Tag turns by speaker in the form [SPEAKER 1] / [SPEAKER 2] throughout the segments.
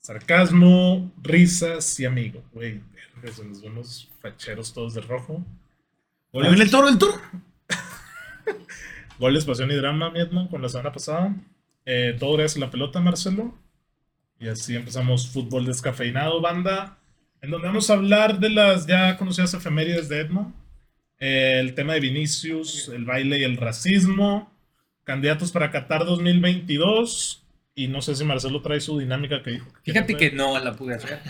[SPEAKER 1] Sarcasmo, risas y amigo. Güey, verga, nos vemos facheros todos de rojo.
[SPEAKER 2] Hola, el toro, el toro.
[SPEAKER 1] Goles, pasión y drama, mi Edmond, con la semana pasada. Eh, todo gracias a la pelota, Marcelo. Y así empezamos fútbol descafeinado, banda, en donde vamos a hablar de las ya conocidas efemérides de Edmond. Eh, el tema de Vinicius, el baile y el racismo. Candidatos para Qatar 2022. Y no sé si Marcelo trae su dinámica que dijo.
[SPEAKER 3] Fíjate que no la pude hacer,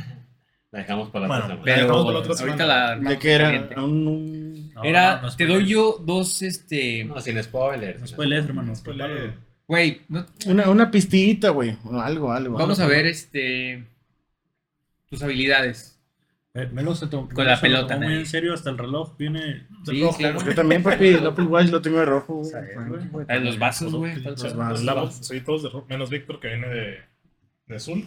[SPEAKER 4] La dejamos para
[SPEAKER 1] Bueno,
[SPEAKER 4] la otra semana.
[SPEAKER 3] pero
[SPEAKER 1] dejamos para la otra
[SPEAKER 3] ahorita
[SPEAKER 1] semana.
[SPEAKER 3] la
[SPEAKER 2] ¿De
[SPEAKER 3] armamos
[SPEAKER 2] qué era?
[SPEAKER 3] pendiente.
[SPEAKER 2] Aún no.
[SPEAKER 1] No,
[SPEAKER 3] Era,
[SPEAKER 1] no, no
[SPEAKER 3] te doy yo dos, este,
[SPEAKER 4] No, sin spoilers.
[SPEAKER 2] No spoilers, hermano.
[SPEAKER 1] spoiler.
[SPEAKER 3] güey, no-
[SPEAKER 2] Una, una pistita, güey. o Algo, algo.
[SPEAKER 3] vamos a ver, este, tus habilidades.
[SPEAKER 5] Eh, Me lo se to-
[SPEAKER 3] Con
[SPEAKER 5] me
[SPEAKER 3] la
[SPEAKER 5] lo se lo
[SPEAKER 3] pelota,
[SPEAKER 5] tomó muy
[SPEAKER 3] nadie.
[SPEAKER 5] en serio, hasta el reloj viene.
[SPEAKER 1] De
[SPEAKER 3] Sí,
[SPEAKER 1] rojo,
[SPEAKER 3] claro.
[SPEAKER 1] güey.
[SPEAKER 2] Yo también, papi, el Apple Watch lo tengo de rojo, güey.
[SPEAKER 5] Sabe,
[SPEAKER 2] Güey,
[SPEAKER 3] Ah, Los vasos, güey.
[SPEAKER 1] Pinche
[SPEAKER 2] Los vasos.
[SPEAKER 1] eslavos, soy todos de rojo, menos Víctor que viene de, de azul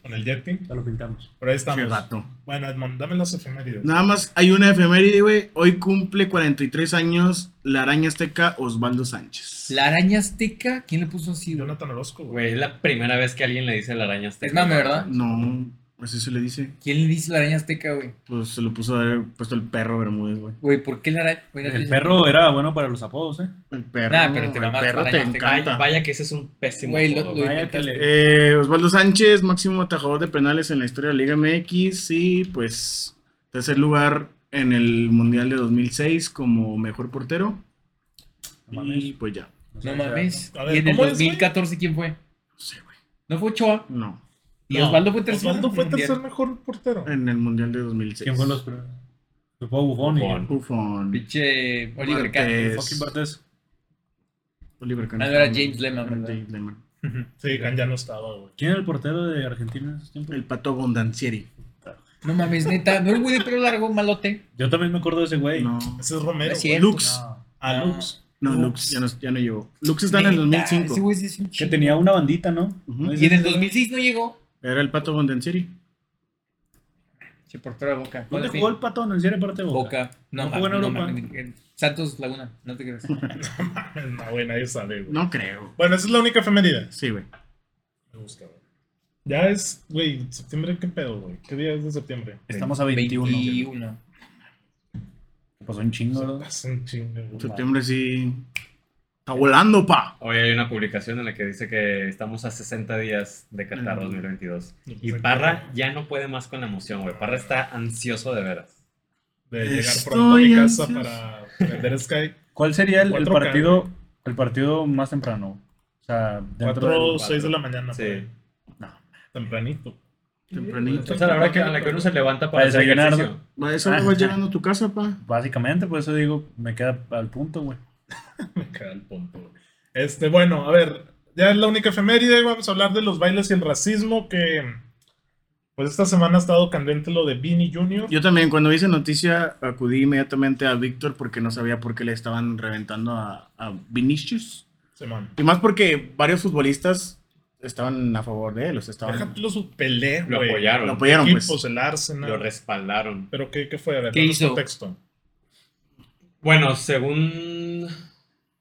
[SPEAKER 1] con el Yeti.
[SPEAKER 5] Ya lo pintamos.
[SPEAKER 1] Pero ahí
[SPEAKER 2] qué
[SPEAKER 1] estamos.
[SPEAKER 2] vato.
[SPEAKER 1] Bueno, Edmond, dame las efemérides.
[SPEAKER 2] Nada más hay una efeméride, güey. Hoy cumple 43 años la araña azteca Osvaldo Sánchez.
[SPEAKER 3] La araña azteca, ¿quién le puso así, güey?
[SPEAKER 1] Jonathan Orozco, güey.
[SPEAKER 4] Güey, es la primera vez que alguien le dice la araña azteca.
[SPEAKER 3] Es mame, ¿verdad?
[SPEAKER 2] No, pues eso le dice.
[SPEAKER 3] ¿Quién le dice la araña azteca, güey?
[SPEAKER 2] Pues se lo puso a haber puesto el perro Bermúdez, güey.
[SPEAKER 3] Güey, ¿por qué la araña? Güey,
[SPEAKER 5] El
[SPEAKER 3] no-
[SPEAKER 5] perro era bueno para los apodos, ¿eh?
[SPEAKER 2] El perro.
[SPEAKER 3] Nah, pero te
[SPEAKER 2] el
[SPEAKER 3] mamaste,
[SPEAKER 2] perro
[SPEAKER 3] la
[SPEAKER 2] te
[SPEAKER 3] araña azteca.
[SPEAKER 2] encanta.
[SPEAKER 4] Vaya, vaya que ese es un pésimo
[SPEAKER 3] Güey, lo-
[SPEAKER 4] apodo,
[SPEAKER 3] lo-
[SPEAKER 4] güey.
[SPEAKER 5] Vaya que le.
[SPEAKER 2] Eh, Osvaldo Sánchez, máximo atajador de penales en la historia de la Liga MX y pues tercer lugar en el Mundial de 2006 como mejor portero.
[SPEAKER 5] No
[SPEAKER 2] Y
[SPEAKER 5] mames.
[SPEAKER 2] pues ya.
[SPEAKER 3] No
[SPEAKER 5] sé,
[SPEAKER 3] mames.
[SPEAKER 1] A ver,
[SPEAKER 3] ¿Y en el
[SPEAKER 1] ¿cómo es, güey?
[SPEAKER 3] 2014 quién fue?
[SPEAKER 2] No sé, güey.
[SPEAKER 3] ¿No fue Ochoa?
[SPEAKER 2] No,
[SPEAKER 3] Y
[SPEAKER 1] No,
[SPEAKER 3] Osvaldo fue tercero.
[SPEAKER 1] Osvaldo fue
[SPEAKER 3] mundial.
[SPEAKER 1] tercer mejor portero.
[SPEAKER 2] en el Mundial de 2006.
[SPEAKER 5] ¿Quién fue los primeros? Supongo Bufón y.
[SPEAKER 4] Bufón.
[SPEAKER 2] Buffon,
[SPEAKER 3] Pinche Oliver Kahn.
[SPEAKER 2] Bartés,
[SPEAKER 5] Fucking Bartés.
[SPEAKER 2] Oliver Kahn.
[SPEAKER 3] Ah, no, era James Lehmann,
[SPEAKER 2] Era
[SPEAKER 3] ¿verdad?
[SPEAKER 2] James Lehmann.
[SPEAKER 1] Sí, Gan ya no estaba, güey.
[SPEAKER 5] ¿Quién era el portero de Argentina en esos tiempos?
[SPEAKER 2] El pato Bondancieri.
[SPEAKER 3] No mames, neta. No era un güey de pelo largo, malote.
[SPEAKER 5] Yo también me acuerdo de ese güey.
[SPEAKER 2] No,
[SPEAKER 1] Ese es Romero.
[SPEAKER 3] No es
[SPEAKER 1] güey.
[SPEAKER 3] cierto.
[SPEAKER 2] Lux.
[SPEAKER 5] No.
[SPEAKER 1] Ah,
[SPEAKER 3] No.
[SPEAKER 1] Lux.
[SPEAKER 2] No,
[SPEAKER 3] Lux.
[SPEAKER 2] Lux ya no, ya no llegó. Lux está en el
[SPEAKER 3] Neta, Ese
[SPEAKER 2] 2005.
[SPEAKER 3] güey sí es un
[SPEAKER 5] Que
[SPEAKER 3] chingo.
[SPEAKER 5] tenía una bandita, ¿no?
[SPEAKER 2] Ujú.
[SPEAKER 5] ¿No es
[SPEAKER 3] Y en el
[SPEAKER 5] ese?
[SPEAKER 3] 2006 no llegó.
[SPEAKER 2] Era el pato Bondancieri.
[SPEAKER 3] Se portó la boca.
[SPEAKER 5] ¿Dónde
[SPEAKER 3] Bueno,
[SPEAKER 5] jugó
[SPEAKER 3] en
[SPEAKER 5] el pato? No, en serio, aparte de
[SPEAKER 3] fin,
[SPEAKER 5] Boca.
[SPEAKER 3] boca? No,
[SPEAKER 5] ¿No
[SPEAKER 3] no,
[SPEAKER 5] jugó en
[SPEAKER 3] no,
[SPEAKER 5] Europa?
[SPEAKER 3] mames, en Santos Laguna, no te creas.
[SPEAKER 1] no, güey, nadie sabe, güey.
[SPEAKER 2] Ah. No creo.
[SPEAKER 1] Bueno, esa es la única efeméride.
[SPEAKER 2] Sí, güey.
[SPEAKER 1] Me gusta, güey. Ya es, güey, septiembre, ¿qué pedo, güey? ¿Qué día es de septiembre?
[SPEAKER 5] Estamos a 21.
[SPEAKER 3] 21.
[SPEAKER 5] Pasó un chingo, ¿no?
[SPEAKER 1] Pasa un chingo, güey.
[SPEAKER 2] Septiembre sí. Está volando, pa.
[SPEAKER 4] Hoy hay una publicación en la que dice que estamos a 60 días de Qatar
[SPEAKER 2] Mm.
[SPEAKER 4] 2022. Y Parra ya no puede más con la emoción, güey. Parra está ansioso de veras.
[SPEAKER 1] De llegar
[SPEAKER 2] Estoy
[SPEAKER 1] pronto a mi casa
[SPEAKER 2] ansioso.
[SPEAKER 1] para vender Sky.
[SPEAKER 5] ¿Cuál sería el, el
[SPEAKER 1] 4K,
[SPEAKER 5] partido el partido más temprano? O sea, dentro
[SPEAKER 1] 4 o
[SPEAKER 4] del
[SPEAKER 1] 6 de
[SPEAKER 4] cuatro.
[SPEAKER 1] la mañana,
[SPEAKER 4] Sí.
[SPEAKER 1] güey.
[SPEAKER 2] No.
[SPEAKER 1] Tempranito.
[SPEAKER 2] Tempranito.
[SPEAKER 4] Esa es la hora que, a la que uno se levanta para
[SPEAKER 5] Para
[SPEAKER 4] hacer
[SPEAKER 5] desayunar,
[SPEAKER 4] ejercicio.
[SPEAKER 2] Va, eso
[SPEAKER 5] Ah.
[SPEAKER 2] luego vas llegando a tu casa, pa.
[SPEAKER 5] Básicamente, por eso digo, me queda al punto, güey.
[SPEAKER 1] Me caga el punto. güey. Este, bueno, a ver, ya es la única efeméride, vamos a hablar de los bailes y el racismo que pues esta semana ha estado candente lo de Vini Jr.
[SPEAKER 2] Yo también, cuando hice noticia, acudí inmediatamente a Víctor porque no sabía por qué le estaban reventando a, a Vinicius.
[SPEAKER 1] Simón.
[SPEAKER 2] Y más porque varios futbolistas estaban a favor de él, o sea, estaban...
[SPEAKER 1] Déjalo su pelea,
[SPEAKER 4] Lo
[SPEAKER 1] güey.
[SPEAKER 4] apoyaron,
[SPEAKER 2] Lo
[SPEAKER 4] lo,
[SPEAKER 2] apoyaron,
[SPEAKER 1] Equipos,
[SPEAKER 2] pues.
[SPEAKER 1] el Arsenal.
[SPEAKER 4] respaldaron.
[SPEAKER 1] Pero ¿qué, qué fue? A ver,
[SPEAKER 3] ¿Qué
[SPEAKER 1] danos
[SPEAKER 3] hizo?
[SPEAKER 1] contexto.
[SPEAKER 4] Bueno, según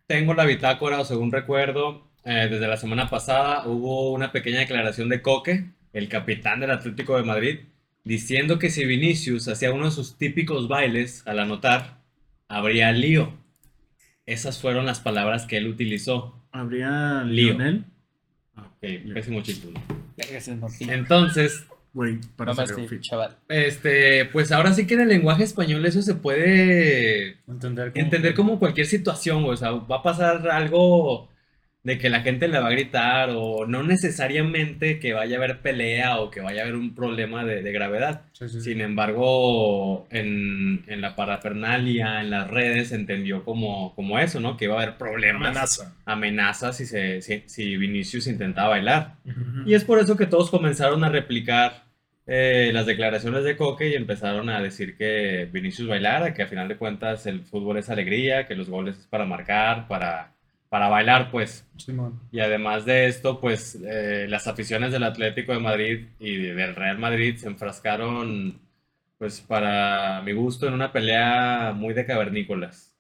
[SPEAKER 4] tengo la bitácora o según recuerdo, eh, desde la semana pasada hubo una pequeña declaración de Coque, el capitán del Atlético de Madrid, diciendo que si Vinicius hacía uno de sus típicos bailes al anotar, habría lío. Esas fueron las palabras que él utilizó.
[SPEAKER 2] ¿Habría
[SPEAKER 4] Lío.
[SPEAKER 2] Lionel?
[SPEAKER 4] Eh, pésimo chiste.
[SPEAKER 3] Gracias, Martín.
[SPEAKER 4] Entonces,
[SPEAKER 2] Güey, para
[SPEAKER 3] Nomás
[SPEAKER 2] hacer
[SPEAKER 3] sí,
[SPEAKER 2] outfit.
[SPEAKER 3] chaval.
[SPEAKER 4] este, pues ahora sí que en el lenguaje español eso se puede
[SPEAKER 5] Entender cómo-
[SPEAKER 4] Entender como cualquier situación, güey, o sea, va a pasar algo de que la gente le va a gritar o no necesariamente que vaya a haber pelea o que vaya a haber un problema de, de gravedad.
[SPEAKER 5] Sí, sí, sí.
[SPEAKER 4] Sin embargo, en, en la parafernalia, en las redes, se entendió como, como eso, ¿no? Que iba a haber problemas,
[SPEAKER 1] Amenaza.
[SPEAKER 4] amenazas si, se, si, si Vinicius intentaba bailar. Y es por eso que todos comenzaron a replicar eh, las declaraciones de Coque y empezaron a decir que Vinicius bailara, que a final de cuentas el fútbol es alegría, que los goles es para marcar, para, para bailar, pues.
[SPEAKER 5] Simón.
[SPEAKER 4] Y además de esto, pues eh, las aficiones del Atlético de Madrid y de- del Real Madrid se enfrascaron, pues para mi gusto, en una pelea muy de cavernícolas.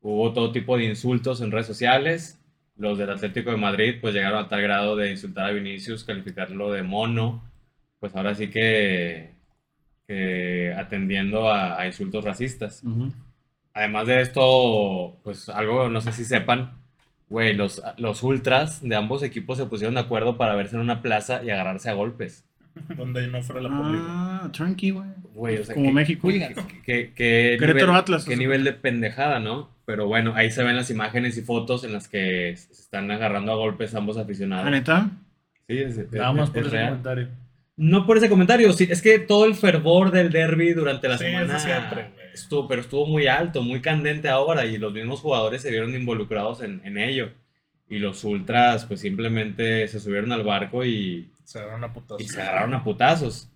[SPEAKER 4] Hubo todo tipo de insultos en redes sociales. Los del Atlético de Madrid, pues llegaron a tal grado de insultar a Vinicius, calificarlo de mono, pues ahora sí que, que atendiendo a, a insultos racistas.
[SPEAKER 2] Ujú.
[SPEAKER 4] Además de esto, pues algo, no sé si sepan, güey, los, los ultras de ambos equipos se pusieron de acuerdo para verse en una plaza y agarrarse a golpes.
[SPEAKER 1] Donde no fuera la pública.
[SPEAKER 2] Ah, tranqui, güey.
[SPEAKER 4] Güey, o sea,
[SPEAKER 2] Como
[SPEAKER 4] qué-
[SPEAKER 2] México.
[SPEAKER 4] qué- qué- qué
[SPEAKER 2] Querétaro
[SPEAKER 4] nivel-
[SPEAKER 2] Atlas,
[SPEAKER 4] Qué
[SPEAKER 2] o sea.
[SPEAKER 4] nivel de pendejada, ¿no? Pero bueno, ahí se ven las imágenes y fotos en las que se están agarrando a golpes ambos
[SPEAKER 2] La
[SPEAKER 4] aficionados.
[SPEAKER 2] neta.
[SPEAKER 4] Sí, es, es-
[SPEAKER 5] Nada más
[SPEAKER 4] es
[SPEAKER 5] por ese
[SPEAKER 4] real.
[SPEAKER 5] comentario.
[SPEAKER 4] No por ese comentario, sí, es que todo el fervor del derby durante la
[SPEAKER 1] Sí, eso
[SPEAKER 4] semana
[SPEAKER 1] siempre, güey.
[SPEAKER 4] estuvo, pero estuvo muy alto, muy candente ahora y los mismos jugadores se vieron involucrados en, en ello. Y los ultras pues simplemente se subieron al barco y,
[SPEAKER 1] Se agarraron a putas.
[SPEAKER 4] y se agarraron a putazos.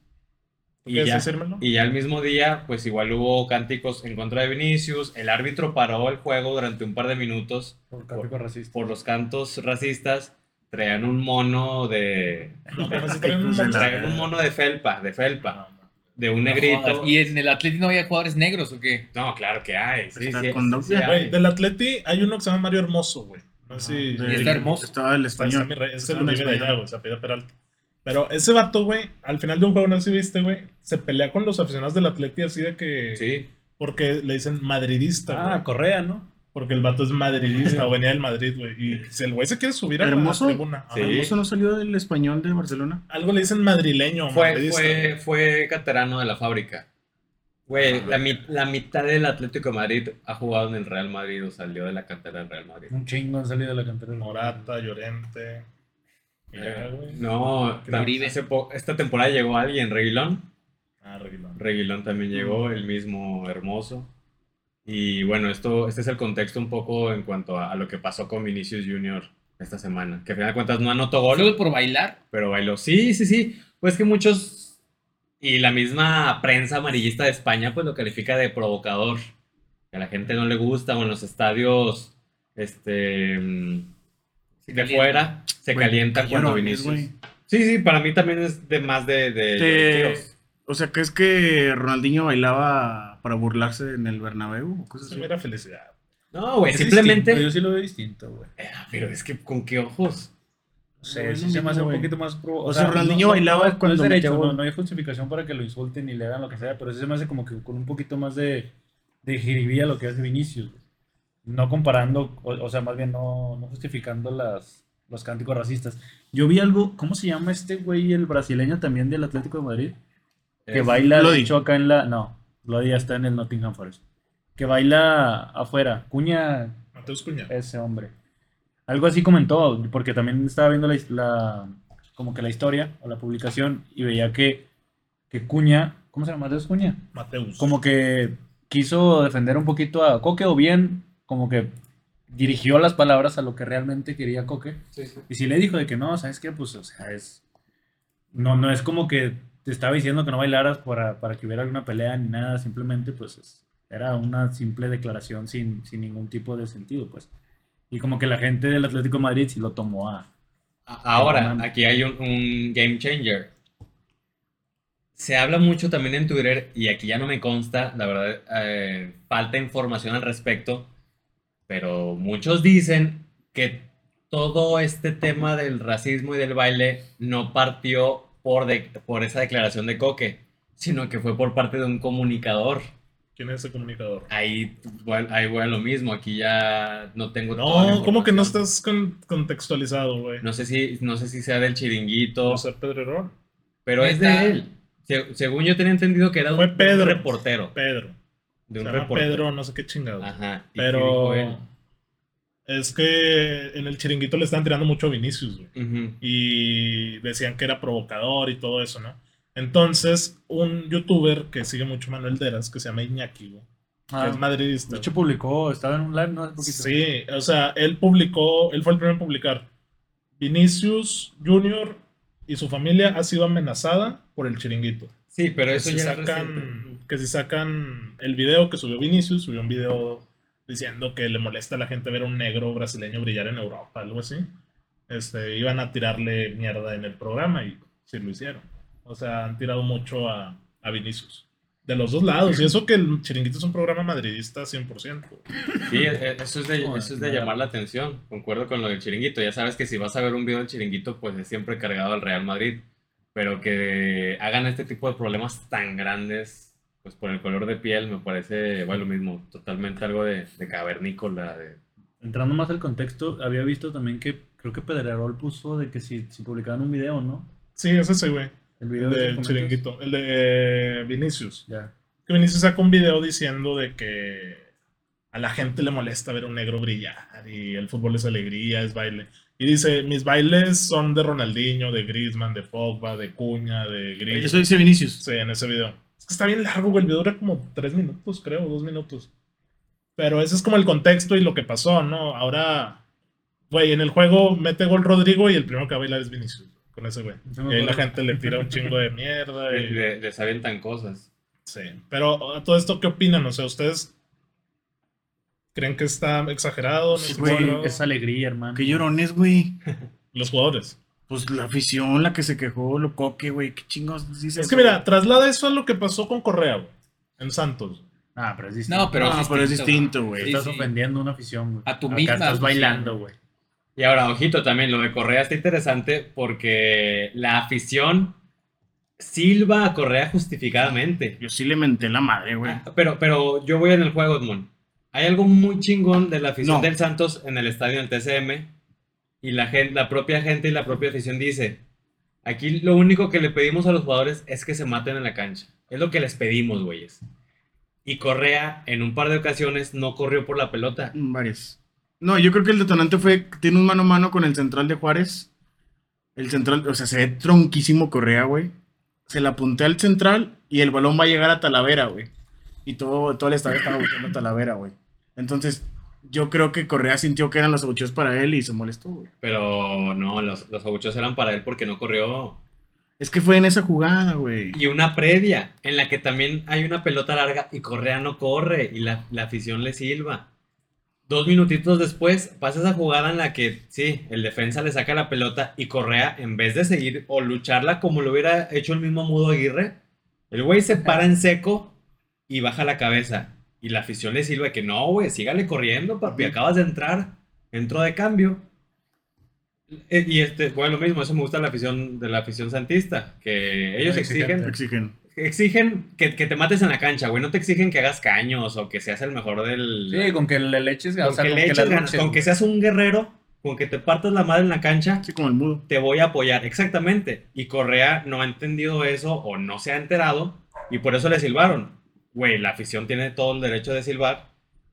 [SPEAKER 4] Y
[SPEAKER 1] ¿Quieres
[SPEAKER 4] ya,
[SPEAKER 1] decírmelo?
[SPEAKER 4] y ya el mismo día pues igual hubo cánticos en contra de Vinicius, el árbitro paró el juego durante un par de minutos
[SPEAKER 5] Por tráfico racista.
[SPEAKER 4] por los cantos racistas, traían un mono de...
[SPEAKER 1] No, pero
[SPEAKER 4] Pues,
[SPEAKER 1] sí traen un
[SPEAKER 2] Hijos de la-
[SPEAKER 1] montón.
[SPEAKER 4] traían un mono de felpa, de felpa de un
[SPEAKER 3] No
[SPEAKER 4] negrito.
[SPEAKER 3] jodas. ¿Y en el Atlético no había jugadores negros o qué?
[SPEAKER 4] No, claro que hay. Sí,
[SPEAKER 2] Está
[SPEAKER 4] sí,
[SPEAKER 2] con
[SPEAKER 4] sí,
[SPEAKER 2] doble.
[SPEAKER 4] sí hay.
[SPEAKER 1] Güey, del Atleti hay uno que se llama Mario Hermoso, güey. No sé si.
[SPEAKER 2] Del-
[SPEAKER 3] está hermoso.
[SPEAKER 2] Estaba el
[SPEAKER 1] Está- está mi
[SPEAKER 2] Ah, español.
[SPEAKER 1] rey, es
[SPEAKER 2] Está
[SPEAKER 1] el
[SPEAKER 2] en
[SPEAKER 1] Uribe de allá,
[SPEAKER 2] español.
[SPEAKER 1] güey, se apellida Peralta. Pero ese vato, güey, al final de un juego, no sé si viste, güey, se pelea con los aficionados del Atleti así de que...
[SPEAKER 4] Sí.
[SPEAKER 1] Porque le dicen madridista, güey.
[SPEAKER 5] Ah, Correa, ¿no?
[SPEAKER 1] Porque el vato es madridista, o venía del Madrid, güey. Y si el güey se quiere subir a
[SPEAKER 2] ¿Hermoso?
[SPEAKER 1] la tribuna.
[SPEAKER 4] Sí.
[SPEAKER 1] ajá.
[SPEAKER 2] ¿Eso Ah, no salió del español de Barcelona?
[SPEAKER 1] Algo le dicen madrileño o
[SPEAKER 4] Fue,
[SPEAKER 1] madridista.
[SPEAKER 4] fue, fue caterano de la fábrica.
[SPEAKER 3] Ah,
[SPEAKER 4] Güey, la, mi- la mitad del Atlético de Madrid ha jugado en el Real Madrid o salió de la cantera del Real Madrid.
[SPEAKER 5] Un chingo han salido de la cantera.
[SPEAKER 1] Morata, Llorente. Y ya, güey.
[SPEAKER 4] Eh, No, tam-
[SPEAKER 3] Uribe.
[SPEAKER 4] hace po- esta temporada llegó alguien, Reguilón.
[SPEAKER 1] Ah, Reguilón. Mm.
[SPEAKER 4] Reguilón también llegó, el mismo hermoso. Y bueno, esto, este es el contexto un poco en cuanto a, a lo que pasó con Vinicius Junior esta semana. Que al final de cuentas no anotó gol.
[SPEAKER 3] Solo por bailar.
[SPEAKER 4] Pero bailó. Sí, sí, sí. Pues que muchos. Y la misma prensa amarillista de España, pues lo califica de provocador. Que a la gente no le gusta, o en los estadios. Este. mm,
[SPEAKER 3] Se
[SPEAKER 4] de
[SPEAKER 3] calienta.
[SPEAKER 4] fuera, se
[SPEAKER 2] Güey,
[SPEAKER 4] calienta cuando
[SPEAKER 2] cayeron,
[SPEAKER 4] Vinicius.
[SPEAKER 2] güey.
[SPEAKER 4] Sí, sí, para mí también es de más de.
[SPEAKER 2] Te-
[SPEAKER 4] de- Eh, de tiros.
[SPEAKER 2] O sea, ¿crees que Ronaldinho bailaba para burlarse en el Bernabéu o cosas
[SPEAKER 1] Se
[SPEAKER 2] así?
[SPEAKER 1] mira felicidad.
[SPEAKER 4] No, güey,
[SPEAKER 5] Es
[SPEAKER 4] simplemente.
[SPEAKER 5] distinto, yo sí lo veo distinto, güey.
[SPEAKER 4] Ah, Pero es que con qué ojos.
[SPEAKER 5] No
[SPEAKER 2] No,
[SPEAKER 5] sé,
[SPEAKER 2] es
[SPEAKER 5] sí
[SPEAKER 2] lo
[SPEAKER 5] se me hace
[SPEAKER 2] mismo,
[SPEAKER 5] un
[SPEAKER 2] güey.
[SPEAKER 5] poquito más pro.
[SPEAKER 2] O sea, Ronaldinho bailaba
[SPEAKER 5] no es
[SPEAKER 2] cuando
[SPEAKER 5] derecho,
[SPEAKER 2] metió gol.
[SPEAKER 5] no, no hay justificación para que lo insulten y le hagan lo que sea, pero sí se me hace como que con un poquito más de, de jiribilla lo que hace Vinicius. güey. No comparando, o, o sea, más bien no, no justificando las, los cánticos racistas. Yo vi algo, ¿cómo se llama este güey, el brasileño también del Atlético de Madrid? Que
[SPEAKER 4] Es-
[SPEAKER 5] baila, de
[SPEAKER 2] Lodi.
[SPEAKER 5] hecho, acá en la. No, Lodi ya está en el Nottingham Forest. Que baila afuera. Cuña,
[SPEAKER 1] Mateus Cuña.
[SPEAKER 5] ese hombre. Algo así comentó, porque también estaba viendo la, his- la- como que la historia o la publicación y veía que, que Cuña, ¿cómo se llama? Mateus Cuña,
[SPEAKER 1] Mateus.
[SPEAKER 5] como que quiso defender un poquito a Coque o bien como que dirigió las palabras a lo que realmente quería Coque.
[SPEAKER 4] Sí, sí.
[SPEAKER 5] Y si le dijo de que no, ¿sabes qué? Pues, o sea, es... No, no es como que te estaba diciendo que no bailaras para, para que hubiera alguna pelea ni nada, simplemente pues es- era una simple declaración sin, sin ningún tipo de sentido, pues. Y como que la gente del Atlético de Madrid sí lo tomó a...
[SPEAKER 4] A- Ahora,
[SPEAKER 5] Perdóname.
[SPEAKER 4] aquí hay un, un game changer. Se habla mucho también en Twitter, y aquí ya no me consta, la verdad, eh, falta información al respecto, pero muchos dicen que todo este tema del racismo y del baile no partió por, de- por esa declaración de Coque, sino que fue por parte de un comunicador.
[SPEAKER 1] ¿Quién es ese comunicador?
[SPEAKER 4] Ahí, bueno, ahí voy a lo mismo, aquí ya no tengo toda la
[SPEAKER 1] No, ¿cómo que no
[SPEAKER 4] información.
[SPEAKER 1] estás con- contextualizado, güey?
[SPEAKER 4] No sé si, no sé si sea del chiringuito.
[SPEAKER 1] José Pedrerol.
[SPEAKER 4] Pero es
[SPEAKER 3] Neta.
[SPEAKER 4] de él. Se- según yo tenía entendido que era de
[SPEAKER 1] Fue
[SPEAKER 4] un,
[SPEAKER 1] Pedro.
[SPEAKER 4] de un reportero.
[SPEAKER 1] Pedro.
[SPEAKER 4] De un
[SPEAKER 1] se llama
[SPEAKER 4] reportero.
[SPEAKER 1] Pedro, no sé qué chingado.
[SPEAKER 4] Ajá. ¿Y qué dijo
[SPEAKER 1] Pero
[SPEAKER 4] él?
[SPEAKER 1] es que en el chiringuito le están tirando mucho a Vinicius, güey.
[SPEAKER 4] Ujú.
[SPEAKER 1] Y decían que era provocador y todo eso, ¿no? Entonces, un youtuber que sigue mucho Manuel Deras, que se llama Iñaki, güey,
[SPEAKER 4] Ah,
[SPEAKER 1] que es madridista.
[SPEAKER 5] de hecho publicó, estaba en un live, ¿no? Hace poquito.
[SPEAKER 1] Sí, o sea, él publicó, él fue el primero en publicar. Vinicius Junior y su familia ha sido amenazada por el chiringuito.
[SPEAKER 4] Sí, pero
[SPEAKER 1] Que
[SPEAKER 4] eso
[SPEAKER 1] si
[SPEAKER 4] ya era reciente.
[SPEAKER 1] sacan, que si sacan el video que subió Vinicius, subió un video diciendo que le molesta a la gente ver a un negro brasileño brillar en Europa, algo así. Este, iban a tirarle mierda en el programa y sí lo hicieron. O sea, han tirado mucho a, a Vinicius. De los dos lados. Y eso que el Chiringuito es un programa madridista 100%.
[SPEAKER 4] Sí, e- e- eso es de,
[SPEAKER 5] Joder,
[SPEAKER 4] eso es de
[SPEAKER 5] nada.
[SPEAKER 4] llamar la atención. Concuerdo con lo del chiringuito. Ya sabes que si vas a ver un video del chiringuito, pues es siempre cargado al Real Madrid. pero que hagan este tipo de problemas tan grandes, pues por el color de piel, me parece, bueno, lo mismo, totalmente algo de, de cavernícola, de...
[SPEAKER 5] Entrando más al contexto, había visto también que creo que Pedrerol puso de que si, si publicaban un video, ¿no?
[SPEAKER 1] Sí, ese sí, güey.
[SPEAKER 5] El
[SPEAKER 1] El
[SPEAKER 5] video de
[SPEAKER 1] del
[SPEAKER 5] los documentos.
[SPEAKER 1] chiringuito. El de eh, Vinicius.
[SPEAKER 5] Ya.
[SPEAKER 1] Que Vinicius sacó un video diciendo de que a la gente le molesta ver a un negro brillar y el fútbol es alegría, es baile. Y dice, mis bailes son de Ronaldinho, de Griezmann, de Pogba, de Cuña, de Gris.
[SPEAKER 2] Eso dice Vinicius.
[SPEAKER 1] Sí, en ese video. Es que está bien largo, güey. El video dura como tres minutos, creo, dos minutos. Pero ese es como el contexto y lo que pasó, ¿no? Ahora, güey, en el juego mete gol Rodrigo y el primero que va a bailar es Vinicius, con ese güey.
[SPEAKER 5] Eso
[SPEAKER 1] Y
[SPEAKER 5] me
[SPEAKER 1] ahí Eh, la
[SPEAKER 5] acuerdo.
[SPEAKER 1] gente le tira un chingo de mierda. y-
[SPEAKER 4] de- les avientan cosas.
[SPEAKER 1] Sí. Pero a todo esto, ¿qué opinan? O sea, ¿ustedes creen que está exagerado? ¿No
[SPEAKER 2] Sí,
[SPEAKER 1] está
[SPEAKER 2] güey,
[SPEAKER 1] exagerado?
[SPEAKER 5] Es alegría, hermano.
[SPEAKER 2] Qué llorones, güey.
[SPEAKER 1] Los jugadores.
[SPEAKER 2] Pues la afición, la que se quejó, lo coque, güey. Qué chingos dices.
[SPEAKER 1] Es que mira, traslada eso a lo que pasó con Correa, güey, en Santos.
[SPEAKER 5] Ah, pero es distinto.
[SPEAKER 3] No, pero,
[SPEAKER 2] No, pero es distinto,
[SPEAKER 3] ¿no?
[SPEAKER 2] güey.
[SPEAKER 3] Sí,
[SPEAKER 5] estás
[SPEAKER 3] sí.
[SPEAKER 5] ofendiendo a una afición, güey.
[SPEAKER 3] A tu
[SPEAKER 5] Acá
[SPEAKER 3] misma
[SPEAKER 5] Estás
[SPEAKER 3] afición.
[SPEAKER 5] bailando, güey.
[SPEAKER 4] Y ahora, ojito también, lo de Correa está interesante porque la afición silba a Correa justificadamente.
[SPEAKER 2] Yo sí le menté la madre, güey.
[SPEAKER 4] Ah, Pero, pero yo voy en el juego, Edmond. Hay algo muy chingón de la afición
[SPEAKER 2] No.
[SPEAKER 4] del Santos en el estadio del TCM. Y la, gente, la propia gente y la propia afición dice: Aquí lo único que le pedimos a los jugadores es que se maten en la cancha. Es lo que les pedimos, güeyes. Y Correa, en un par de ocasiones, no corrió por la pelota.
[SPEAKER 2] Mm, Varias. No, yo creo que el detonante fue que tiene un mano a mano con el central de Juárez. El central, o sea, se ve tronquísimo Correa, güey. Se la apunté al central y el balón va a llegar a Talavera, güey. Y todo, todo el estadio estaba buscando a Talavera, güey. Entonces, yo creo que Correa sintió que eran los abucheos para él y se molestó, güey.
[SPEAKER 4] Pero no, los, los abucheos eran para él porque no corrió.
[SPEAKER 2] Es que fue en esa jugada, güey.
[SPEAKER 4] Y una previa, en la que también hay una pelota larga y Correa no corre y la, la afición le silba. Dos minutitos después pasa esa jugada en la que, sí, el defensa le saca la pelota y Correa, en vez de seguir o lucharla como lo hubiera hecho el mismo Mudo Aguirre, el güey se para en seco y baja la cabeza. Y la afición le silba que no, güey, sígale corriendo, papi, acabas de entrar, entró de cambio. Eh, Y este, bueno, lo mismo, eso me gusta de la afición, de la afición santista, que ellos
[SPEAKER 5] Ah,
[SPEAKER 4] exigen
[SPEAKER 5] Exigente.
[SPEAKER 2] Exigen.
[SPEAKER 4] Exigen que, que te mates en la cancha, güey. No te exigen que hagas caños o que seas el mejor del.
[SPEAKER 5] Sí, con que le leches,
[SPEAKER 4] con, que le eches ganas, con que seas un guerrero, con que te partas la madre en la cancha,
[SPEAKER 2] Así como el mudo.
[SPEAKER 4] te voy a apoyar. Exactamente. Y Correa no ha entendido eso o no se ha enterado y por eso le silbaron. Güey, la afición tiene todo el derecho de silbar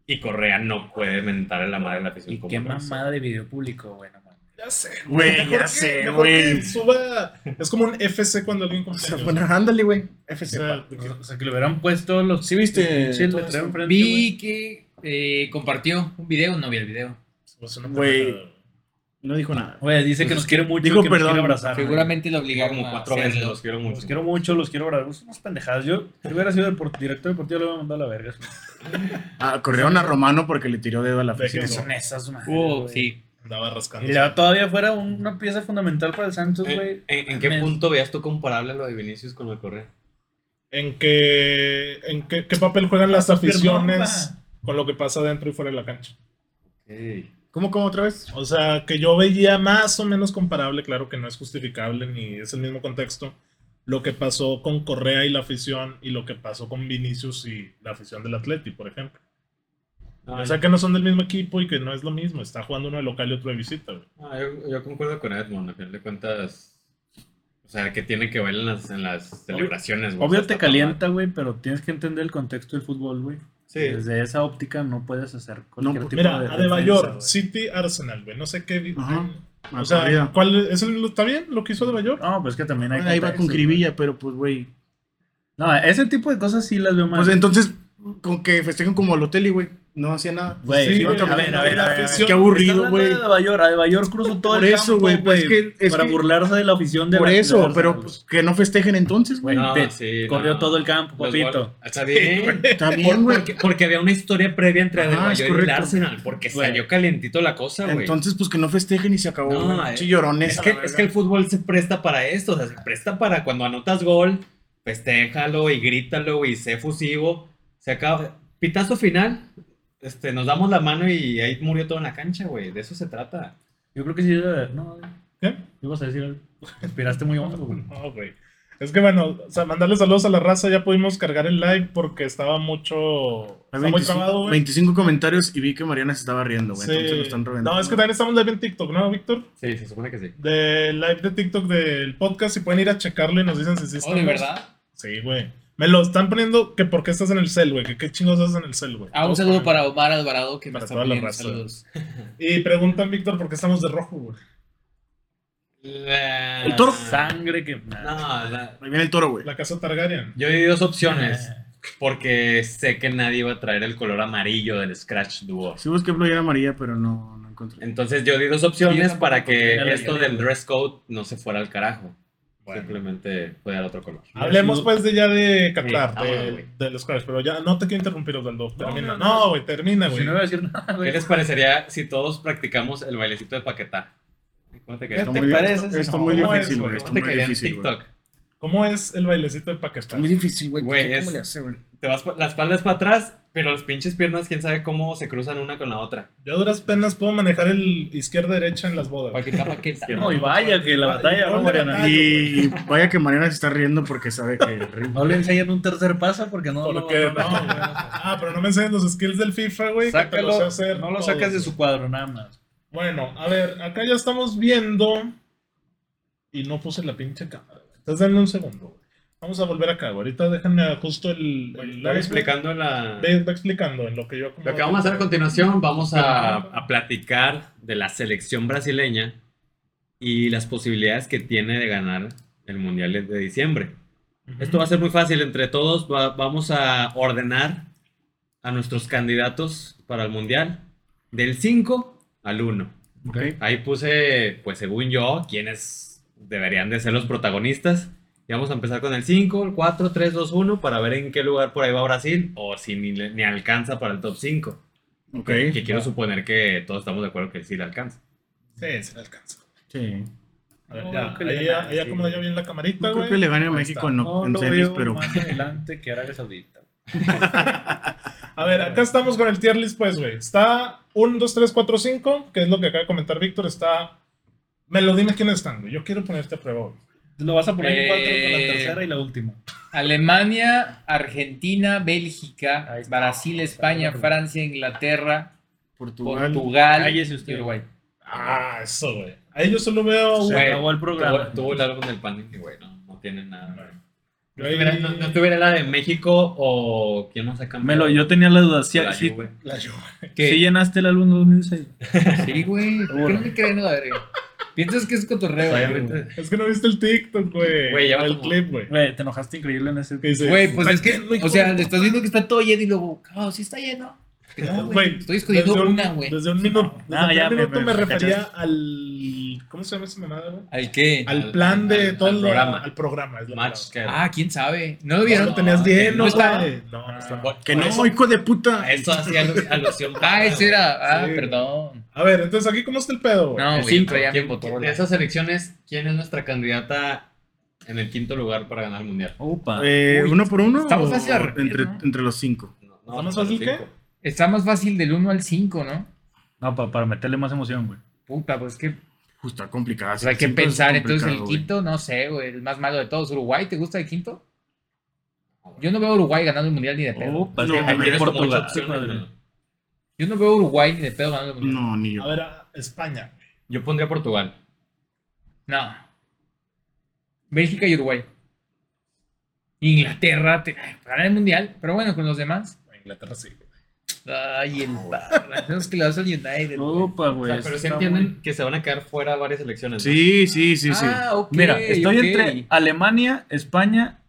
[SPEAKER 4] y Correa no puede mentar en la madre de la afición.
[SPEAKER 5] Y
[SPEAKER 4] como
[SPEAKER 5] qué
[SPEAKER 4] lo hace.
[SPEAKER 5] mamá de video público, güey, no mames.
[SPEAKER 1] Ya sé,
[SPEAKER 2] Güey,
[SPEAKER 1] Mejor
[SPEAKER 2] ya
[SPEAKER 1] que-
[SPEAKER 2] sé,
[SPEAKER 1] mejor
[SPEAKER 2] güey.
[SPEAKER 1] que suba- Es como un FC cuando alguien
[SPEAKER 2] O sea,
[SPEAKER 1] compra.
[SPEAKER 2] bueno, ándale, güey. FC.
[SPEAKER 5] O sea, o sea, que le hubieran puesto los...
[SPEAKER 2] Sí, viste.
[SPEAKER 5] pinche
[SPEAKER 2] todo
[SPEAKER 5] letrero
[SPEAKER 2] eso?
[SPEAKER 5] enfrente, güey.
[SPEAKER 3] Vi que eh, compartió un video, no vi el video.
[SPEAKER 2] Güey. No dijo nada.
[SPEAKER 5] Güey, dice que nos quiere mucho,
[SPEAKER 2] Dijo
[SPEAKER 5] que
[SPEAKER 2] perdón,
[SPEAKER 5] nos quiere abrazar. güey.
[SPEAKER 3] Seguramente lo
[SPEAKER 4] Digo
[SPEAKER 3] obligaron
[SPEAKER 4] como
[SPEAKER 3] a
[SPEAKER 4] cuatro
[SPEAKER 3] hacerlo.
[SPEAKER 4] veces, los quiero mucho.
[SPEAKER 5] Los quiero mucho, los quiero abrazar. Son unas pendejadas. Yo, si hubiera sido depor- director deportivo, le hubiera mandado a la verga.
[SPEAKER 2] Ah, corrieron a Romano porque le tiró dedo a la
[SPEAKER 1] De
[SPEAKER 2] afición.
[SPEAKER 1] que
[SPEAKER 5] Son esas, madre,
[SPEAKER 3] Uh,
[SPEAKER 5] güey.
[SPEAKER 3] sí.
[SPEAKER 1] Andaba rascando.
[SPEAKER 5] Y la- todavía fuera un- una pieza fundamental para el Santos, güey.
[SPEAKER 4] ¿En, Eh, en- en qué
[SPEAKER 5] Men.
[SPEAKER 4] punto veías tú comparable lo de Vinicius con el Correa?
[SPEAKER 1] ¿En qué, en qué, qué papel juegan las aficiones con lo que pasa dentro y fuera de la cancha?
[SPEAKER 4] Ok.
[SPEAKER 2] ¿Cómo, cómo otra vez?
[SPEAKER 1] O sea, que yo veía más o menos comparable, claro que no es justificable ni es el mismo contexto, lo que pasó con Correa y la afición y lo que pasó con Vinicius y la afición del Atleti, por ejemplo.
[SPEAKER 4] Ay.
[SPEAKER 1] O sea, que no son del mismo equipo y que no es lo mismo, está jugando uno de local y otro de visita. güey.
[SPEAKER 4] Ah, yo, yo concuerdo con Edmond, a final de cuentas. O sea, que tiene que ver en las, en las celebraciones, güey. O
[SPEAKER 5] Obvio
[SPEAKER 4] sea,
[SPEAKER 5] te
[SPEAKER 4] está
[SPEAKER 5] calienta, güey, pero tienes que entender el contexto del fútbol, güey.
[SPEAKER 4] mal. Sí.
[SPEAKER 5] Desde esa óptica no puedes hacer cualquier
[SPEAKER 2] pues,
[SPEAKER 5] tipo
[SPEAKER 1] Mira,
[SPEAKER 5] de
[SPEAKER 1] Adebayor,
[SPEAKER 5] defensa,
[SPEAKER 1] City, Arsenal, güey, no sé qué... vi-
[SPEAKER 2] Ajá.
[SPEAKER 1] O sea, ¿cuál es el- ¿está bien lo que hizo Adebayor?
[SPEAKER 5] güey. No, pues que también hay
[SPEAKER 2] ahí va
[SPEAKER 5] contexto,
[SPEAKER 2] con
[SPEAKER 5] güey.
[SPEAKER 2] Cribilla, pero pues, güey.
[SPEAKER 5] No, ese tipo de cosas sí las veo más.
[SPEAKER 2] Pues entonces, con que festejan como al hotel y, güey, no hacía nada.
[SPEAKER 5] Güey,
[SPEAKER 1] Sí,
[SPEAKER 5] no,
[SPEAKER 1] güey,
[SPEAKER 5] a ver, a ver, a ver.
[SPEAKER 1] afición-
[SPEAKER 2] Qué aburrido,
[SPEAKER 5] Estás hablando
[SPEAKER 2] güey.
[SPEAKER 5] De Adebayor, Adebayor cruzó todo
[SPEAKER 2] Por
[SPEAKER 5] el
[SPEAKER 2] eso,
[SPEAKER 5] campo,
[SPEAKER 2] güey, pues, es que- es
[SPEAKER 5] para
[SPEAKER 2] que-
[SPEAKER 5] burlarse de la afición de
[SPEAKER 2] Por
[SPEAKER 5] la-
[SPEAKER 2] eso,
[SPEAKER 5] de-
[SPEAKER 2] pero pues, que no festejen entonces, güey.
[SPEAKER 5] Güey,
[SPEAKER 4] No,
[SPEAKER 5] te-
[SPEAKER 4] sí,
[SPEAKER 5] corrió
[SPEAKER 4] no.
[SPEAKER 5] todo el campo,
[SPEAKER 4] Los
[SPEAKER 5] papito.
[SPEAKER 4] gol- Está bien.
[SPEAKER 2] Está
[SPEAKER 4] Por-
[SPEAKER 2] bien, güey.
[SPEAKER 4] porque, porque había una historia previa entre
[SPEAKER 2] Ah,
[SPEAKER 4] Adebayor
[SPEAKER 2] es
[SPEAKER 4] y el
[SPEAKER 2] correcto.
[SPEAKER 4] Arsenal, porque
[SPEAKER 5] Güey.
[SPEAKER 4] salió calientito la cosa, güey.
[SPEAKER 2] Entonces, pues que no festejen y se acabó,
[SPEAKER 4] No,
[SPEAKER 2] güey.
[SPEAKER 4] eh,
[SPEAKER 2] Chillorones.
[SPEAKER 4] Es que, es que el fútbol se presta para esto, o sea, se presta para cuando anotas gol, festéjalo y grítalo y sé fusivo. Se acaba. Pitazo final, este, nos damos la mano y ahí murió todo en la cancha, güey. De eso se trata.
[SPEAKER 5] Yo creo que sí debe de haber, ¿no?
[SPEAKER 1] ¿Qué?
[SPEAKER 5] Ibas a decir, algo? respiraste muy hondo, güey.
[SPEAKER 1] No, Oh, güey. Es que bueno, o sea, mandarle saludos a la raza. Ya pudimos cargar el live porque estaba mucho.
[SPEAKER 2] Hay
[SPEAKER 1] Está muy
[SPEAKER 2] 25,
[SPEAKER 1] trabado, güey.
[SPEAKER 2] 25 comentarios y vi que Mariana se estaba riendo, güey.
[SPEAKER 1] Sí.
[SPEAKER 2] Entonces lo están reventando.
[SPEAKER 1] No, es que también estamos live en TikTok, ¿no, Víctor?
[SPEAKER 4] Sí, se supone que sí.
[SPEAKER 1] De live de TikTok del podcast. Si pueden ir a checarlo y nos dicen si sí
[SPEAKER 3] Oh, ¿de
[SPEAKER 1] estamos.
[SPEAKER 3] verdad?
[SPEAKER 1] Sí, güey. Me lo están poniendo que por qué estás en el cel, güey. Que qué chingos haces en el cel, güey.
[SPEAKER 3] Ah, un
[SPEAKER 1] Estamos
[SPEAKER 3] saludo
[SPEAKER 1] poniendo-
[SPEAKER 3] para Omar Alvarado que me
[SPEAKER 1] Para
[SPEAKER 3] está
[SPEAKER 1] toda la
[SPEAKER 3] pidiendo
[SPEAKER 1] raza.
[SPEAKER 3] saludos.
[SPEAKER 1] Y preguntan, Víctor, por qué estamos de rojo, güey.
[SPEAKER 4] La-
[SPEAKER 2] El toro.
[SPEAKER 5] Sangre que.
[SPEAKER 4] No, la-
[SPEAKER 2] Ahí viene el toro, güey.
[SPEAKER 1] La casa Targaryen.
[SPEAKER 4] yo di dos opciones porque sé que nadie iba a traer el color amarillo del Scratch Duo.
[SPEAKER 2] Sí busqué playera amarilla, pero no, no encontré.
[SPEAKER 4] Entonces yo di
[SPEAKER 3] Sí,
[SPEAKER 4] dos
[SPEAKER 3] yo
[SPEAKER 4] opciones
[SPEAKER 3] tampoco
[SPEAKER 4] para que
[SPEAKER 3] tenía la
[SPEAKER 4] esto
[SPEAKER 3] idea.
[SPEAKER 4] del dress code no se fuera al carajo. Simplemente fue dar otro color.
[SPEAKER 1] Hablemos pues de ya de Qatar,
[SPEAKER 2] ah,
[SPEAKER 4] Sí,
[SPEAKER 1] de,
[SPEAKER 4] vámonos, güey.
[SPEAKER 1] de los Crash, pero ya no te quiero interrumpir, Osvaldo. Termina.
[SPEAKER 5] no, no.
[SPEAKER 1] No, güey, termina,
[SPEAKER 5] Si
[SPEAKER 1] güey.
[SPEAKER 5] no iba a decir nada,
[SPEAKER 4] ¿Qué
[SPEAKER 5] güey.
[SPEAKER 4] les parecería si todos practicamos el bailecito de paquetá? ¿Cómo te quedas?
[SPEAKER 2] Está
[SPEAKER 4] ¿Te
[SPEAKER 2] muy,
[SPEAKER 4] pareces?
[SPEAKER 2] está
[SPEAKER 1] No,
[SPEAKER 2] muy
[SPEAKER 1] ¿cómo es,
[SPEAKER 2] difícil,
[SPEAKER 1] güey?
[SPEAKER 2] güey.
[SPEAKER 4] ¿Cómo
[SPEAKER 2] Está
[SPEAKER 4] te
[SPEAKER 2] muy
[SPEAKER 4] quedaría en
[SPEAKER 2] difícil, güey.
[SPEAKER 4] TikTok?
[SPEAKER 1] ¿Cómo es el bailecito de
[SPEAKER 2] Está
[SPEAKER 1] Pakistán?
[SPEAKER 2] muy difícil, güey.
[SPEAKER 4] Güey,
[SPEAKER 2] ¿Cómo
[SPEAKER 4] es-
[SPEAKER 2] le hace, güey?
[SPEAKER 4] Te vas pa- la espalda es para atrás, pero las pinches piernas, quién sabe cómo se cruzan una con la otra.
[SPEAKER 1] Yo a duras penas puedo manejar el izquierda-derecha en las bodas.
[SPEAKER 4] Paquetá, paquetá.
[SPEAKER 5] No, y vaya que la batalla, ¿no, Mariana?
[SPEAKER 2] Y vaya que Mariana se está riendo porque sabe que el ritmo.
[SPEAKER 5] No le ensayan un tercer paso porque no no-
[SPEAKER 1] Porque
[SPEAKER 5] no-
[SPEAKER 1] no, güey. Ah, pero no me enseñes los skills del FIFA, güey. que te los sé
[SPEAKER 5] Sácalo,
[SPEAKER 1] hacer
[SPEAKER 5] no lo
[SPEAKER 1] todos,
[SPEAKER 5] sacas de
[SPEAKER 1] güey.
[SPEAKER 5] su cuadro, nada más.
[SPEAKER 1] Bueno, a ver, acá ya estamos viendo. Y no puse la pinche cámara. güey. Entonces denme un segundo, güey. Vamos a volver acá, güey. Ahorita déjenme ajusto el. el
[SPEAKER 4] Estaba explicando la...
[SPEAKER 1] Ve, va explicando en lo que yo acomodo.
[SPEAKER 4] Lo que vamos a hacer a continuación, vamos a, a platicar de la selección brasileña y las posibilidades que tiene de ganar el Mundial de diciembre.
[SPEAKER 1] Ujú.
[SPEAKER 4] Esto va a ser muy fácil, entre todos va- vamos a ordenar a nuestros candidatos para el Mundial del 5 al 1.
[SPEAKER 2] Ok.
[SPEAKER 4] Ahí puse, pues según yo, quiénes deberían de ser los protagonistas. Y vamos a empezar con el 5, el 4, 3, 2, 1 para ver en qué lugar por ahí va Brasil o si ni, le- ni alcanza para el top 5.
[SPEAKER 2] Ok.
[SPEAKER 4] Que quiero suponer que todos estamos de acuerdo que sí le alcanza.
[SPEAKER 1] Sí, se le alcanza.
[SPEAKER 2] Sí.
[SPEAKER 1] A ver,
[SPEAKER 5] No,
[SPEAKER 1] ya.
[SPEAKER 5] que le
[SPEAKER 1] Ahí,
[SPEAKER 5] gane,
[SPEAKER 1] ahí
[SPEAKER 5] sí.
[SPEAKER 1] acomodo yo bien la camarita,
[SPEAKER 2] No
[SPEAKER 1] güey.
[SPEAKER 2] creo que le gane a
[SPEAKER 1] Ahí
[SPEAKER 2] México
[SPEAKER 1] está.
[SPEAKER 2] en,
[SPEAKER 5] No,
[SPEAKER 2] en
[SPEAKER 5] lo
[SPEAKER 2] series,
[SPEAKER 5] veo
[SPEAKER 2] pero.
[SPEAKER 5] más adelante que Arabia Saudita.
[SPEAKER 1] A ver, acá estamos con el tier list, pues, güey. Está 1, 2, 3, 4, 5, que es lo que acaba de comentar Víctor. Está. Me lo dime quiénes están, güey. Yo quiero ponerte a prueba, güey.
[SPEAKER 5] Lo vas a poner en cuatro con
[SPEAKER 3] Eh,
[SPEAKER 5] la tercera y la última.
[SPEAKER 3] Alemania, Argentina, Bélgica,
[SPEAKER 5] Ahí está.
[SPEAKER 3] Brasil, España, Francia, Inglaterra,
[SPEAKER 2] Portugal.
[SPEAKER 3] Portugal
[SPEAKER 5] Cállese usted.
[SPEAKER 3] y Uruguay.
[SPEAKER 1] Ah, eso, güey. Ahí yo solo veo.
[SPEAKER 5] Se
[SPEAKER 1] güey.
[SPEAKER 5] acabó el programa.
[SPEAKER 4] Tuvo, tuvo largo en el pan y güey, no, no tiene nada.
[SPEAKER 1] Yo
[SPEAKER 4] No
[SPEAKER 1] ahí-
[SPEAKER 4] tuviera, no, no tuviera la de México o quién más acá.
[SPEAKER 5] Melo, yo tenía la duda. Si,
[SPEAKER 4] la
[SPEAKER 5] si-
[SPEAKER 4] Juve.
[SPEAKER 1] La Juve.
[SPEAKER 3] ¿Qué?
[SPEAKER 5] si llenaste el álbum 2006.
[SPEAKER 3] Sí, güey. ¿Por qué no me creen a la verga? Piensas que es cotorreo. güey.
[SPEAKER 4] Obviamente.
[SPEAKER 1] Es que no viste el TikTok, güey.
[SPEAKER 4] Güey, ya va
[SPEAKER 1] O el
[SPEAKER 4] como-
[SPEAKER 1] clip, güey.
[SPEAKER 5] Güey, te enojaste increíble en ese.
[SPEAKER 1] Que dice,
[SPEAKER 3] Güey, pues
[SPEAKER 1] "Ay,
[SPEAKER 3] es que,
[SPEAKER 1] güey,
[SPEAKER 3] o sea, le estás viendo que está todo lleno y luego, oh, sí está lleno. No, güey. Estoy escogiendo
[SPEAKER 1] desde un-
[SPEAKER 3] una, güey.
[SPEAKER 1] Desde un minuto,
[SPEAKER 5] No, no,
[SPEAKER 1] desde
[SPEAKER 5] ya
[SPEAKER 1] un
[SPEAKER 5] me-
[SPEAKER 1] minuto
[SPEAKER 5] me-
[SPEAKER 1] me
[SPEAKER 5] me
[SPEAKER 1] refería
[SPEAKER 5] cachaste.
[SPEAKER 1] al. ¿Cómo se llama esa mamada, güey?
[SPEAKER 3] ¿Al qué?
[SPEAKER 1] Al
[SPEAKER 4] Al-
[SPEAKER 1] plan de
[SPEAKER 4] al-
[SPEAKER 1] todo
[SPEAKER 4] al
[SPEAKER 1] el
[SPEAKER 4] programa.
[SPEAKER 1] Al programa. Es la
[SPEAKER 4] Match
[SPEAKER 1] palabra.
[SPEAKER 4] que.
[SPEAKER 3] Ah, quién sabe. No lo
[SPEAKER 1] No,
[SPEAKER 3] vieron.
[SPEAKER 1] lo tenías bien,
[SPEAKER 3] no
[SPEAKER 1] ¿no,
[SPEAKER 3] estaba.
[SPEAKER 1] güey? No, no estaba.
[SPEAKER 2] Ah, Que no, hijo de puta.
[SPEAKER 4] Eso hacía alu- alusión.
[SPEAKER 3] Ah, ese era. Ah,
[SPEAKER 1] Sí.
[SPEAKER 3] perdón.
[SPEAKER 1] A ver, entonces aquí, ¿cómo está el pedo, güey?
[SPEAKER 3] No,
[SPEAKER 4] El
[SPEAKER 3] güey, yo
[SPEAKER 4] cinco.
[SPEAKER 3] traía mi
[SPEAKER 4] ¿Quién-
[SPEAKER 3] Motorola.
[SPEAKER 4] De esas elecciones, ¿quién es nuestra candidata en el quinto lugar para ganar el mundial?
[SPEAKER 5] Opa.
[SPEAKER 2] Eh,
[SPEAKER 3] Uy,
[SPEAKER 2] ¿Uno por uno?
[SPEAKER 3] estamos
[SPEAKER 2] o
[SPEAKER 3] fácil al revés,
[SPEAKER 2] entre,
[SPEAKER 3] ¿no?
[SPEAKER 2] entre los cinco.
[SPEAKER 4] No,
[SPEAKER 1] ¿Está más fácil
[SPEAKER 4] el cinco.
[SPEAKER 3] Está más fácil del 1 al 5, ¿no?
[SPEAKER 5] No, pa- para meterle más emoción, güey.
[SPEAKER 3] Puta, pues es que
[SPEAKER 2] Justo, está complicado.
[SPEAKER 3] o sea, hay que
[SPEAKER 2] Cinco es
[SPEAKER 3] pensar. Entonces, el
[SPEAKER 2] complicado, güey.
[SPEAKER 3] quinto, no sé, güey, el más malo de todos. ¿Uruguay te gusta el quinto? Yo no veo a Uruguay ganando el mundial ni de pedo.
[SPEAKER 5] Opa,
[SPEAKER 2] No, pues,
[SPEAKER 5] que
[SPEAKER 4] Ahí
[SPEAKER 5] aquí
[SPEAKER 4] tienes como ocho
[SPEAKER 5] Portugal.
[SPEAKER 4] opciones,
[SPEAKER 5] padre.
[SPEAKER 4] ¿no?
[SPEAKER 3] Yo no veo a Uruguay ni de pedo ganando el mundial.
[SPEAKER 2] No, ni yo.
[SPEAKER 1] A ver, a- España.
[SPEAKER 4] Yo pondría Portugal.
[SPEAKER 3] No. Bélgica y Uruguay. Inglaterra te ganar el mundial, pero bueno, con los demás.
[SPEAKER 1] Inglaterra sí, güey.
[SPEAKER 3] Ay, el Tenemos que le das al United. güey.
[SPEAKER 5] Opa,
[SPEAKER 4] O
[SPEAKER 5] güey.
[SPEAKER 4] sea, pero
[SPEAKER 5] eso
[SPEAKER 4] sí
[SPEAKER 5] está
[SPEAKER 4] entienden
[SPEAKER 5] muy-
[SPEAKER 4] que se van a quedar fuera varias elecciones. ¿no?
[SPEAKER 2] Sí, sí, sí, sí.
[SPEAKER 3] Ah, ok.
[SPEAKER 5] Mira, estoy
[SPEAKER 3] ok.
[SPEAKER 5] entre Alemania, España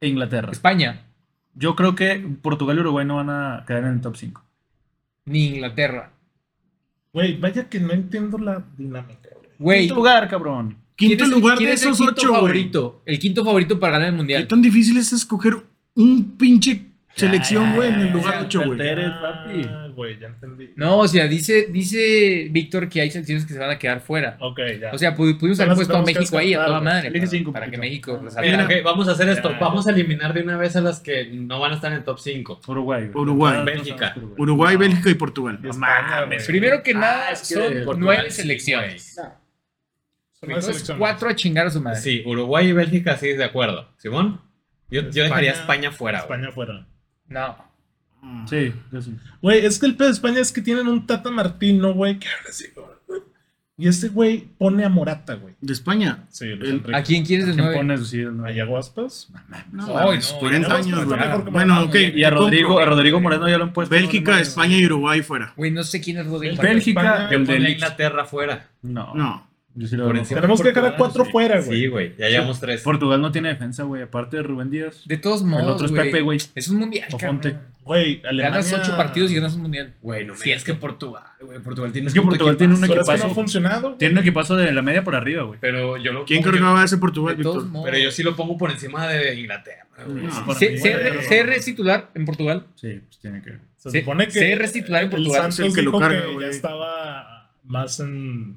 [SPEAKER 5] e Inglaterra.
[SPEAKER 3] España,
[SPEAKER 5] Yo creo que Portugal y Uruguay no van a quedar en el top 5.
[SPEAKER 3] ni Inglaterra.
[SPEAKER 1] Güey, vaya que no entiendo la dinámica, güey.
[SPEAKER 3] Güey.
[SPEAKER 5] Quinto lugar, cabrón.
[SPEAKER 3] ¿quién
[SPEAKER 2] quinto
[SPEAKER 3] es el-
[SPEAKER 2] lugar
[SPEAKER 3] quién
[SPEAKER 2] de
[SPEAKER 3] es el
[SPEAKER 2] esos
[SPEAKER 3] quinto
[SPEAKER 2] ocho, güey.
[SPEAKER 3] favorito? El quinto favorito para ganar el
[SPEAKER 2] ¿Qué
[SPEAKER 3] mundial.
[SPEAKER 2] tan difícil es escoger un pinche selección,
[SPEAKER 5] ya,
[SPEAKER 2] güey, en
[SPEAKER 5] ya,
[SPEAKER 2] el lugar
[SPEAKER 5] ya,
[SPEAKER 2] ocho, güey?
[SPEAKER 5] Eres,
[SPEAKER 1] Ah, güey, ya entendí.
[SPEAKER 3] No, o sea, dice, dice Víctor que hay selecciones que se van a quedar fuera.
[SPEAKER 1] Ok, ya.
[SPEAKER 3] O sea, pudi- pudimos haber
[SPEAKER 1] Las
[SPEAKER 3] puesto a
[SPEAKER 1] tenemos que
[SPEAKER 3] México ahí a toda
[SPEAKER 1] descartar, güey.
[SPEAKER 3] madre.
[SPEAKER 2] Elige
[SPEAKER 3] Para,
[SPEAKER 2] cinco,
[SPEAKER 3] para que
[SPEAKER 2] poquito.
[SPEAKER 3] México
[SPEAKER 5] Ah,
[SPEAKER 4] Mira,
[SPEAKER 3] resaltara.
[SPEAKER 4] ok, vamos a hacer esto.
[SPEAKER 1] Ya.
[SPEAKER 4] Vamos a eliminar de una vez a las que no van a estar en el top 5.
[SPEAKER 5] Uruguay. güey.
[SPEAKER 2] Uruguay.
[SPEAKER 5] No, no, no, no,
[SPEAKER 4] Bélgica.
[SPEAKER 5] Uruguay.
[SPEAKER 2] Uruguay, Bélgica y Portugal.
[SPEAKER 1] Y España, güey.
[SPEAKER 3] Primero que
[SPEAKER 4] Ah,
[SPEAKER 3] nada,
[SPEAKER 4] es que
[SPEAKER 3] son
[SPEAKER 4] Portugal
[SPEAKER 3] nueve
[SPEAKER 4] sí,
[SPEAKER 3] selecciones.
[SPEAKER 1] No.
[SPEAKER 3] Entonces,
[SPEAKER 1] selecciones.
[SPEAKER 3] cuatro a chingar a su madre.
[SPEAKER 4] Sí, Uruguay y Bélgica, sí, de acuerdo. Simón, yo, yo dejaría a
[SPEAKER 1] España-
[SPEAKER 4] España fuera. güey.
[SPEAKER 1] España fuera.
[SPEAKER 3] No.
[SPEAKER 2] Ah,
[SPEAKER 5] Sí, yo sí.
[SPEAKER 1] Güey, es que el pedo de España es que tienen un Tata Martino, güey, que habla así, güey. Y este güey pone a Morata, güey.
[SPEAKER 2] De España.
[SPEAKER 1] Sí,
[SPEAKER 2] El-
[SPEAKER 1] Enrique.
[SPEAKER 3] ¿A quién quieres de
[SPEAKER 5] ¿Quién
[SPEAKER 3] nueve?
[SPEAKER 5] pones? Sí, el nueve.
[SPEAKER 1] Ayaguaspas.
[SPEAKER 2] No,
[SPEAKER 3] Ay,
[SPEAKER 2] mames,
[SPEAKER 3] no,
[SPEAKER 2] 40
[SPEAKER 1] ya
[SPEAKER 2] años,
[SPEAKER 1] vamos,
[SPEAKER 2] güey.
[SPEAKER 1] está mejor que
[SPEAKER 2] Bueno,
[SPEAKER 1] Morata,
[SPEAKER 2] ok.
[SPEAKER 1] güey.
[SPEAKER 5] Y a Rodrigo, a Rodrigo Moreno ya lo han puesto.
[SPEAKER 2] Bélgica, España y Uruguay fuera.
[SPEAKER 3] Güey, no sé quién es Rodrigo.
[SPEAKER 5] Bélgica,
[SPEAKER 1] España,
[SPEAKER 4] Yo
[SPEAKER 5] el de
[SPEAKER 4] pondría
[SPEAKER 5] Lich.
[SPEAKER 4] Inglaterra fuera.
[SPEAKER 5] No.
[SPEAKER 2] No.
[SPEAKER 5] Yo sí lo
[SPEAKER 4] Por
[SPEAKER 5] veo.
[SPEAKER 4] encima.
[SPEAKER 1] Tenemos que dejar a
[SPEAKER 4] Portugal,
[SPEAKER 1] cuatro
[SPEAKER 4] sí.
[SPEAKER 1] fuera,
[SPEAKER 4] Sí,
[SPEAKER 1] güey.
[SPEAKER 4] güey, ya llevamos tres.
[SPEAKER 5] Portugal no tiene defensa, güey. Aparte de Rubén Díaz.
[SPEAKER 3] De todos
[SPEAKER 5] El
[SPEAKER 3] modos,
[SPEAKER 5] otro es Pepe, güey.
[SPEAKER 3] Es un mundial,
[SPEAKER 5] O
[SPEAKER 3] cabrón.
[SPEAKER 5] Fonte.
[SPEAKER 1] Güey, Alemania.
[SPEAKER 3] Ganas ocho partidos y ganas un mundial.
[SPEAKER 4] Güey, no me
[SPEAKER 3] Si
[SPEAKER 4] digas
[SPEAKER 3] es que
[SPEAKER 4] que Portugal, güey, Portugal tiene
[SPEAKER 5] Es que Portugal tiene un
[SPEAKER 1] Pero es que no ha
[SPEAKER 5] equipazo.
[SPEAKER 1] funcionado.
[SPEAKER 5] Tiene un equipazo de la media por arriba, güey.
[SPEAKER 4] Pero yo lo
[SPEAKER 2] ¿Quién
[SPEAKER 4] pongo-
[SPEAKER 2] cargaba ese Portugal,
[SPEAKER 3] De todos
[SPEAKER 2] Víctor?
[SPEAKER 3] modos.
[SPEAKER 4] Pero yo sí lo pongo por encima de Inglaterra, güey.
[SPEAKER 2] No.
[SPEAKER 1] Para mí,
[SPEAKER 3] C-
[SPEAKER 1] güey,
[SPEAKER 3] CR
[SPEAKER 1] pero-
[SPEAKER 3] CR es titular en Portugal.
[SPEAKER 5] Sí, pues tiene que.
[SPEAKER 1] Se
[SPEAKER 3] Sí,
[SPEAKER 1] supone que
[SPEAKER 3] sí, es titular en Portugal.
[SPEAKER 1] El
[SPEAKER 2] Es el
[SPEAKER 1] Santos
[SPEAKER 2] que lo
[SPEAKER 1] dijo
[SPEAKER 2] carga,
[SPEAKER 1] que ya
[SPEAKER 2] güey.
[SPEAKER 1] estaba más en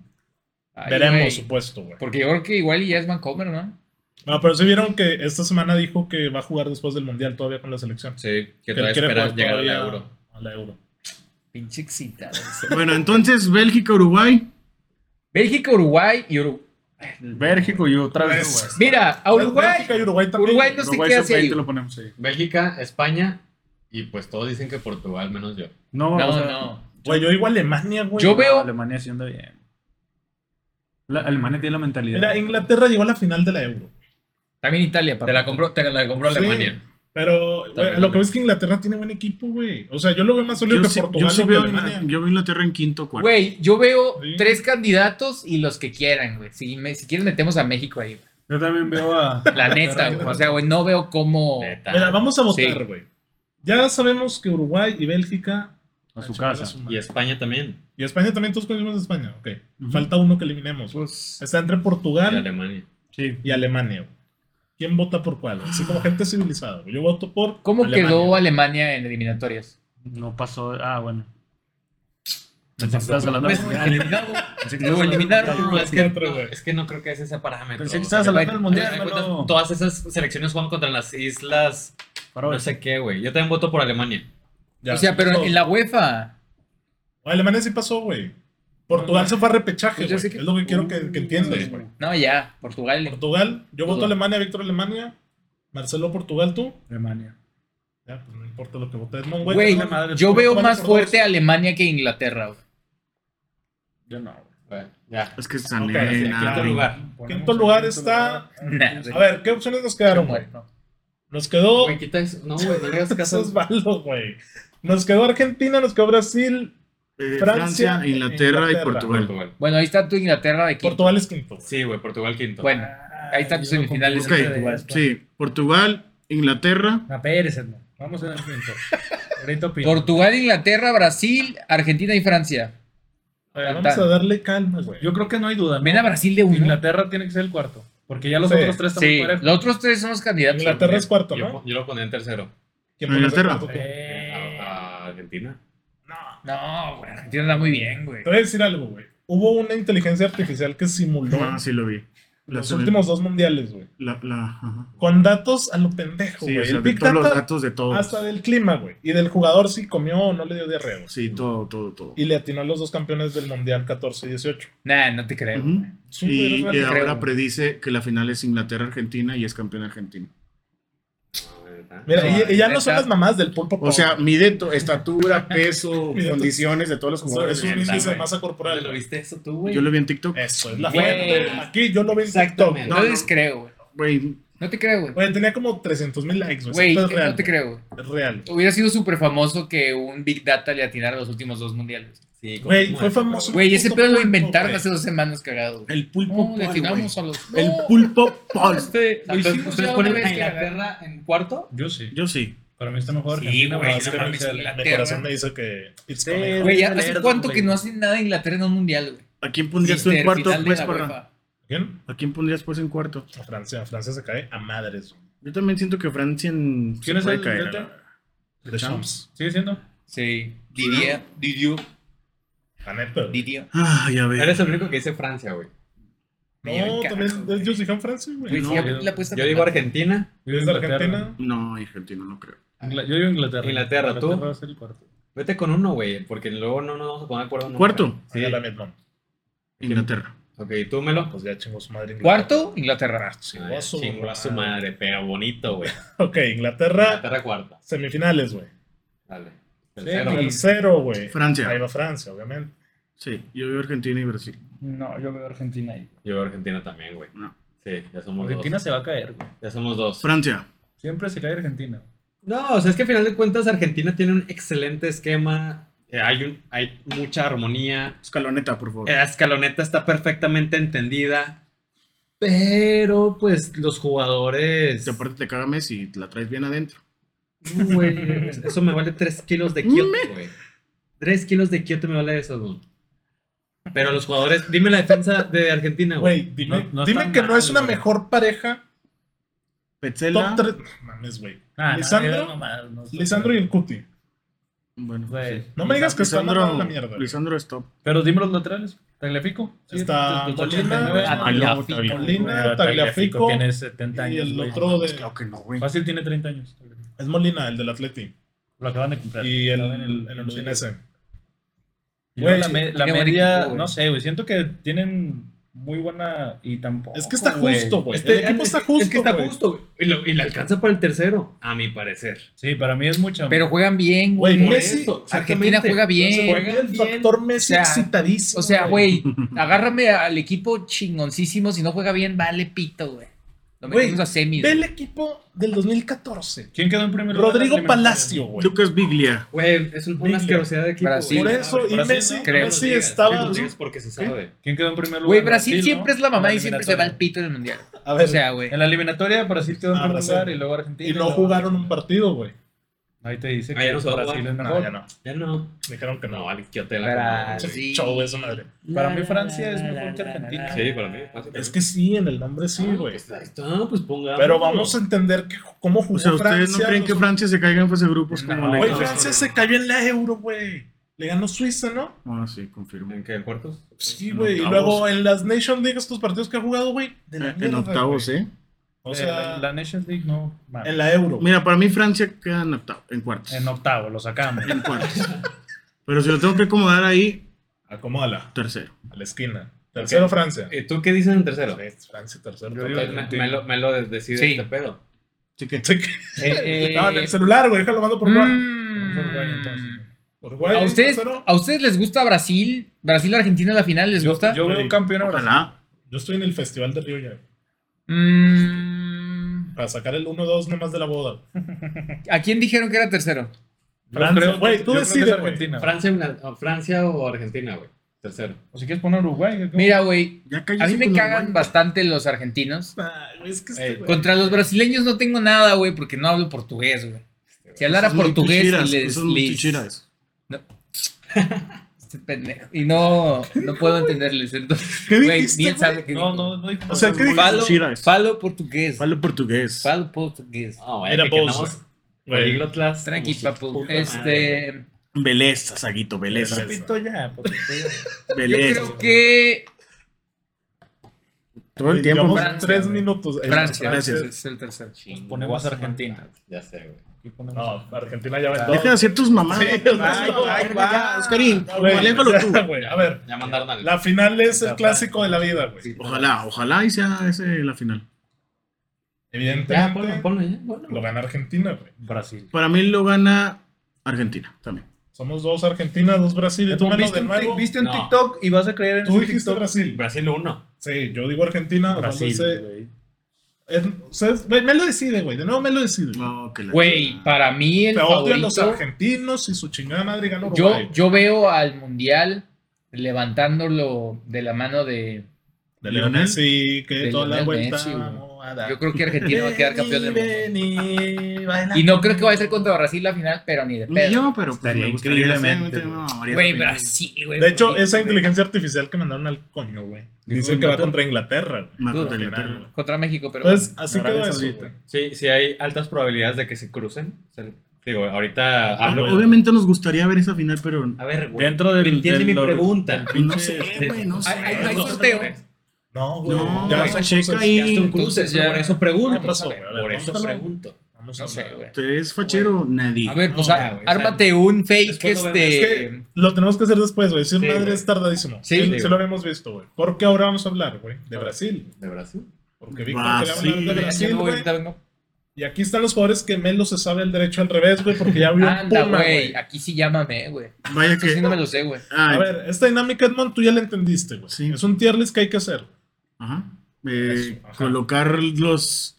[SPEAKER 3] Ay,
[SPEAKER 1] veremos
[SPEAKER 3] güey.
[SPEAKER 1] su puesto, güey.
[SPEAKER 3] Porque yo creo que igual y ya es Vancomer, ¿no?
[SPEAKER 1] No, pero sí vieron que esta semana dijo que va a jugar después del Mundial todavía con la selección.
[SPEAKER 4] Sí, que
[SPEAKER 1] él
[SPEAKER 4] todavía
[SPEAKER 1] quiere
[SPEAKER 4] espera
[SPEAKER 1] jugar
[SPEAKER 4] llegar al
[SPEAKER 1] todavía
[SPEAKER 4] euro.
[SPEAKER 1] a la Euro.
[SPEAKER 3] Pinche excitado.
[SPEAKER 2] Bueno, entonces Bélgica, Uruguay.
[SPEAKER 3] Bélgica, Uruguay y Uruguay.
[SPEAKER 5] Bélgico y otra vez,
[SPEAKER 1] Pues,
[SPEAKER 5] güey.
[SPEAKER 3] Mira, a Ah, Uruguay.
[SPEAKER 1] Bélgica y Uruguay también.
[SPEAKER 3] Uruguay no sé
[SPEAKER 5] Uruguay
[SPEAKER 3] pues, qué hace ahí.
[SPEAKER 5] sub-20 lo ponemos ahí.
[SPEAKER 4] Bélgica, España, y pues todos dicen que Portugal, menos yo.
[SPEAKER 5] No, o
[SPEAKER 3] No,
[SPEAKER 5] sea,
[SPEAKER 3] no.
[SPEAKER 1] Güey, yo digo Alemania, güey.
[SPEAKER 3] Yo veo-
[SPEAKER 5] Alemania haciendo bien. La Alemania tiene la mentalidad.
[SPEAKER 1] Mira, Inglaterra llegó a la final de la Euro.
[SPEAKER 3] También Italia, papá.
[SPEAKER 4] Te la compro, te la compro
[SPEAKER 1] Sí.
[SPEAKER 4] Alemania.
[SPEAKER 1] Pero güey,
[SPEAKER 4] También.
[SPEAKER 1] lo que ves es que Inglaterra tiene buen equipo, güey. O sea, yo lo veo más sólido
[SPEAKER 2] Yo
[SPEAKER 1] que
[SPEAKER 2] sí, yo
[SPEAKER 1] Portugal
[SPEAKER 2] sí
[SPEAKER 1] o que
[SPEAKER 2] veo
[SPEAKER 1] Alemania.
[SPEAKER 2] Ingl- yo veo Inglaterra en quinto cuarto.
[SPEAKER 3] Güey, yo veo
[SPEAKER 1] Sí.
[SPEAKER 3] tres candidatos y los que quieran, güey. Si, me- si quieren metemos a México ahí. güey.
[SPEAKER 5] Yo también veo a.
[SPEAKER 3] La neta, güey. O sea, güey, no veo cómo...
[SPEAKER 4] Neta.
[SPEAKER 1] Mira, vamos a
[SPEAKER 3] Ah, Sí.
[SPEAKER 1] votar, güey. Ya sabemos que Uruguay y Bélgica.
[SPEAKER 5] A su
[SPEAKER 1] chingar
[SPEAKER 5] casa.
[SPEAKER 1] su madre.
[SPEAKER 4] Y España también.
[SPEAKER 1] Y España también, todos conocemos a España. Ok.
[SPEAKER 5] Ujú.
[SPEAKER 1] Falta uno que eliminemos. güey.
[SPEAKER 3] Pues,
[SPEAKER 1] Está entre
[SPEAKER 4] Y
[SPEAKER 1] Portugal
[SPEAKER 4] Alemania.
[SPEAKER 5] Sí.
[SPEAKER 1] y Alemania. güey. ¿Quién vota por cuál? Así como gente civilizada. güey. Yo voto por.
[SPEAKER 3] ¿Cómo
[SPEAKER 1] Alemania.
[SPEAKER 3] quedó Alemania en eliminatorias?
[SPEAKER 5] No pasó. Ah, bueno.
[SPEAKER 1] pasó.
[SPEAKER 5] Estás hablando
[SPEAKER 4] Pues, eliminado. Luego eliminaron. No, es, que,
[SPEAKER 1] Otro,
[SPEAKER 4] no,
[SPEAKER 1] güey.
[SPEAKER 4] es que no creo que ese sea parámetro.
[SPEAKER 5] Pensé que
[SPEAKER 4] O sea,
[SPEAKER 5] estabas hablando del
[SPEAKER 4] a final de
[SPEAKER 5] mundial,
[SPEAKER 4] cuentas,
[SPEAKER 5] mano.
[SPEAKER 4] Todas esas selecciones juegan contra las islas.
[SPEAKER 5] Para
[SPEAKER 4] No sé qué, güey. Yo también voto por Alemania.
[SPEAKER 1] Ya,
[SPEAKER 3] o sea,
[SPEAKER 1] sí
[SPEAKER 3] pero
[SPEAKER 1] pasó.
[SPEAKER 3] en la UEFA...
[SPEAKER 1] Alemania sí pasó, güey. Portugal se fue a repechaje,
[SPEAKER 3] Pues yo
[SPEAKER 1] güey.
[SPEAKER 3] sé que-
[SPEAKER 1] Es lo que quiero que, que entiendas, güey.
[SPEAKER 3] No, Pues ya, Portugal.
[SPEAKER 1] Portugal, yo voto
[SPEAKER 3] Todo.
[SPEAKER 1] Alemania, Víctor Alemania. Marcelo Portugal, tú.
[SPEAKER 5] Alemania.
[SPEAKER 1] Ya, pues no importa lo que vote Edmond, güey.
[SPEAKER 3] Güey,
[SPEAKER 1] Edmond,
[SPEAKER 3] yo
[SPEAKER 1] ¿cuánto
[SPEAKER 3] veo
[SPEAKER 1] van
[SPEAKER 3] más
[SPEAKER 1] por dos?
[SPEAKER 3] fuerte a Alemania que Inglaterra, güey.
[SPEAKER 5] Yo no, güey.
[SPEAKER 4] Bueno, ya.
[SPEAKER 2] Es que San
[SPEAKER 1] Ok,
[SPEAKER 2] Elena,
[SPEAKER 1] sí,
[SPEAKER 4] Quinto
[SPEAKER 2] güey.
[SPEAKER 4] lugar.
[SPEAKER 5] Ponemos
[SPEAKER 1] Quinto lugar
[SPEAKER 5] en
[SPEAKER 1] está-
[SPEAKER 3] Nah, güey.
[SPEAKER 1] A ver, ¿qué opciones nos quedaron, güey? Nos quedó.
[SPEAKER 4] Güey, quita eso. No, güey, no le hagas
[SPEAKER 3] este
[SPEAKER 1] Eso
[SPEAKER 4] caso.
[SPEAKER 1] es malo, güey. Nos quedó Argentina, nos quedó Brasil.
[SPEAKER 2] Eh,
[SPEAKER 1] Francia,
[SPEAKER 2] Francia, Inglaterra,
[SPEAKER 1] Inglaterra.
[SPEAKER 2] y Portugal.
[SPEAKER 4] Portugal.
[SPEAKER 3] Bueno, ahí está tu Inglaterra de quinto.
[SPEAKER 1] Portugal es quinto. güey.
[SPEAKER 4] Sí, güey, Portugal quinto.
[SPEAKER 3] Bueno, ahí están tus semifinales.
[SPEAKER 2] Ok, sí. Portugal, Inglaterra.
[SPEAKER 6] No, Pérez, hermano. Vamos en el quinto. Ahorita opino.
[SPEAKER 3] Portugal, Inglaterra, Brasil, Argentina y Francia.
[SPEAKER 1] A ver, vamos
[SPEAKER 3] Está.
[SPEAKER 1] a darle calma, güey.
[SPEAKER 6] Yo creo que no hay duda. ¿no?
[SPEAKER 3] Ven a Brasil de uno.
[SPEAKER 6] Inglaterra tiene que ser el cuarto. Porque ya los
[SPEAKER 1] Sí,
[SPEAKER 6] otros tres están
[SPEAKER 3] Sí,
[SPEAKER 6] muy parejos.
[SPEAKER 3] los otros tres son los candidatos.
[SPEAKER 1] Inglaterra es cuarto,
[SPEAKER 4] yo,
[SPEAKER 1] ¿no?
[SPEAKER 4] yo lo pondré en tercero.
[SPEAKER 1] ¿Quién pone
[SPEAKER 2] Inglaterra.
[SPEAKER 1] ese cuarto?
[SPEAKER 6] Eh,
[SPEAKER 4] A, a Argentina.
[SPEAKER 1] No.
[SPEAKER 3] No, güey, Argentina anda muy bien, güey.
[SPEAKER 1] Te voy a decir algo, güey. Hubo una inteligencia artificial que simuló
[SPEAKER 2] Ah, sí lo vi. La
[SPEAKER 1] los
[SPEAKER 2] sub-
[SPEAKER 1] últimos dos mundiales, güey.
[SPEAKER 2] la- la- ajá.
[SPEAKER 1] Con datos a lo pendejo,
[SPEAKER 2] Sí,
[SPEAKER 1] güey.
[SPEAKER 2] o sea,
[SPEAKER 1] el
[SPEAKER 2] de
[SPEAKER 1] Big
[SPEAKER 2] todos los
[SPEAKER 1] Data
[SPEAKER 2] datos de todos.
[SPEAKER 1] hasta del clima, güey. Y del jugador si comió o no le dio diarrea, güey.
[SPEAKER 2] Sí, todo, todo, todo.
[SPEAKER 1] Y le atinó a los dos campeones del mundial 14 y 18.
[SPEAKER 3] Nah, no te creo.
[SPEAKER 2] Ujú.
[SPEAKER 1] Sí,
[SPEAKER 2] Y
[SPEAKER 1] pero es
[SPEAKER 2] que
[SPEAKER 1] verdad.
[SPEAKER 2] ahora predice que la final es Inglaterra-Argentina y es campeón argentino.
[SPEAKER 1] Mira,
[SPEAKER 3] No,
[SPEAKER 1] y, y ya no
[SPEAKER 3] neta.
[SPEAKER 1] son las mamás del pulpo.
[SPEAKER 2] O sea, mide to- estatura, peso,
[SPEAKER 1] Mide to-
[SPEAKER 2] condiciones de Eh, todos los
[SPEAKER 1] Eso
[SPEAKER 2] jugadores.
[SPEAKER 1] es un
[SPEAKER 4] Neta,
[SPEAKER 1] índice de
[SPEAKER 4] güey.
[SPEAKER 1] masa corporal.
[SPEAKER 4] ¿Lo
[SPEAKER 1] güey.
[SPEAKER 4] viste eso tú, güey?
[SPEAKER 2] Yo lo vi en TikTok.
[SPEAKER 1] Eso es la
[SPEAKER 3] Güey.
[SPEAKER 1] fuente. Aquí yo lo vi en TikTok.
[SPEAKER 4] Exactamente.
[SPEAKER 3] No,
[SPEAKER 2] No, no.
[SPEAKER 3] descreo, güey.
[SPEAKER 2] Güey,
[SPEAKER 3] No te creo, güey.
[SPEAKER 1] Güey, tenía como 300 mil likes, güey.
[SPEAKER 3] Güey,
[SPEAKER 1] pues Esto es real.
[SPEAKER 3] no te creo, güey.
[SPEAKER 1] güey. Es real.
[SPEAKER 3] Hubiera sido súper famoso que un Big Data le atinara los últimos dos mundiales.
[SPEAKER 4] Sí, como-
[SPEAKER 1] Güey,
[SPEAKER 4] como-
[SPEAKER 1] fue famoso.
[SPEAKER 3] Güey, ese
[SPEAKER 1] Puto
[SPEAKER 3] pedo lo
[SPEAKER 1] pulpo,
[SPEAKER 3] inventaron
[SPEAKER 1] güey.
[SPEAKER 3] hace dos semanas cagado. güey.
[SPEAKER 2] el pulpo.
[SPEAKER 3] No,
[SPEAKER 2] Paul,
[SPEAKER 3] le atinamos
[SPEAKER 2] güey.
[SPEAKER 3] a los.
[SPEAKER 2] El
[SPEAKER 3] No,
[SPEAKER 2] pulpo Paul.
[SPEAKER 3] este, lo
[SPEAKER 4] Entonces,
[SPEAKER 3] hicimos
[SPEAKER 4] ¿Ustedes
[SPEAKER 3] ya
[SPEAKER 4] ponen
[SPEAKER 3] una
[SPEAKER 4] a
[SPEAKER 3] vez que ganaron.
[SPEAKER 4] Inglaterra en cuarto?
[SPEAKER 6] Yo sí.
[SPEAKER 2] Yo sí.
[SPEAKER 6] Para mí está mejor
[SPEAKER 4] Sí,
[SPEAKER 6] Argentina.
[SPEAKER 4] güey,
[SPEAKER 6] pero
[SPEAKER 1] No,
[SPEAKER 4] Ay,
[SPEAKER 1] es
[SPEAKER 4] no
[SPEAKER 1] que
[SPEAKER 4] mames,
[SPEAKER 1] mi- mi
[SPEAKER 3] Inglaterra.
[SPEAKER 1] corazón me dice que. it's
[SPEAKER 6] Sí,
[SPEAKER 1] coming.
[SPEAKER 3] Güey,
[SPEAKER 6] Qué
[SPEAKER 3] ¿hace
[SPEAKER 6] lerdo,
[SPEAKER 3] cuánto
[SPEAKER 6] güey.
[SPEAKER 3] que no hacen nada Inglaterra en un mundial, güey?
[SPEAKER 2] ¿A quién pondrías tú en
[SPEAKER 3] Mister,
[SPEAKER 2] cuarto,
[SPEAKER 3] final de
[SPEAKER 2] pues,
[SPEAKER 3] la
[SPEAKER 2] Parra?
[SPEAKER 3] UEFA.
[SPEAKER 1] ¿Quién?
[SPEAKER 2] ¿A quién pondrías pues en cuarto?
[SPEAKER 1] A Francia. A Francia se cae a madres, güey.
[SPEAKER 2] Yo también siento que Francia en... se
[SPEAKER 6] ¿Quién es
[SPEAKER 2] puede
[SPEAKER 6] el
[SPEAKER 2] caer,
[SPEAKER 6] DT?
[SPEAKER 2] ¿no?
[SPEAKER 1] De Champs.
[SPEAKER 6] ¿Sigue siendo?
[SPEAKER 3] Sí, Didier, Didier,
[SPEAKER 1] La neta, güey.
[SPEAKER 3] Didier.
[SPEAKER 2] Ah, ya ves.
[SPEAKER 4] Eres el único que dice Francia, güey.
[SPEAKER 1] No,
[SPEAKER 3] Ay,
[SPEAKER 1] también
[SPEAKER 3] carajo, güey.
[SPEAKER 1] ellos dijeron Francia,
[SPEAKER 3] Güey,
[SPEAKER 1] güey.
[SPEAKER 3] si
[SPEAKER 6] no,
[SPEAKER 3] ya
[SPEAKER 6] yo-
[SPEAKER 3] la apuesta-
[SPEAKER 4] Yo digo Argentina.
[SPEAKER 6] Yo
[SPEAKER 1] ¿Es
[SPEAKER 6] digo
[SPEAKER 1] de
[SPEAKER 6] Inglaterra.
[SPEAKER 1] Argentina?
[SPEAKER 2] No, Argentino no creo.
[SPEAKER 1] Ah.
[SPEAKER 6] Ingla- Yo digo Inglaterra.
[SPEAKER 4] Inglaterra, ¿tú?
[SPEAKER 6] Inglaterra va a ser el cuarto.
[SPEAKER 4] Vete con uno, güey, porque luego no nos vamos a poner de acuerdo. nunca.
[SPEAKER 2] ¿Cuarto?
[SPEAKER 4] Sí.
[SPEAKER 1] Haga la misma.
[SPEAKER 2] Inglaterra.
[SPEAKER 4] Ok, tú Melo.
[SPEAKER 1] Pues ya chingó su madre Inglaterra.
[SPEAKER 3] Cuarto, Inglaterra.
[SPEAKER 1] Chingó a su
[SPEAKER 4] Chingo a su
[SPEAKER 1] madre.
[SPEAKER 4] madre, pero bonito, güey.
[SPEAKER 1] Ok, Inglaterra,
[SPEAKER 4] Inglaterra cuarta.
[SPEAKER 1] semifinales, güey.
[SPEAKER 4] Dale.
[SPEAKER 1] El
[SPEAKER 4] Tercero.
[SPEAKER 1] cero, güey. Ahí
[SPEAKER 2] Francia.
[SPEAKER 1] va Francia, obviamente.
[SPEAKER 2] Sí, yo veo Argentina y Brasil.
[SPEAKER 6] No, yo veo Argentina ahí.
[SPEAKER 4] Yo veo Argentina también, güey.
[SPEAKER 2] No.
[SPEAKER 4] Sí, ya somos
[SPEAKER 6] Argentina se va a caer, güey.
[SPEAKER 4] dos. Ya somos dos.
[SPEAKER 2] Francia.
[SPEAKER 6] Siempre se cae Argentina.
[SPEAKER 4] No, o sea, es que al final de cuentas Argentina tiene un excelente esquema. eh, hay, un, hay mucha armonía. Eh,
[SPEAKER 2] Escaloneta, por favor.
[SPEAKER 4] La escaloneta está perfectamente entendida. Pero, pues, los jugadores.
[SPEAKER 2] Si Este aparte te caga Messi y te la traes bien adentro.
[SPEAKER 4] Güey, eso me vale 3 kilos de Kioto, güey. 3 kilos de Kioto me vale eso, güey. Pero los jugadores, dime la defensa de Argentina, güey.
[SPEAKER 1] Güey, dime,
[SPEAKER 6] No- no
[SPEAKER 1] dime
[SPEAKER 6] está
[SPEAKER 1] que no
[SPEAKER 6] mal,
[SPEAKER 1] es una
[SPEAKER 6] güey.
[SPEAKER 1] mejor pareja.
[SPEAKER 2] Petzela.
[SPEAKER 1] Top 3. Mames, güey.
[SPEAKER 6] Ah,
[SPEAKER 1] Lisandro, Lisandro y el Cuti.
[SPEAKER 2] Bueno,
[SPEAKER 6] Güey.
[SPEAKER 1] No me digas que están
[SPEAKER 2] Lisandro-
[SPEAKER 1] a la mierda. güey.
[SPEAKER 2] Lisandro Stop.
[SPEAKER 6] Pero dime los laterales. ¿Tagliafico?
[SPEAKER 1] Está Molina, Molina,
[SPEAKER 5] Pero
[SPEAKER 1] Tagliafico.
[SPEAKER 5] Tiene 70
[SPEAKER 1] y
[SPEAKER 5] años,
[SPEAKER 1] el
[SPEAKER 5] güey.
[SPEAKER 1] otro de.
[SPEAKER 2] Claro que no, güey.
[SPEAKER 6] Fácil tiene 30 años. Tagliafico.
[SPEAKER 1] Es Molina, el del Atleti.
[SPEAKER 5] Lo acaban de comprar.
[SPEAKER 1] Y el,
[SPEAKER 5] Estaba en
[SPEAKER 1] el,
[SPEAKER 5] en
[SPEAKER 1] Udinese.
[SPEAKER 6] Y luego
[SPEAKER 1] Güey,
[SPEAKER 6] la, me- la
[SPEAKER 3] qué buen
[SPEAKER 6] media,
[SPEAKER 3] equipo, güey.
[SPEAKER 6] no sé, güey. Siento que tienen muy buena y tampoco.
[SPEAKER 1] Es que está
[SPEAKER 6] güey.
[SPEAKER 1] justo, güey.
[SPEAKER 4] Este,
[SPEAKER 1] el equipo está
[SPEAKER 4] es que-
[SPEAKER 1] justo.
[SPEAKER 4] Es que está
[SPEAKER 1] güey.
[SPEAKER 4] justo, güey. Y, lo- y le alcanza para el tercero, a mi parecer.
[SPEAKER 5] Sí, para mí es mucho.
[SPEAKER 3] Pero juegan bien,
[SPEAKER 1] Güey,
[SPEAKER 3] güey.
[SPEAKER 1] Messi.
[SPEAKER 4] Por eso,
[SPEAKER 3] Argentina
[SPEAKER 4] exactamente.
[SPEAKER 3] juega bien.
[SPEAKER 4] Entonces, juegan
[SPEAKER 1] El
[SPEAKER 4] bien.
[SPEAKER 1] factor Messi
[SPEAKER 3] O sea,
[SPEAKER 1] excitadísimo.
[SPEAKER 3] O sea, güey, agárrame al equipo chingoncísimo. Si no juega bien, vale pito, güey. Lo
[SPEAKER 1] Güey,
[SPEAKER 3] metimos a semis.
[SPEAKER 1] Ve
[SPEAKER 3] güey.
[SPEAKER 1] el equipo del 2014.
[SPEAKER 6] ¿Quién quedó en primer lugar?
[SPEAKER 1] Rodrigo
[SPEAKER 6] Dime.
[SPEAKER 1] Palacio, güey.
[SPEAKER 2] Lucas Biglia.
[SPEAKER 4] Güey, es un- una
[SPEAKER 1] Biglia.
[SPEAKER 4] asquerosidad de equipo.
[SPEAKER 3] Brasil.
[SPEAKER 1] Por
[SPEAKER 4] güey.
[SPEAKER 1] eso, y
[SPEAKER 6] Brasil,
[SPEAKER 1] Messi,
[SPEAKER 6] ¿no?
[SPEAKER 3] Creo.
[SPEAKER 4] No los
[SPEAKER 1] Messi
[SPEAKER 4] digas,
[SPEAKER 1] estaba.
[SPEAKER 4] no los digas porque se sabe.
[SPEAKER 6] ¿Quién quedó en primer lugar?
[SPEAKER 3] Güey, Brasil siempre
[SPEAKER 6] ¿no?
[SPEAKER 3] es la mamá
[SPEAKER 6] En
[SPEAKER 3] y siempre se va al pito en el mundial.
[SPEAKER 1] A
[SPEAKER 3] O
[SPEAKER 1] ver,
[SPEAKER 3] sea, güey.
[SPEAKER 6] En la eliminatoria, Brasil quedó en
[SPEAKER 1] Ah,
[SPEAKER 6] primer
[SPEAKER 1] Brasil.
[SPEAKER 6] lugar y luego Argentina.
[SPEAKER 1] y no
[SPEAKER 6] luego-
[SPEAKER 1] jugaron un partido, güey.
[SPEAKER 6] Ahí te dice
[SPEAKER 4] Ah, ya
[SPEAKER 6] que
[SPEAKER 4] no se va a
[SPEAKER 6] Brasil
[SPEAKER 4] jugar.
[SPEAKER 6] es
[SPEAKER 1] No,
[SPEAKER 6] mejor.
[SPEAKER 1] ya no.
[SPEAKER 4] Ya no.
[SPEAKER 1] Dijeron que
[SPEAKER 4] No,
[SPEAKER 1] no.
[SPEAKER 4] al Kioto de la
[SPEAKER 3] Para-
[SPEAKER 4] comadre.
[SPEAKER 3] Sí.
[SPEAKER 1] Show esa madre.
[SPEAKER 6] Para mí Francia es mejor que Argentina.
[SPEAKER 4] Sí, para mí. básicamente.
[SPEAKER 1] ah, Es que sí, en el nombre sí,
[SPEAKER 4] Ah,
[SPEAKER 1] güey.
[SPEAKER 4] pues ahí está, pues ponga.
[SPEAKER 1] Pero vamos a entender que, cómo jugó
[SPEAKER 2] O sea, ¿ustedes
[SPEAKER 1] Francia.
[SPEAKER 2] no creen
[SPEAKER 1] los-
[SPEAKER 2] que Francia se caiga en fase de grupos como
[SPEAKER 6] No,
[SPEAKER 2] la
[SPEAKER 1] Güey,
[SPEAKER 2] hizo?
[SPEAKER 1] Francia se cayó en la euro, güey. Le ganó Suiza, ¿no?
[SPEAKER 2] Ah, sí, confirmo.
[SPEAKER 4] ¿En qué? ¿En cuartos?
[SPEAKER 3] Pues,
[SPEAKER 1] Sí,
[SPEAKER 2] En
[SPEAKER 1] güey. Y
[SPEAKER 2] octavos.
[SPEAKER 1] luego en las Nation League, estos partidos que ha jugado, güey. de la
[SPEAKER 2] En
[SPEAKER 1] mierda,
[SPEAKER 2] octavos,
[SPEAKER 1] güey.
[SPEAKER 2] ¿eh?
[SPEAKER 1] O sea,
[SPEAKER 6] la, la Nations League no. mames.
[SPEAKER 1] en la euro.
[SPEAKER 2] Mira, para mí Francia queda en, octavo, en cuartos.
[SPEAKER 5] En octavo, lo sacamos.
[SPEAKER 2] En cuartos. Pero si lo tengo que acomodar ahí,
[SPEAKER 1] Acomódala,
[SPEAKER 2] tercero.
[SPEAKER 1] a la esquina. Tercero,
[SPEAKER 4] Ok.
[SPEAKER 1] Francia.
[SPEAKER 4] ¿Y tú qué dices en tercero?
[SPEAKER 1] Sí, Francia, Este, tercero.
[SPEAKER 6] Yo digo
[SPEAKER 1] total.
[SPEAKER 4] Me, me lo, me lo de- decide
[SPEAKER 3] Sí.
[SPEAKER 4] este pedo.
[SPEAKER 2] Así que
[SPEAKER 1] Sí, que-
[SPEAKER 3] Eh, eh,
[SPEAKER 1] No, en el celular, güey. Déjalo mando por
[SPEAKER 3] mm,
[SPEAKER 1] WhatsApp.
[SPEAKER 6] Uruguay, entonces.
[SPEAKER 1] Uruguay,
[SPEAKER 3] ¿A ustedes,
[SPEAKER 1] tercero.
[SPEAKER 3] ¿A ustedes les gusta Brasil? ¿Brasil-Argentina en la final? ¿Les gusta?
[SPEAKER 6] Yo veo
[SPEAKER 1] Güey.
[SPEAKER 6] campeón a Brasil.
[SPEAKER 2] ojalá.
[SPEAKER 1] Yo estoy en el Festival de Río ya.
[SPEAKER 3] Mm,
[SPEAKER 1] Para sacar el 1-2 nomás de la boda.
[SPEAKER 3] ¿A quién dijeron que era tercero?
[SPEAKER 6] Yo
[SPEAKER 1] Francia,
[SPEAKER 6] creo que-
[SPEAKER 1] güey,
[SPEAKER 6] yo
[SPEAKER 1] tú
[SPEAKER 6] creo que es
[SPEAKER 1] decides, güey.
[SPEAKER 6] Argentina.
[SPEAKER 4] Francia, o- o Francia o Argentina, güey. Tercero.
[SPEAKER 6] O si quieres poner Uruguay. ¿cómo?
[SPEAKER 3] Mira, güey,
[SPEAKER 2] Ya
[SPEAKER 3] a mí
[SPEAKER 2] cállese
[SPEAKER 3] me
[SPEAKER 2] con
[SPEAKER 3] cagan
[SPEAKER 2] Uruguay.
[SPEAKER 3] bastante los argentinos.
[SPEAKER 1] Ah, güey, es que este,
[SPEAKER 4] Ey,
[SPEAKER 1] güey.
[SPEAKER 3] Contra los brasileños no tengo nada, güey, porque no hablo portugués, güey. Si hablara
[SPEAKER 2] Son muy
[SPEAKER 3] portugués y
[SPEAKER 2] chichiras,
[SPEAKER 3] les,
[SPEAKER 2] son muy
[SPEAKER 3] les-
[SPEAKER 2] chichiras.
[SPEAKER 3] este pendejo. Y no, no puedo entenderles. Entonces,
[SPEAKER 1] ¿Qué
[SPEAKER 3] güey,
[SPEAKER 1] dijiste,
[SPEAKER 3] bien
[SPEAKER 1] güey?
[SPEAKER 3] sabe que
[SPEAKER 6] No, no, no dijo.
[SPEAKER 1] O sea,
[SPEAKER 6] nada.
[SPEAKER 1] ¿qué dices?
[SPEAKER 3] Falo,
[SPEAKER 2] Chiras.
[SPEAKER 3] falo portugués.
[SPEAKER 2] Falo portugués.
[SPEAKER 3] Falo portugués.
[SPEAKER 4] Ah,
[SPEAKER 1] Era
[SPEAKER 4] que
[SPEAKER 1] Bowser.
[SPEAKER 4] quedamos
[SPEAKER 1] Güey.
[SPEAKER 4] políglotas.
[SPEAKER 3] Tranqui,
[SPEAKER 4] Como su
[SPEAKER 3] papu.
[SPEAKER 4] puta madre.
[SPEAKER 3] Este.
[SPEAKER 2] Beleza, Saguito, beleza.
[SPEAKER 1] Beleza.
[SPEAKER 5] Pito ya, porque estoy-
[SPEAKER 3] Yo
[SPEAKER 2] Beleza.
[SPEAKER 3] creo que
[SPEAKER 2] Todo el tiempo.
[SPEAKER 1] Llevamos
[SPEAKER 3] Francia,
[SPEAKER 1] tres
[SPEAKER 3] güey.
[SPEAKER 1] minutos. Eh,
[SPEAKER 3] Francia,
[SPEAKER 2] Gracias.
[SPEAKER 3] es el Pues tercero.
[SPEAKER 5] ponemos Argentina.
[SPEAKER 4] Ya sé, güey.
[SPEAKER 5] Aquí ponemos
[SPEAKER 1] No,
[SPEAKER 5] Argentina.
[SPEAKER 1] Argentina ya va.
[SPEAKER 2] Deja de hacer tus mamadas.
[SPEAKER 1] Sí,
[SPEAKER 2] güey.
[SPEAKER 1] ay, ay,
[SPEAKER 2] Ya, Oscarín,
[SPEAKER 1] No, güey,
[SPEAKER 2] maléjalo
[SPEAKER 1] o
[SPEAKER 2] tú.
[SPEAKER 1] sea, güey, A ver,
[SPEAKER 4] Ya mandaron al.
[SPEAKER 1] la final es el clásico de la vida, güey.
[SPEAKER 2] Ojalá, ojalá y sea ese la final.
[SPEAKER 4] Ya,
[SPEAKER 1] Evidentemente,
[SPEAKER 4] ponlo, ponlo, ya. ponlo.
[SPEAKER 1] lo gana Argentina, güey.
[SPEAKER 5] Brasil.
[SPEAKER 2] Para mí lo gana Argentina también.
[SPEAKER 1] Somos dos Argentina, dos Brasil. Y tú, Melo,
[SPEAKER 6] Viste
[SPEAKER 1] de
[SPEAKER 6] un,
[SPEAKER 1] nuevo.
[SPEAKER 6] tic- viste un
[SPEAKER 4] No.
[SPEAKER 6] TikTok y vas a creer en
[SPEAKER 1] Tú
[SPEAKER 6] ese
[SPEAKER 1] dijiste
[SPEAKER 6] TikTok.
[SPEAKER 1] Brasil.
[SPEAKER 4] Brasil 1.
[SPEAKER 1] Sí, yo digo Argentina.
[SPEAKER 5] Brasil,
[SPEAKER 1] Brasil.
[SPEAKER 5] güey.
[SPEAKER 1] Me lo decide, güey. De nuevo me lo decide.
[SPEAKER 2] No, que la-
[SPEAKER 3] Güey, para mí el
[SPEAKER 1] Te odian los
[SPEAKER 3] favorito.
[SPEAKER 1] argentinos y su chingada madre ganó
[SPEAKER 3] Yo,
[SPEAKER 1] Uruguay.
[SPEAKER 3] yo veo al mundial levantándolo de la mano de.
[SPEAKER 1] de
[SPEAKER 2] Lionel.
[SPEAKER 1] Lionel sí,
[SPEAKER 3] de
[SPEAKER 1] que toda la
[SPEAKER 3] Lionel
[SPEAKER 1] vuelta.
[SPEAKER 3] Messi, güey.
[SPEAKER 1] vamos a dar.
[SPEAKER 3] Yo creo que Argentina va a quedar campeón del mundo.
[SPEAKER 1] Vení, baila.
[SPEAKER 3] Y no creo que vaya a ser contra Brasil la final, pero ni de
[SPEAKER 2] Ni
[SPEAKER 3] pedo.
[SPEAKER 2] yo, pero pues,
[SPEAKER 5] Estaría
[SPEAKER 2] me gustaría hacer,
[SPEAKER 5] increíblemente,
[SPEAKER 2] me mamaría
[SPEAKER 3] Güey,
[SPEAKER 2] también.
[SPEAKER 3] Brasil, güey.
[SPEAKER 1] De hecho,
[SPEAKER 3] porque-
[SPEAKER 1] esa inteligencia artificial que mandaron al coño, güey. Dicen que va contra Inglaterra, güey.
[SPEAKER 2] Me
[SPEAKER 3] Dudo.
[SPEAKER 2] contra Inglaterra.
[SPEAKER 3] Contra México, pero.
[SPEAKER 1] Entonces, así
[SPEAKER 2] Arabia
[SPEAKER 1] quedó eso,
[SPEAKER 2] Saudita.
[SPEAKER 1] güey.
[SPEAKER 4] Sí, sí hay altas probabilidades de que se crucen. O sea, digo, ahorita
[SPEAKER 2] Ah,
[SPEAKER 4] hablo.
[SPEAKER 2] Obviamente nos gustaría ver esa final, pero
[SPEAKER 4] A ver, güey.
[SPEAKER 5] Dentro del.
[SPEAKER 4] Entiende
[SPEAKER 5] del-
[SPEAKER 4] mi
[SPEAKER 5] lo-
[SPEAKER 4] pregunta.
[SPEAKER 2] no sé, güey, no sé.
[SPEAKER 3] Hay- hay- hay sorteo.
[SPEAKER 1] No, güey.
[SPEAKER 2] No,
[SPEAKER 1] ya
[SPEAKER 2] güey,
[SPEAKER 1] son
[SPEAKER 2] checa
[SPEAKER 1] cosas-
[SPEAKER 2] ahí.
[SPEAKER 4] Hazte un cruce,
[SPEAKER 3] Entonces ya-
[SPEAKER 4] por eso pregunto.
[SPEAKER 1] No, pasó, güey. A ver,
[SPEAKER 4] por eso
[SPEAKER 1] póntalo.
[SPEAKER 4] pregunto.
[SPEAKER 1] Vamos
[SPEAKER 3] No
[SPEAKER 1] a
[SPEAKER 3] sé,
[SPEAKER 1] hablar.
[SPEAKER 3] güey.
[SPEAKER 2] ¿Te es fachero? Nadie.
[SPEAKER 3] A ver, pues
[SPEAKER 4] No,
[SPEAKER 3] a-
[SPEAKER 4] güey,
[SPEAKER 3] ármate un fake,
[SPEAKER 4] después lo
[SPEAKER 3] este...
[SPEAKER 1] Es que lo tenemos que hacer después, güey. Si
[SPEAKER 4] Sí,
[SPEAKER 1] madre
[SPEAKER 4] güey.
[SPEAKER 1] es tardadísimo.
[SPEAKER 3] Sí,
[SPEAKER 1] Sí,
[SPEAKER 3] sí,
[SPEAKER 1] sí,
[SPEAKER 4] güey.
[SPEAKER 1] lo habíamos visto, güey. Porque ahora vamos a hablar, güey, de Brasil.
[SPEAKER 4] ¿De Brasil?
[SPEAKER 1] Porque
[SPEAKER 2] Ah,
[SPEAKER 1] Víctor quería hablar de
[SPEAKER 2] Brasil.
[SPEAKER 3] Yo
[SPEAKER 1] Brasil,
[SPEAKER 3] no voy a
[SPEAKER 1] güey.
[SPEAKER 3] gritar, no.
[SPEAKER 1] Y aquí están los jugadores que menos se sabe el derecho al revés, güey, porque ya vio un
[SPEAKER 3] Anda,
[SPEAKER 1] Puma,
[SPEAKER 3] güey.
[SPEAKER 1] güey.
[SPEAKER 3] Aquí sí llámame, güey.
[SPEAKER 2] Vaya
[SPEAKER 3] Eso sí
[SPEAKER 2] que.
[SPEAKER 3] no me lo sé, güey.
[SPEAKER 1] A
[SPEAKER 2] Ay,
[SPEAKER 1] ver, esta dinámica, Edmond, tú ya la entendiste, güey.
[SPEAKER 2] Sí.
[SPEAKER 1] Es un tier list que hay que hacer.
[SPEAKER 2] ajá. Eh,
[SPEAKER 1] Eso, ajá.
[SPEAKER 2] Colocar los.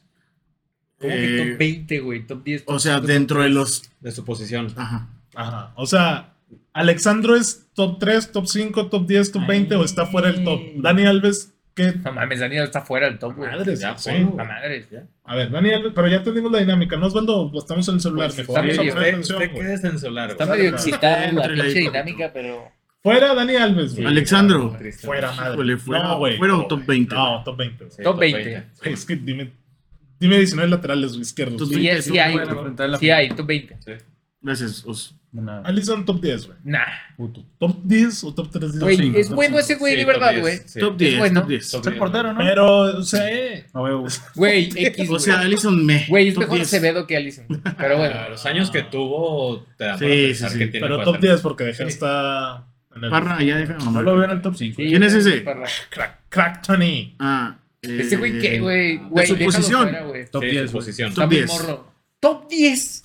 [SPEAKER 3] ¿Cómo
[SPEAKER 2] eh,
[SPEAKER 3] que top 20, güey? Top 10.
[SPEAKER 2] o sea, dentro de los.
[SPEAKER 4] De su posición.
[SPEAKER 1] Ah,
[SPEAKER 2] Ajá.
[SPEAKER 1] Ajá. O sea, Alexandro es top 3, top 5, top 10, top 20 o está fuera del top. Dani Alves, ¿qué?
[SPEAKER 3] No mames, Daniel está fuera del top, güey.
[SPEAKER 1] Madres,
[SPEAKER 4] ya,
[SPEAKER 1] sí.
[SPEAKER 4] ponlo,
[SPEAKER 3] A madres.
[SPEAKER 1] A ver, Dani Alves, pero ya tenemos la dinámica. No, Osvaldo, estamos en el celular.
[SPEAKER 3] Pues,
[SPEAKER 1] mejor. Vamos a poner
[SPEAKER 3] medio-
[SPEAKER 4] Usted,
[SPEAKER 1] atención,
[SPEAKER 4] usted
[SPEAKER 1] güey.
[SPEAKER 4] quédese en solar.
[SPEAKER 3] Está
[SPEAKER 4] güey.
[SPEAKER 3] medio
[SPEAKER 1] Está
[SPEAKER 3] excitada la
[SPEAKER 2] entre la
[SPEAKER 3] pinche
[SPEAKER 2] disco-
[SPEAKER 3] dinámica, pero.
[SPEAKER 1] Fuera Dani Alves,
[SPEAKER 4] Sí,
[SPEAKER 1] güey.
[SPEAKER 2] Alexandro.
[SPEAKER 4] güey, triste.
[SPEAKER 1] Fuera, madre.
[SPEAKER 2] Híjole, fuera-
[SPEAKER 1] no, güey.
[SPEAKER 2] fuera
[SPEAKER 1] no,
[SPEAKER 2] o top
[SPEAKER 1] güey.
[SPEAKER 2] 20,
[SPEAKER 1] No,
[SPEAKER 2] güey.
[SPEAKER 1] top 20, güey.
[SPEAKER 4] Sí,
[SPEAKER 3] Top 20.
[SPEAKER 1] Güey, Es que dime, dime 19 laterales güey, izquierdos.
[SPEAKER 2] Top
[SPEAKER 1] güey.
[SPEAKER 3] Sí,
[SPEAKER 2] Sí,
[SPEAKER 3] sí
[SPEAKER 2] tú,
[SPEAKER 3] hay,
[SPEAKER 2] bueno,
[SPEAKER 3] güey.
[SPEAKER 5] enfrentar la-
[SPEAKER 3] Sí hay, top 20.
[SPEAKER 2] Gracias, Os.
[SPEAKER 5] Una
[SPEAKER 1] Alisson top 10, güey.
[SPEAKER 3] Nah.
[SPEAKER 5] puto.
[SPEAKER 1] Top 10 o top 3.
[SPEAKER 3] Güey, es
[SPEAKER 2] top
[SPEAKER 3] bueno ese güey,
[SPEAKER 4] Sí,
[SPEAKER 3] de
[SPEAKER 4] top
[SPEAKER 3] verdad,
[SPEAKER 4] 10,
[SPEAKER 3] güey.
[SPEAKER 4] sí.
[SPEAKER 2] Top 10,
[SPEAKER 3] bueno.
[SPEAKER 2] top 10.
[SPEAKER 4] Top
[SPEAKER 5] Es el
[SPEAKER 4] 10,
[SPEAKER 5] portero, ¿no?
[SPEAKER 1] Pero, o sea, eh.
[SPEAKER 5] No veo.
[SPEAKER 3] Güey, X.
[SPEAKER 2] O sea,
[SPEAKER 3] güey.
[SPEAKER 2] Alison me.
[SPEAKER 3] güey, es
[SPEAKER 2] top
[SPEAKER 3] mejor
[SPEAKER 2] 10.
[SPEAKER 3] Acevedo que Alison. Pero bueno.
[SPEAKER 4] Ah, Los años que tuvo te dan para
[SPEAKER 2] Sí,
[SPEAKER 4] pensar
[SPEAKER 2] sí,
[SPEAKER 4] que
[SPEAKER 2] sí.
[SPEAKER 4] tiene
[SPEAKER 1] Pero
[SPEAKER 4] para
[SPEAKER 1] top
[SPEAKER 4] hacer.
[SPEAKER 1] 10 porque Dejan está en el
[SPEAKER 2] Parra, ya deja.
[SPEAKER 5] No lo veo en el top 5.
[SPEAKER 3] Sí,
[SPEAKER 2] ¿Quién es ese?
[SPEAKER 3] parra.
[SPEAKER 1] crack, crack Tony.
[SPEAKER 2] Ah, eh,
[SPEAKER 3] Ese Este güey, ¿qué, güey? Güey,
[SPEAKER 2] su
[SPEAKER 3] déjalo
[SPEAKER 2] posición.
[SPEAKER 3] fuera, güey.
[SPEAKER 5] Top
[SPEAKER 4] Sí,
[SPEAKER 5] 10,
[SPEAKER 4] su
[SPEAKER 5] güey.
[SPEAKER 4] posición.
[SPEAKER 2] Top
[SPEAKER 3] Está muy
[SPEAKER 2] 10.
[SPEAKER 3] morro. Top 10.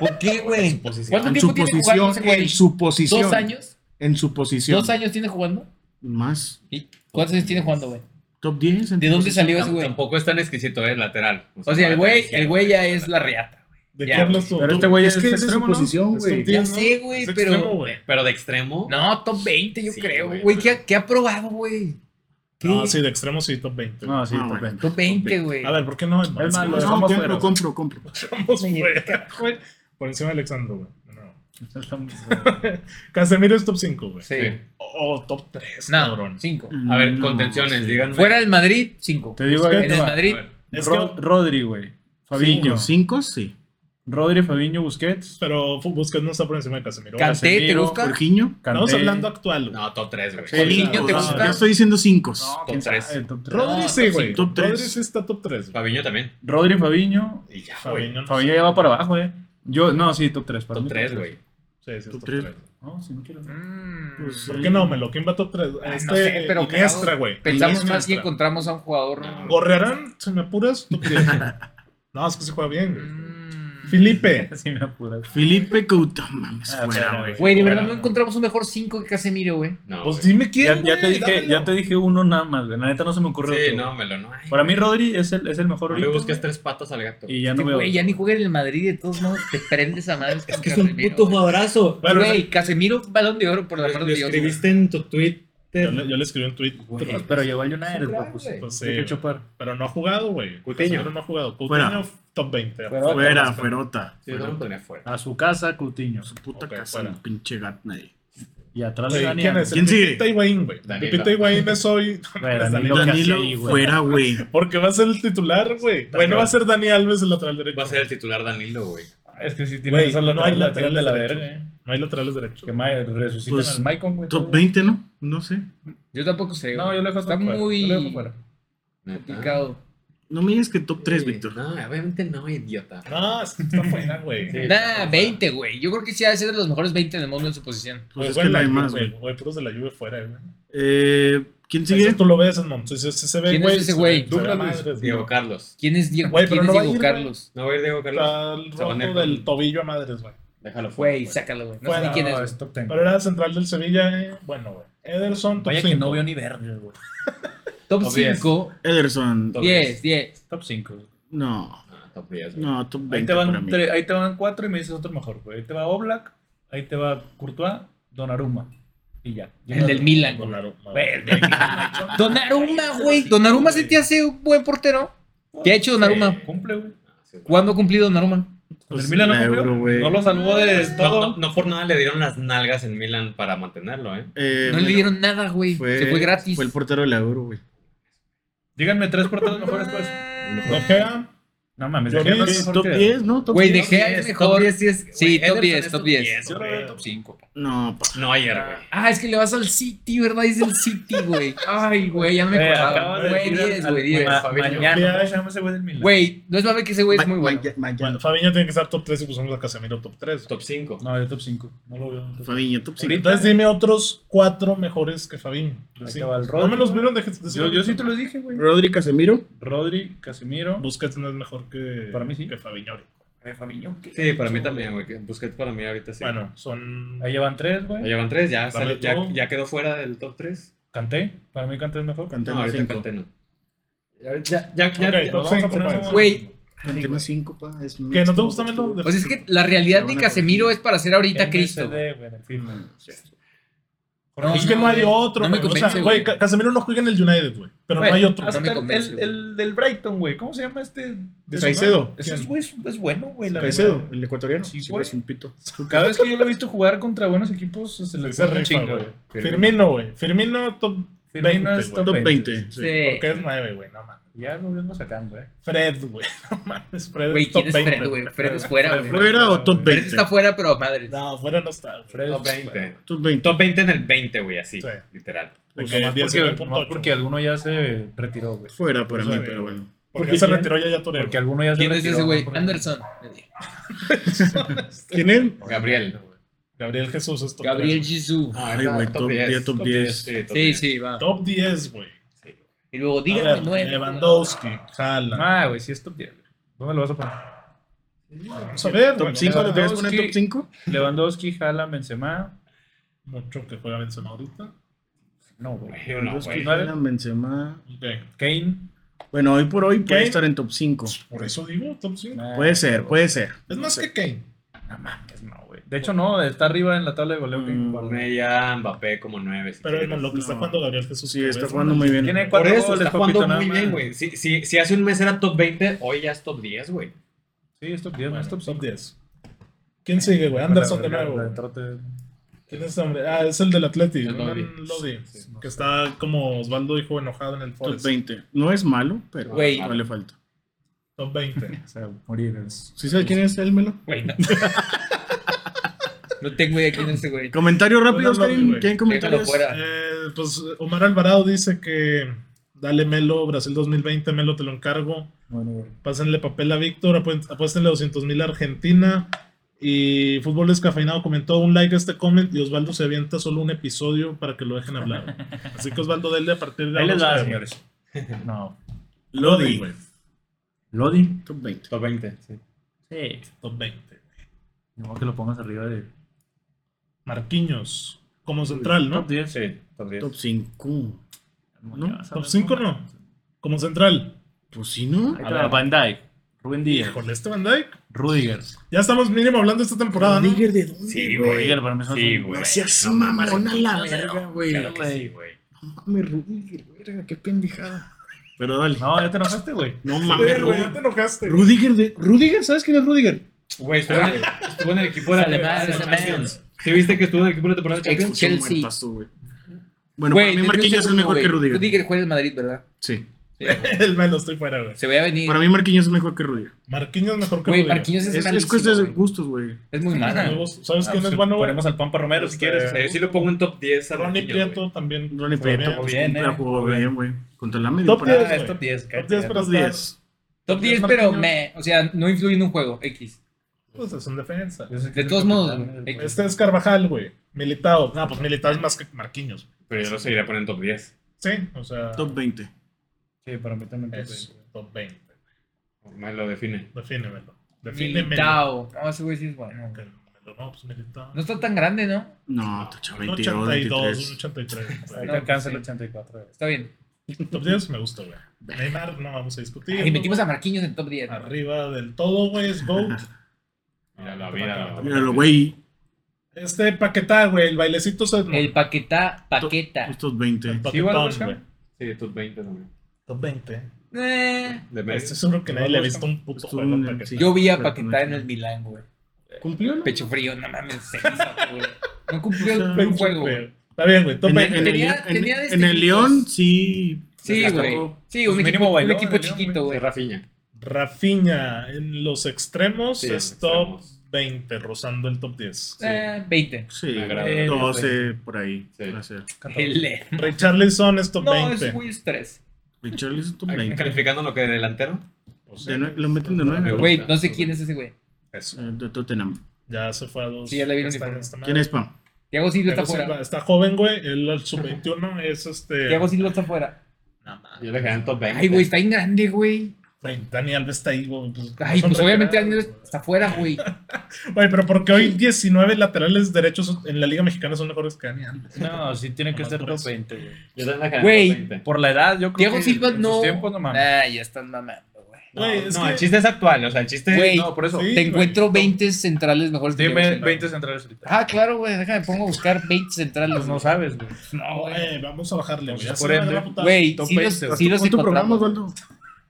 [SPEAKER 3] ¿Por qué, güey? ¿Cuánto
[SPEAKER 2] En
[SPEAKER 3] tiempo
[SPEAKER 2] su
[SPEAKER 3] tiene jugando
[SPEAKER 2] posición,
[SPEAKER 3] ese güey?
[SPEAKER 2] en su posición.
[SPEAKER 3] ¿Dos años?
[SPEAKER 2] En su posición.
[SPEAKER 3] ¿Dos años tiene jugando?
[SPEAKER 2] Más.
[SPEAKER 3] ¿Y cuántos años tiene jugando, güey?
[SPEAKER 2] Top 10.
[SPEAKER 3] ¿De dónde salió ese
[SPEAKER 4] Tam-
[SPEAKER 3] güey?
[SPEAKER 4] Tampoco es tan exquisito, es lateral.
[SPEAKER 3] O sea, el güey, el güey ya es la
[SPEAKER 4] real.
[SPEAKER 3] reata.
[SPEAKER 1] ¿De
[SPEAKER 3] Ya,
[SPEAKER 1] qué hablas tú?
[SPEAKER 5] Pero este güey
[SPEAKER 2] Es
[SPEAKER 5] es,
[SPEAKER 2] que esa es su
[SPEAKER 5] extremo, ¿no?
[SPEAKER 2] posición,
[SPEAKER 1] Es
[SPEAKER 2] güey.
[SPEAKER 1] top
[SPEAKER 3] Ya
[SPEAKER 1] 10, ¿no?
[SPEAKER 3] sé, güey,
[SPEAKER 1] Es
[SPEAKER 3] pero-
[SPEAKER 1] extremo, güey.
[SPEAKER 4] Pero de extremo.
[SPEAKER 3] No, top 20, yo
[SPEAKER 4] Sí,
[SPEAKER 3] creo.
[SPEAKER 4] güey,
[SPEAKER 3] Güey,
[SPEAKER 4] pero-
[SPEAKER 3] ¿qué, ha- ¿qué ha probado, güey? ¿Qué?
[SPEAKER 1] No, Ah, sí, de extremo sí, top 20.
[SPEAKER 5] No, sí,
[SPEAKER 2] Ah,
[SPEAKER 5] top
[SPEAKER 2] bueno.
[SPEAKER 5] 20.
[SPEAKER 3] Top 20, güey.
[SPEAKER 1] A ver, ¿por qué no? Edmond?
[SPEAKER 5] Es más, lo
[SPEAKER 1] Sí,
[SPEAKER 2] No,
[SPEAKER 5] dejamos
[SPEAKER 2] compro,
[SPEAKER 5] fuera.
[SPEAKER 2] compro, compro.
[SPEAKER 1] estamos
[SPEAKER 3] Me
[SPEAKER 1] fuera, güey. Por encima de Alexandro, güey. No.
[SPEAKER 5] Está- está-
[SPEAKER 1] Casemiro es top 5, güey.
[SPEAKER 3] Sí.
[SPEAKER 4] Sí.
[SPEAKER 1] O oh, top 3,
[SPEAKER 3] No,
[SPEAKER 1] cabrón.
[SPEAKER 3] 5.
[SPEAKER 4] A ver,
[SPEAKER 2] No.
[SPEAKER 4] contenciones, díganme.
[SPEAKER 3] Fuera del Madrid, 5.
[SPEAKER 5] Te digo,
[SPEAKER 1] Es que
[SPEAKER 5] ahí
[SPEAKER 3] En
[SPEAKER 5] te
[SPEAKER 3] el
[SPEAKER 5] va.
[SPEAKER 4] A
[SPEAKER 3] Madrid,
[SPEAKER 4] ver,
[SPEAKER 1] Es que,
[SPEAKER 5] Ro- Rodri, güey. Fabiño.
[SPEAKER 2] Cinco, cinco, sí.
[SPEAKER 5] Rodri, Fabiño, Busquets.
[SPEAKER 1] pero Busquets no está por encima de Casemiro.
[SPEAKER 3] Canté, ¿te
[SPEAKER 5] Casemiro,
[SPEAKER 3] gusta?
[SPEAKER 2] Jorginho.
[SPEAKER 5] Canté.
[SPEAKER 1] Estamos hablando actual, güey.
[SPEAKER 4] No, top 3, güey.
[SPEAKER 5] Sí.
[SPEAKER 3] Jorginho, ¿te
[SPEAKER 1] no,
[SPEAKER 2] Yo
[SPEAKER 3] gusta?
[SPEAKER 2] estoy diciendo cinco.
[SPEAKER 5] No,
[SPEAKER 4] Top
[SPEAKER 5] quién
[SPEAKER 4] tres.
[SPEAKER 5] sabe, Ah, top tres.
[SPEAKER 1] Rodri
[SPEAKER 3] No,
[SPEAKER 1] sí,
[SPEAKER 3] top
[SPEAKER 1] güey.
[SPEAKER 2] cinco. Top tres.
[SPEAKER 1] Rodri sí está top 3.
[SPEAKER 4] Fabiño también.
[SPEAKER 5] Rodri, Fabiño.
[SPEAKER 4] Y ya, güey.
[SPEAKER 1] Fabiño no
[SPEAKER 5] Fabiño
[SPEAKER 1] sé.
[SPEAKER 5] ya va para abajo, eh. Yo, no, sí, top 3.
[SPEAKER 4] Top 3, güey.
[SPEAKER 1] Sí, sí,
[SPEAKER 2] Top
[SPEAKER 1] top
[SPEAKER 2] tres.
[SPEAKER 1] 3.
[SPEAKER 5] No, si no quiero.
[SPEAKER 3] mm,
[SPEAKER 2] Pues,
[SPEAKER 1] ¿Por qué no, Melo? ¿Quién va top 3?
[SPEAKER 3] Ay, no
[SPEAKER 1] Este,
[SPEAKER 3] sé, pero
[SPEAKER 1] Iniestra,
[SPEAKER 3] cagados.
[SPEAKER 1] güey.
[SPEAKER 3] pensamos
[SPEAKER 1] Iniestra.
[SPEAKER 3] más y encontramos a un jugador.
[SPEAKER 1] ¿Gorrearán? ¿Se me apuras? Top 10. no, es que se juega bien, güey.
[SPEAKER 3] Mm.
[SPEAKER 1] Felipe.
[SPEAKER 5] Si me apuras.
[SPEAKER 2] Felipe Couto. Mames,
[SPEAKER 5] Ah,
[SPEAKER 2] fuera,
[SPEAKER 5] fuera,
[SPEAKER 2] güey.
[SPEAKER 3] Güey, de verdad
[SPEAKER 4] Bueno.
[SPEAKER 3] no encontramos un mejor 5 que Casemiro, güey.
[SPEAKER 4] No.
[SPEAKER 1] Pues
[SPEAKER 4] güey.
[SPEAKER 1] dime quién,
[SPEAKER 5] Ya, ya te
[SPEAKER 1] güey,
[SPEAKER 5] dije,
[SPEAKER 1] dámelo.
[SPEAKER 5] ya te dije uno nada más, güey. La neta no se me ocurre
[SPEAKER 4] Sí,
[SPEAKER 5] otro.
[SPEAKER 4] no, me lo no. Ay,
[SPEAKER 5] Para mí, Rodri es el, es el mejor
[SPEAKER 4] no le
[SPEAKER 5] ahorita,
[SPEAKER 4] busques
[SPEAKER 5] güey.
[SPEAKER 4] tres patas al gato.
[SPEAKER 5] Y ya
[SPEAKER 3] Este
[SPEAKER 5] no veo.
[SPEAKER 3] güey ya ni juega en el Madrid, de todos modos te prendes a madres. Es
[SPEAKER 4] abrazo.
[SPEAKER 1] Bueno,
[SPEAKER 3] Güey, Casemiro, balón de oro, por la
[SPEAKER 4] Lo
[SPEAKER 3] amor de Dios.
[SPEAKER 4] escribiste en tu
[SPEAKER 1] yo,
[SPEAKER 4] Twitter.
[SPEAKER 1] le, yo le escribí un tweet,
[SPEAKER 5] Pero- Pero llegó el United,
[SPEAKER 4] Sí,
[SPEAKER 5] güey.
[SPEAKER 4] claro,
[SPEAKER 5] Pues,
[SPEAKER 4] güey.
[SPEAKER 1] Pues sí,
[SPEAKER 5] hay que
[SPEAKER 1] güey.
[SPEAKER 5] chopar.
[SPEAKER 1] pero no ha jugado, güey.
[SPEAKER 4] Coutinho.
[SPEAKER 1] Casemiro no ha jugado. Coutinho,
[SPEAKER 2] Fuera.
[SPEAKER 1] top 20.
[SPEAKER 5] Fuera.
[SPEAKER 2] Fuera, fuerota.
[SPEAKER 4] Sí, yo no lo pondría fuera.
[SPEAKER 5] A su casa, Coutinho.
[SPEAKER 2] Su puta
[SPEAKER 1] Ok,
[SPEAKER 2] casa,
[SPEAKER 1] fuera.
[SPEAKER 2] pinche gat, nadie.
[SPEAKER 5] Y atrás
[SPEAKER 1] Güey,
[SPEAKER 5] de Dani.
[SPEAKER 1] ¿Quién es? El
[SPEAKER 2] ¿Quién sigue?
[SPEAKER 1] Pipita Higuaín, güey.
[SPEAKER 4] Danilo.
[SPEAKER 1] Pipita Higuaín es hoy...
[SPEAKER 5] Güey,
[SPEAKER 1] Es
[SPEAKER 5] Danilo.
[SPEAKER 1] Danilo.
[SPEAKER 5] hacía
[SPEAKER 2] Danilo,
[SPEAKER 5] ahí, güey?
[SPEAKER 2] fuera, güey.
[SPEAKER 1] Porque va a ser el titular, güey. Güey, no va a ser Dani Alves el lateral derecho.
[SPEAKER 4] Va a ser el titular Danilo, güey.
[SPEAKER 5] Es que si
[SPEAKER 1] Güey,
[SPEAKER 5] tiene esa
[SPEAKER 1] no hay
[SPEAKER 5] lateral, lateral de la
[SPEAKER 1] laterales
[SPEAKER 5] verga, eh.
[SPEAKER 1] No hay laterales derechos.
[SPEAKER 5] Que ma- resucitan
[SPEAKER 2] Pues,
[SPEAKER 5] al Maicon, güey.
[SPEAKER 2] Top 20, ¿no? No sé.
[SPEAKER 3] Yo tampoco sé.
[SPEAKER 5] No,
[SPEAKER 3] güey.
[SPEAKER 5] yo lo dejo
[SPEAKER 3] Está
[SPEAKER 5] fuera,
[SPEAKER 3] muy
[SPEAKER 5] yo lo dejo fuera.
[SPEAKER 3] complicado.
[SPEAKER 2] No me digas que top 3,
[SPEAKER 4] Sí,
[SPEAKER 2] Víctor.
[SPEAKER 4] No, obviamente no, idiota.
[SPEAKER 1] No, es que está fuera, güey.
[SPEAKER 4] Sí.
[SPEAKER 3] Nah, 20, güey. Yo creo que sí ha de ser de los mejores 20 del mundo en su posición.
[SPEAKER 2] Pues es
[SPEAKER 1] güey,
[SPEAKER 2] que no
[SPEAKER 1] la
[SPEAKER 2] hay
[SPEAKER 1] Juve,
[SPEAKER 2] más, güey.
[SPEAKER 1] Güey, puros de la lluvia fuera, güey.
[SPEAKER 2] Eh, ¿Quién
[SPEAKER 1] Eso
[SPEAKER 2] sigue?
[SPEAKER 1] tú lo ves, Edmond. Sí, sí, sí, se ve,
[SPEAKER 3] ¿Quién es
[SPEAKER 1] güey,
[SPEAKER 3] ese
[SPEAKER 1] se ve-
[SPEAKER 3] güey?
[SPEAKER 1] se ve
[SPEAKER 5] Douglas
[SPEAKER 1] madres, güey.
[SPEAKER 4] Diego Carlos.
[SPEAKER 3] ¿Quién es Diego,
[SPEAKER 1] Güey, pero
[SPEAKER 3] ¿quién es
[SPEAKER 1] no va a
[SPEAKER 3] Diego
[SPEAKER 1] ir, güey.
[SPEAKER 3] Carlos?
[SPEAKER 4] ¿No va a ir Diego Carlos?
[SPEAKER 1] Está el
[SPEAKER 4] Se van a ir
[SPEAKER 1] roto
[SPEAKER 4] con-
[SPEAKER 1] del tobillo a madres, güey.
[SPEAKER 4] Déjalo fuera.
[SPEAKER 3] Güey, sácalo, güey. No sé
[SPEAKER 1] Fuera,
[SPEAKER 3] ni quién es.
[SPEAKER 5] No,
[SPEAKER 3] güey.
[SPEAKER 5] es top 10.
[SPEAKER 1] Pero era central del Sevilla, eh. Bueno, güey. Ederson, top
[SPEAKER 5] Vaya que
[SPEAKER 1] 5.
[SPEAKER 5] no veo ni verga, güey.
[SPEAKER 3] Top
[SPEAKER 4] Top diez.
[SPEAKER 3] 5,
[SPEAKER 2] Ederson.
[SPEAKER 4] Top
[SPEAKER 3] 10, 10.
[SPEAKER 5] Top 5.
[SPEAKER 2] No,
[SPEAKER 4] Ah, top 10, güey.
[SPEAKER 2] no, top 20.
[SPEAKER 5] Ahí te,
[SPEAKER 2] para
[SPEAKER 5] van
[SPEAKER 2] mí.
[SPEAKER 5] tres- ahí te van cuatro y me dices otro mejor, güey. Ahí te va Oblak, ahí te va Courtois, Donnarumma. Y ya.
[SPEAKER 3] El del Milan. güey.
[SPEAKER 1] Güey,
[SPEAKER 5] Güey, güey,
[SPEAKER 3] Donnarumma, güey. Donnarumma se te hace un buen portero. ¿Qué ha hecho Donnarumma?
[SPEAKER 5] Eh, Cumple, güey.
[SPEAKER 3] ¿Cuándo ha cumplido Donnarumma?
[SPEAKER 5] Con
[SPEAKER 2] Pues
[SPEAKER 5] el Milan no
[SPEAKER 2] la
[SPEAKER 5] cumplió.
[SPEAKER 2] Euro, güey.
[SPEAKER 5] no lo salvó de
[SPEAKER 4] No,
[SPEAKER 5] todo.
[SPEAKER 4] no, no por nada le dieron las nalgas en Milan para mantenerlo, ¿eh?
[SPEAKER 2] Eh,
[SPEAKER 3] No
[SPEAKER 2] bueno,
[SPEAKER 3] le dieron nada, güey. Se fue gratis.
[SPEAKER 2] Fue el portero de la Euro, güey.
[SPEAKER 3] Ah.
[SPEAKER 5] Díganme tres porteros mejores, pues.
[SPEAKER 1] Nos queda
[SPEAKER 5] No mames,
[SPEAKER 1] Yo
[SPEAKER 5] De Gea no
[SPEAKER 1] vi-
[SPEAKER 5] es mejor
[SPEAKER 2] Top
[SPEAKER 5] que-
[SPEAKER 2] 10, ¿no? Top
[SPEAKER 3] Güey, De
[SPEAKER 2] 10.
[SPEAKER 3] Gea es mejor.
[SPEAKER 4] sí es.
[SPEAKER 3] Sí,
[SPEAKER 4] güey,
[SPEAKER 3] top
[SPEAKER 4] Ederson
[SPEAKER 3] 10,
[SPEAKER 4] es
[SPEAKER 3] top 10.
[SPEAKER 5] Yo lo
[SPEAKER 4] güey.
[SPEAKER 5] veo en top
[SPEAKER 3] 5.
[SPEAKER 2] No, pa.
[SPEAKER 4] No ayer, güey.
[SPEAKER 3] Ah, es que le vas al City, ¿verdad? Es el City, güey. Ay, güey, ya no me
[SPEAKER 1] Eh,
[SPEAKER 5] Güey,
[SPEAKER 3] acordaba.
[SPEAKER 5] acabas Eh, de
[SPEAKER 3] Güey,
[SPEAKER 5] decir al-
[SPEAKER 3] 10,
[SPEAKER 5] al-
[SPEAKER 3] güey, 10.
[SPEAKER 5] ma-
[SPEAKER 3] Fabinho.
[SPEAKER 5] Mañana se llama ese güey del Milan.
[SPEAKER 3] Güey, no es mame que ese güey es muy bueno.
[SPEAKER 2] Ma- ma-
[SPEAKER 1] Bueno,
[SPEAKER 2] ma-
[SPEAKER 1] Fabiño tiene que estar top 3 y pusimos a Casemiro top 3.
[SPEAKER 4] Top 5.
[SPEAKER 5] No, yo top 5. No lo veo. en top
[SPEAKER 2] Fabiño, top 5.
[SPEAKER 1] Entonces dime otros 4 mejores que Fabiño.
[SPEAKER 5] Ahí
[SPEAKER 1] Sí.
[SPEAKER 5] te va el
[SPEAKER 1] No me
[SPEAKER 5] Rodri,
[SPEAKER 1] los
[SPEAKER 5] güey.
[SPEAKER 1] vieron de de-
[SPEAKER 5] Yo, yo sí te lo dije, güey.
[SPEAKER 2] Rodri Casemiro.
[SPEAKER 5] Rodri, Casemiro. Eh,
[SPEAKER 1] Busquets no es mejor que,
[SPEAKER 5] Para mí sí.
[SPEAKER 1] que Fabiño ahorita.
[SPEAKER 4] Sí, para mí también, güey. que Busquets para mí ahorita sí.
[SPEAKER 1] Bueno, son.
[SPEAKER 5] Ahí llevan tres,
[SPEAKER 4] Ya
[SPEAKER 5] güey.
[SPEAKER 4] llevan tres, ya,
[SPEAKER 1] Dame
[SPEAKER 4] salió- ya,
[SPEAKER 1] tú.
[SPEAKER 4] ya quedó fuera del top 3.
[SPEAKER 5] Canté. Para mí Canté es mejor.
[SPEAKER 4] No,
[SPEAKER 2] Cantemos
[SPEAKER 4] ahorita
[SPEAKER 2] 5.
[SPEAKER 4] Kanté no. Ya, ya, ya.
[SPEAKER 1] Ok,
[SPEAKER 4] ya-
[SPEAKER 1] top
[SPEAKER 5] vamos a
[SPEAKER 1] cinco,
[SPEAKER 5] poner
[SPEAKER 1] pues.
[SPEAKER 5] como-
[SPEAKER 3] Güey,
[SPEAKER 2] Cantemos 5, pa. es un
[SPEAKER 1] ¿Que no te
[SPEAKER 2] éxito.
[SPEAKER 1] gusta Melo?
[SPEAKER 3] pues es que la realidad de Casemiro es para ser ahorita
[SPEAKER 5] MSD,
[SPEAKER 3] Cristo. güey.
[SPEAKER 5] güey, en el
[SPEAKER 1] Mm,
[SPEAKER 5] film.
[SPEAKER 3] No,
[SPEAKER 1] es que no
[SPEAKER 3] no,
[SPEAKER 1] hay
[SPEAKER 3] güey.
[SPEAKER 1] otro.
[SPEAKER 3] No me
[SPEAKER 1] güey. O sea,
[SPEAKER 3] convence,
[SPEAKER 1] güey,
[SPEAKER 3] güey.
[SPEAKER 1] Ca- Casemiro no juega en el United, güey. Pero
[SPEAKER 5] Güey,
[SPEAKER 1] no hay otro.
[SPEAKER 5] hasta
[SPEAKER 3] No me
[SPEAKER 5] el-
[SPEAKER 3] convence,
[SPEAKER 5] el,
[SPEAKER 3] güey.
[SPEAKER 5] el del Brighton, güey. ¿Cómo se llama este?
[SPEAKER 1] ¿De Caicedo?
[SPEAKER 5] Ese es,
[SPEAKER 1] ¿Quién?
[SPEAKER 5] güey, es, es bueno, güey. la
[SPEAKER 2] Caicedo,
[SPEAKER 5] verdad.
[SPEAKER 2] el ecuatoriano.
[SPEAKER 5] Sí,
[SPEAKER 2] Sí,
[SPEAKER 5] güey.
[SPEAKER 2] es un pito.
[SPEAKER 5] Cada vez que yo lo he visto jugar contra buenos equipos, se le
[SPEAKER 1] Ese
[SPEAKER 5] pone
[SPEAKER 1] rifa,
[SPEAKER 5] chingo,
[SPEAKER 1] güey.
[SPEAKER 5] güey.
[SPEAKER 1] Firmino, güey. Firmino top
[SPEAKER 5] Firmino
[SPEAKER 1] 20,
[SPEAKER 5] es
[SPEAKER 1] güey.
[SPEAKER 5] top
[SPEAKER 2] Top
[SPEAKER 5] 20.
[SPEAKER 2] 20. sí.
[SPEAKER 3] Sí.
[SPEAKER 1] Porque es 9, güey, no mames.
[SPEAKER 5] Ya lo vengo sacando, eh.
[SPEAKER 1] Fred, güey. No mames, Fred
[SPEAKER 3] Güey,
[SPEAKER 1] es top
[SPEAKER 3] ¿quién es
[SPEAKER 1] 20.
[SPEAKER 3] Fred, güey? Fred es fuera, güey.
[SPEAKER 2] ¿Fuera o top
[SPEAKER 3] Fred
[SPEAKER 2] 20?
[SPEAKER 3] está fuera, pero madre.
[SPEAKER 1] No, fuera no está. güey.
[SPEAKER 5] Fred
[SPEAKER 4] Top
[SPEAKER 5] es-
[SPEAKER 4] 20.
[SPEAKER 2] Top 20.
[SPEAKER 4] Top 20 en el 20, güey, así,
[SPEAKER 1] Sí.
[SPEAKER 4] literal.
[SPEAKER 1] Porque
[SPEAKER 5] Pues nomás porque,
[SPEAKER 1] 19.8,
[SPEAKER 5] nomás porque alguno ya se retiró, güey.
[SPEAKER 2] Fuera para
[SPEAKER 1] Pues,
[SPEAKER 2] mí,
[SPEAKER 1] güey.
[SPEAKER 2] pero bueno.
[SPEAKER 1] Porque
[SPEAKER 5] porque
[SPEAKER 1] se
[SPEAKER 5] quién-
[SPEAKER 1] retiró ya ya Torero.
[SPEAKER 5] Porque alguno ya se
[SPEAKER 3] ¿Quién es
[SPEAKER 5] retiró.
[SPEAKER 3] ese güey?
[SPEAKER 5] ¿no? Porque-
[SPEAKER 3] Anderson.
[SPEAKER 2] ¿Quién es?
[SPEAKER 4] Gabriel.
[SPEAKER 1] Gabriel Jesús es top
[SPEAKER 3] Gabriel
[SPEAKER 1] 10.
[SPEAKER 3] Jesús.
[SPEAKER 2] Ay, güey, top 10, top 10.
[SPEAKER 4] Sí, Ah, top
[SPEAKER 3] Sí,
[SPEAKER 4] 10.
[SPEAKER 3] sí, va.
[SPEAKER 1] Top 10, güey.
[SPEAKER 3] Y luego
[SPEAKER 1] A
[SPEAKER 3] díganme
[SPEAKER 1] ver,
[SPEAKER 3] nueve.
[SPEAKER 1] Lewandowski, Haaland.
[SPEAKER 5] Ah, güey, sí es top 10. güey. ¿Dónde lo vas a poner?
[SPEAKER 1] Vamos a ver,
[SPEAKER 2] Top
[SPEAKER 1] güey.
[SPEAKER 2] 5, ¿le puedes
[SPEAKER 5] Lewandowski.
[SPEAKER 2] poner top 5?
[SPEAKER 5] Lewandowski, Haaland, Benzema.
[SPEAKER 1] Mucho que juega Benzema ahorita.
[SPEAKER 5] No, güey.
[SPEAKER 4] Ay, No, güey.
[SPEAKER 2] Benzema.
[SPEAKER 1] Ok.
[SPEAKER 5] Kane.
[SPEAKER 2] Bueno, hoy por hoy
[SPEAKER 1] ¿Qué?
[SPEAKER 2] puede estar en top 5.
[SPEAKER 1] Por eso digo, top 5.
[SPEAKER 5] Nah,
[SPEAKER 2] Puede ser, puede ser.
[SPEAKER 1] Es más que Kane.
[SPEAKER 5] No mames, no, güey. De hecho, no, está arriba en la tabla de goleo.
[SPEAKER 2] Mm,
[SPEAKER 5] Kane.
[SPEAKER 4] Ponme ya a Mbappé como 9.
[SPEAKER 1] Pero bueno, lo que está
[SPEAKER 2] No.
[SPEAKER 1] jugando Gabriel Jesús.
[SPEAKER 2] Sí,
[SPEAKER 1] que
[SPEAKER 2] está
[SPEAKER 1] ves,
[SPEAKER 2] jugando
[SPEAKER 1] ¿no?
[SPEAKER 2] muy bien.
[SPEAKER 5] Tiene
[SPEAKER 4] Por
[SPEAKER 5] cuatro
[SPEAKER 4] eso,
[SPEAKER 5] goles,
[SPEAKER 4] está
[SPEAKER 5] papito,
[SPEAKER 4] jugando
[SPEAKER 5] nada
[SPEAKER 4] muy
[SPEAKER 5] más.
[SPEAKER 4] bien, güey. Si, si, si hace un mes era top 20, hoy ya es top 10, güey.
[SPEAKER 5] Sí, es top 10, no
[SPEAKER 1] Bueno,
[SPEAKER 5] es top
[SPEAKER 1] top
[SPEAKER 5] 5.
[SPEAKER 1] 10. ¿Quién sigue, güey? Anderson de nuevo. güey. ¿Quién es ese hombre? Ah, es el del Atleti.
[SPEAKER 3] El
[SPEAKER 1] Ronan
[SPEAKER 3] Lodi.
[SPEAKER 1] Lodi. Que está como Osvaldo dijo enojado en el
[SPEAKER 2] Top
[SPEAKER 1] Forest.
[SPEAKER 2] 20. No es malo, pero
[SPEAKER 3] Güey.
[SPEAKER 2] no le falta.
[SPEAKER 1] Top 20.
[SPEAKER 5] O sea, morir. es-
[SPEAKER 2] ¿Sí sabes quién es él, Melo?
[SPEAKER 3] Güey, no. no tengo idea quién es ese güey.
[SPEAKER 2] Comentario rápido,
[SPEAKER 1] Bueno, no,
[SPEAKER 2] Oscarín.
[SPEAKER 1] güey.
[SPEAKER 2] ¿Quién
[SPEAKER 3] Déjalo
[SPEAKER 2] comentarios?
[SPEAKER 3] fuera.
[SPEAKER 1] Eh, pues Omar Alvarado dice que dale Melo, Brasil 2020, Melo te lo encargo.
[SPEAKER 5] Bueno, güey.
[SPEAKER 1] Pásenle papel a Víctor, apu- apuéstenle 200 mil a Argentina. Y Fútbol Descafeinado comentó un like a este comment y Osvaldo se avienta solo un episodio para que lo dejen hablar. Así que Osvaldo, denle a partir de
[SPEAKER 5] Ahí les
[SPEAKER 1] ahora
[SPEAKER 5] va,
[SPEAKER 1] usted,
[SPEAKER 5] señores. No.
[SPEAKER 1] Lodi,
[SPEAKER 2] Lodi.
[SPEAKER 1] güey.
[SPEAKER 5] Lodi.
[SPEAKER 2] Top 20.
[SPEAKER 4] Top 20, sí.
[SPEAKER 5] Sí.
[SPEAKER 1] Top 20.
[SPEAKER 5] Ni modo que lo pongas arriba de.
[SPEAKER 1] Marquinhos, como central, ¿no?
[SPEAKER 5] Top 10.
[SPEAKER 4] Sí, top 10.
[SPEAKER 2] Top 5. ¿No?
[SPEAKER 5] Ya vas a
[SPEAKER 1] Top
[SPEAKER 5] ver,
[SPEAKER 1] 5 no. Como central.
[SPEAKER 2] Pues sí, ¿no?
[SPEAKER 5] Ahí
[SPEAKER 1] A
[SPEAKER 5] te va
[SPEAKER 1] ver.
[SPEAKER 5] Van Dyke. Rubén Díaz.
[SPEAKER 1] Híjole, este Van Dijk.
[SPEAKER 5] Rudiger.
[SPEAKER 1] Ya estamos mínimo hablando esta temporada, ¿no?
[SPEAKER 2] Rodríguez, ¿de dónde?
[SPEAKER 4] Sí, güey.
[SPEAKER 5] Rudiger para mí es un-
[SPEAKER 4] Sí, güey.
[SPEAKER 2] No seas
[SPEAKER 4] No,
[SPEAKER 2] mamón
[SPEAKER 4] mames.
[SPEAKER 2] a la verga, güey.
[SPEAKER 4] Claro que sí, güey.
[SPEAKER 2] No mames, Rudiger, verga, qué pendejada. Pero dale.
[SPEAKER 5] No, ya te enojaste, güey.
[SPEAKER 2] No
[SPEAKER 1] Joder,
[SPEAKER 2] mames,
[SPEAKER 1] güey,
[SPEAKER 2] Rudiger.
[SPEAKER 1] ya te enojaste.
[SPEAKER 2] Rudiger de. Rudiger, ¿sabes quién es Rudiger?
[SPEAKER 4] Güey, estuvo,
[SPEAKER 1] Ah.
[SPEAKER 4] en el- estuvo en el equipo de la
[SPEAKER 3] Sale
[SPEAKER 4] temporada de
[SPEAKER 3] madre,
[SPEAKER 4] Champions. ¿Sí viste que estuvo en el equipo de la temporada de Champions?
[SPEAKER 3] Ex- Chelsea.
[SPEAKER 2] Muertazo, güey. Bueno,
[SPEAKER 3] Güey,
[SPEAKER 2] para mí
[SPEAKER 3] te digo un
[SPEAKER 2] Marquinhos es
[SPEAKER 3] segundo,
[SPEAKER 2] mejor
[SPEAKER 3] güey.
[SPEAKER 2] que Rudiger.
[SPEAKER 3] Rudiger juega en Madrid, ¿verdad?
[SPEAKER 2] Sí.
[SPEAKER 3] Sí.
[SPEAKER 1] El Melo, estoy fuera, güey.
[SPEAKER 3] Se voy a venir.
[SPEAKER 2] Para mí Marquinhos es mejor que Rudiger.
[SPEAKER 1] Marquinhos mejor que
[SPEAKER 3] Güey,
[SPEAKER 1] Rodrigo.
[SPEAKER 3] Marquinhos es,
[SPEAKER 2] Es, es
[SPEAKER 3] malísimo,
[SPEAKER 2] cuestión de
[SPEAKER 3] güey.
[SPEAKER 2] gustos, güey.
[SPEAKER 3] Es muy mala.
[SPEAKER 1] Luego, ¿Sabes
[SPEAKER 5] Ah,
[SPEAKER 1] quién
[SPEAKER 5] pues,
[SPEAKER 1] es bueno, güey?
[SPEAKER 5] Ponemos al Pampa Romero si
[SPEAKER 1] Este,
[SPEAKER 5] quieres.
[SPEAKER 4] O sea, yo sí lo pongo en top 10 a
[SPEAKER 1] Ronnie
[SPEAKER 4] Marquinhos, güey.
[SPEAKER 1] Prieto también.
[SPEAKER 2] Ronnie
[SPEAKER 1] Fue
[SPEAKER 2] Prieto.
[SPEAKER 1] bien.
[SPEAKER 2] pues,
[SPEAKER 5] bien,
[SPEAKER 2] la
[SPEAKER 5] eh.
[SPEAKER 2] jugó bien, güey. Contra la media.
[SPEAKER 1] Top
[SPEAKER 2] para-
[SPEAKER 1] 10,
[SPEAKER 5] Ah, es
[SPEAKER 1] güey.
[SPEAKER 5] top 10.
[SPEAKER 1] Top 10, pero
[SPEAKER 2] Top
[SPEAKER 1] está-
[SPEAKER 2] 10.
[SPEAKER 3] Top 10, pero me, o sea, no influye en un juego. X.
[SPEAKER 1] Pues es un defensa.
[SPEAKER 3] De todos modos, güey. X.
[SPEAKER 1] Este es Carvajal, güey. Militao. No, pues Militao es más que Marquinhos.
[SPEAKER 4] Pero yo lo seguiré poniendo en top 10.
[SPEAKER 1] Sí, o sea.
[SPEAKER 2] Top 20.
[SPEAKER 5] Sí, para mí también.
[SPEAKER 1] es top 20.
[SPEAKER 4] Me lo define.
[SPEAKER 1] Defínemelo. Defínemelo.
[SPEAKER 3] Militao. No, ese güey sí es bueno.
[SPEAKER 1] Ok, Melo, No, pues Militao.
[SPEAKER 3] No está tan grande, ¿no?
[SPEAKER 2] No, tacha,
[SPEAKER 1] Un
[SPEAKER 2] 22,
[SPEAKER 1] 82, un
[SPEAKER 2] 23.
[SPEAKER 1] 83. güey.
[SPEAKER 5] No alcanza el
[SPEAKER 3] Sí.
[SPEAKER 5] 84. güey.
[SPEAKER 3] Está bien.
[SPEAKER 1] Top 10 me gusta, güey. Neymar, no vamos a discutir.
[SPEAKER 3] Y metimos a Marquinhos en top 10. ¿no?
[SPEAKER 1] Arriba del todo, güey, es GOAT.
[SPEAKER 4] Míralo, míralo.
[SPEAKER 2] Míralo, güey.
[SPEAKER 1] Este paquetá, güey, el bailecito se.
[SPEAKER 3] El paquetá, paqueta.
[SPEAKER 2] Estos 20.
[SPEAKER 1] El
[SPEAKER 5] ¿Sí va
[SPEAKER 1] paquetón,
[SPEAKER 5] la busca?
[SPEAKER 1] güey.
[SPEAKER 4] Sí, top 20 también.
[SPEAKER 1] Top 20.
[SPEAKER 3] Eh,
[SPEAKER 4] De medio.
[SPEAKER 1] Estoy seguro que nadie le ha visto un puto
[SPEAKER 2] Estuvo
[SPEAKER 1] juego.
[SPEAKER 2] en-
[SPEAKER 1] al Paquetá.
[SPEAKER 2] sí.
[SPEAKER 3] yo vi a
[SPEAKER 2] Pero no
[SPEAKER 3] paquetá
[SPEAKER 2] es
[SPEAKER 3] en
[SPEAKER 2] que-
[SPEAKER 3] el Milán, güey.
[SPEAKER 2] ¿Cumplió? no?
[SPEAKER 3] Pecho frío, no mames, ceniza, güey. No cumplió
[SPEAKER 2] O
[SPEAKER 3] el juego, güey.
[SPEAKER 1] Está bien, güey. Top
[SPEAKER 2] En,
[SPEAKER 1] 20.
[SPEAKER 2] en el,
[SPEAKER 3] Tenía-
[SPEAKER 2] en-
[SPEAKER 3] tenía
[SPEAKER 2] en el
[SPEAKER 3] destellitos.
[SPEAKER 2] León, sí.
[SPEAKER 3] Sí,
[SPEAKER 2] Hasta
[SPEAKER 3] güey.
[SPEAKER 2] luego.
[SPEAKER 3] Sí, un
[SPEAKER 5] Pues mínimo
[SPEAKER 3] equipo, un
[SPEAKER 5] bailó,
[SPEAKER 3] equipo
[SPEAKER 5] bailó,
[SPEAKER 3] chiquito, güey.
[SPEAKER 5] güey.
[SPEAKER 4] Rafiña.
[SPEAKER 1] Rafinha en los extremos
[SPEAKER 4] Sí, en
[SPEAKER 1] es
[SPEAKER 4] los
[SPEAKER 1] top
[SPEAKER 4] extremos.
[SPEAKER 1] 20, rozando el top 10.
[SPEAKER 3] Eh, 20.
[SPEAKER 2] Sí,
[SPEAKER 4] Me agrada.
[SPEAKER 2] 12 por ahí.
[SPEAKER 4] Sí.
[SPEAKER 2] Gracias.
[SPEAKER 3] Ele.
[SPEAKER 1] Richarlison es top
[SPEAKER 3] No,
[SPEAKER 1] 20.
[SPEAKER 3] es Will 3.
[SPEAKER 2] Richarlison top
[SPEAKER 4] Ah,
[SPEAKER 2] 20.
[SPEAKER 4] Calificando lo que delantero.
[SPEAKER 1] O sea,
[SPEAKER 2] De nue- lo meten de nueve.
[SPEAKER 4] Me
[SPEAKER 3] Güey,
[SPEAKER 4] gusta.
[SPEAKER 3] no sé quién es ese güey.
[SPEAKER 1] eso.
[SPEAKER 2] Eh, De Tottenham.
[SPEAKER 1] Ya se fue a dos.
[SPEAKER 3] Sí, ya le vi el
[SPEAKER 1] está-
[SPEAKER 3] uniforme.
[SPEAKER 1] está mal.
[SPEAKER 2] ¿Quién es, Pam?
[SPEAKER 3] Tiago Silva
[SPEAKER 1] Thiago
[SPEAKER 3] está
[SPEAKER 1] Silva,
[SPEAKER 3] fuera.
[SPEAKER 1] está joven, güey. Él al sub-21 es este.
[SPEAKER 3] Tiago Silva está fuera.
[SPEAKER 4] Yo le quedé en top 20.
[SPEAKER 3] Ay, güey, está en grande, güey.
[SPEAKER 1] Güey, Dani Alves está ahí, güey. Pues,
[SPEAKER 3] Ay,
[SPEAKER 1] no
[SPEAKER 3] pues
[SPEAKER 1] son
[SPEAKER 3] obviamente
[SPEAKER 1] laterales,
[SPEAKER 3] Daniel está fuera, güey.
[SPEAKER 1] güey. Güey, pero porque hoy 19 laterales derechos en la Liga Mexicana son mejores que Dani Alves.
[SPEAKER 5] No, sí tiene que
[SPEAKER 1] Nomás
[SPEAKER 5] ser
[SPEAKER 1] por
[SPEAKER 5] top
[SPEAKER 1] eso.
[SPEAKER 5] 20, güey.
[SPEAKER 4] Yo también la quedé en
[SPEAKER 3] Güey.
[SPEAKER 4] top 20.
[SPEAKER 5] Por la edad, yo creo
[SPEAKER 3] Diego
[SPEAKER 5] que
[SPEAKER 3] Silva
[SPEAKER 5] en sus
[SPEAKER 3] no.
[SPEAKER 5] tiempos, no mames.
[SPEAKER 3] Ah, ya están mamando, güey.
[SPEAKER 4] No,
[SPEAKER 1] Güey, es
[SPEAKER 4] no,
[SPEAKER 1] que-
[SPEAKER 4] el chiste es actual. O sea, el chiste
[SPEAKER 3] Güey,
[SPEAKER 5] No, por eso.
[SPEAKER 1] Sí,
[SPEAKER 3] Te
[SPEAKER 1] güey.
[SPEAKER 3] encuentro 20 centrales mejores que Thiago
[SPEAKER 5] Dime
[SPEAKER 3] Silva.
[SPEAKER 5] 20 centrales ahorita.
[SPEAKER 3] Ah, claro, güey. Déjame, pongo a buscar 20 centrales.
[SPEAKER 5] Pues no
[SPEAKER 3] güey.
[SPEAKER 5] sabes, güey.
[SPEAKER 3] No, güey.
[SPEAKER 1] Güey, vamos a bajarle, güey. Ya
[SPEAKER 5] Por
[SPEAKER 1] se va a
[SPEAKER 5] ende.
[SPEAKER 1] la puta-
[SPEAKER 3] Güey,
[SPEAKER 5] Top
[SPEAKER 3] sí los,
[SPEAKER 5] 20,
[SPEAKER 3] sí los
[SPEAKER 2] ¿Cuánto programas,
[SPEAKER 3] encontramos.
[SPEAKER 2] Waldo?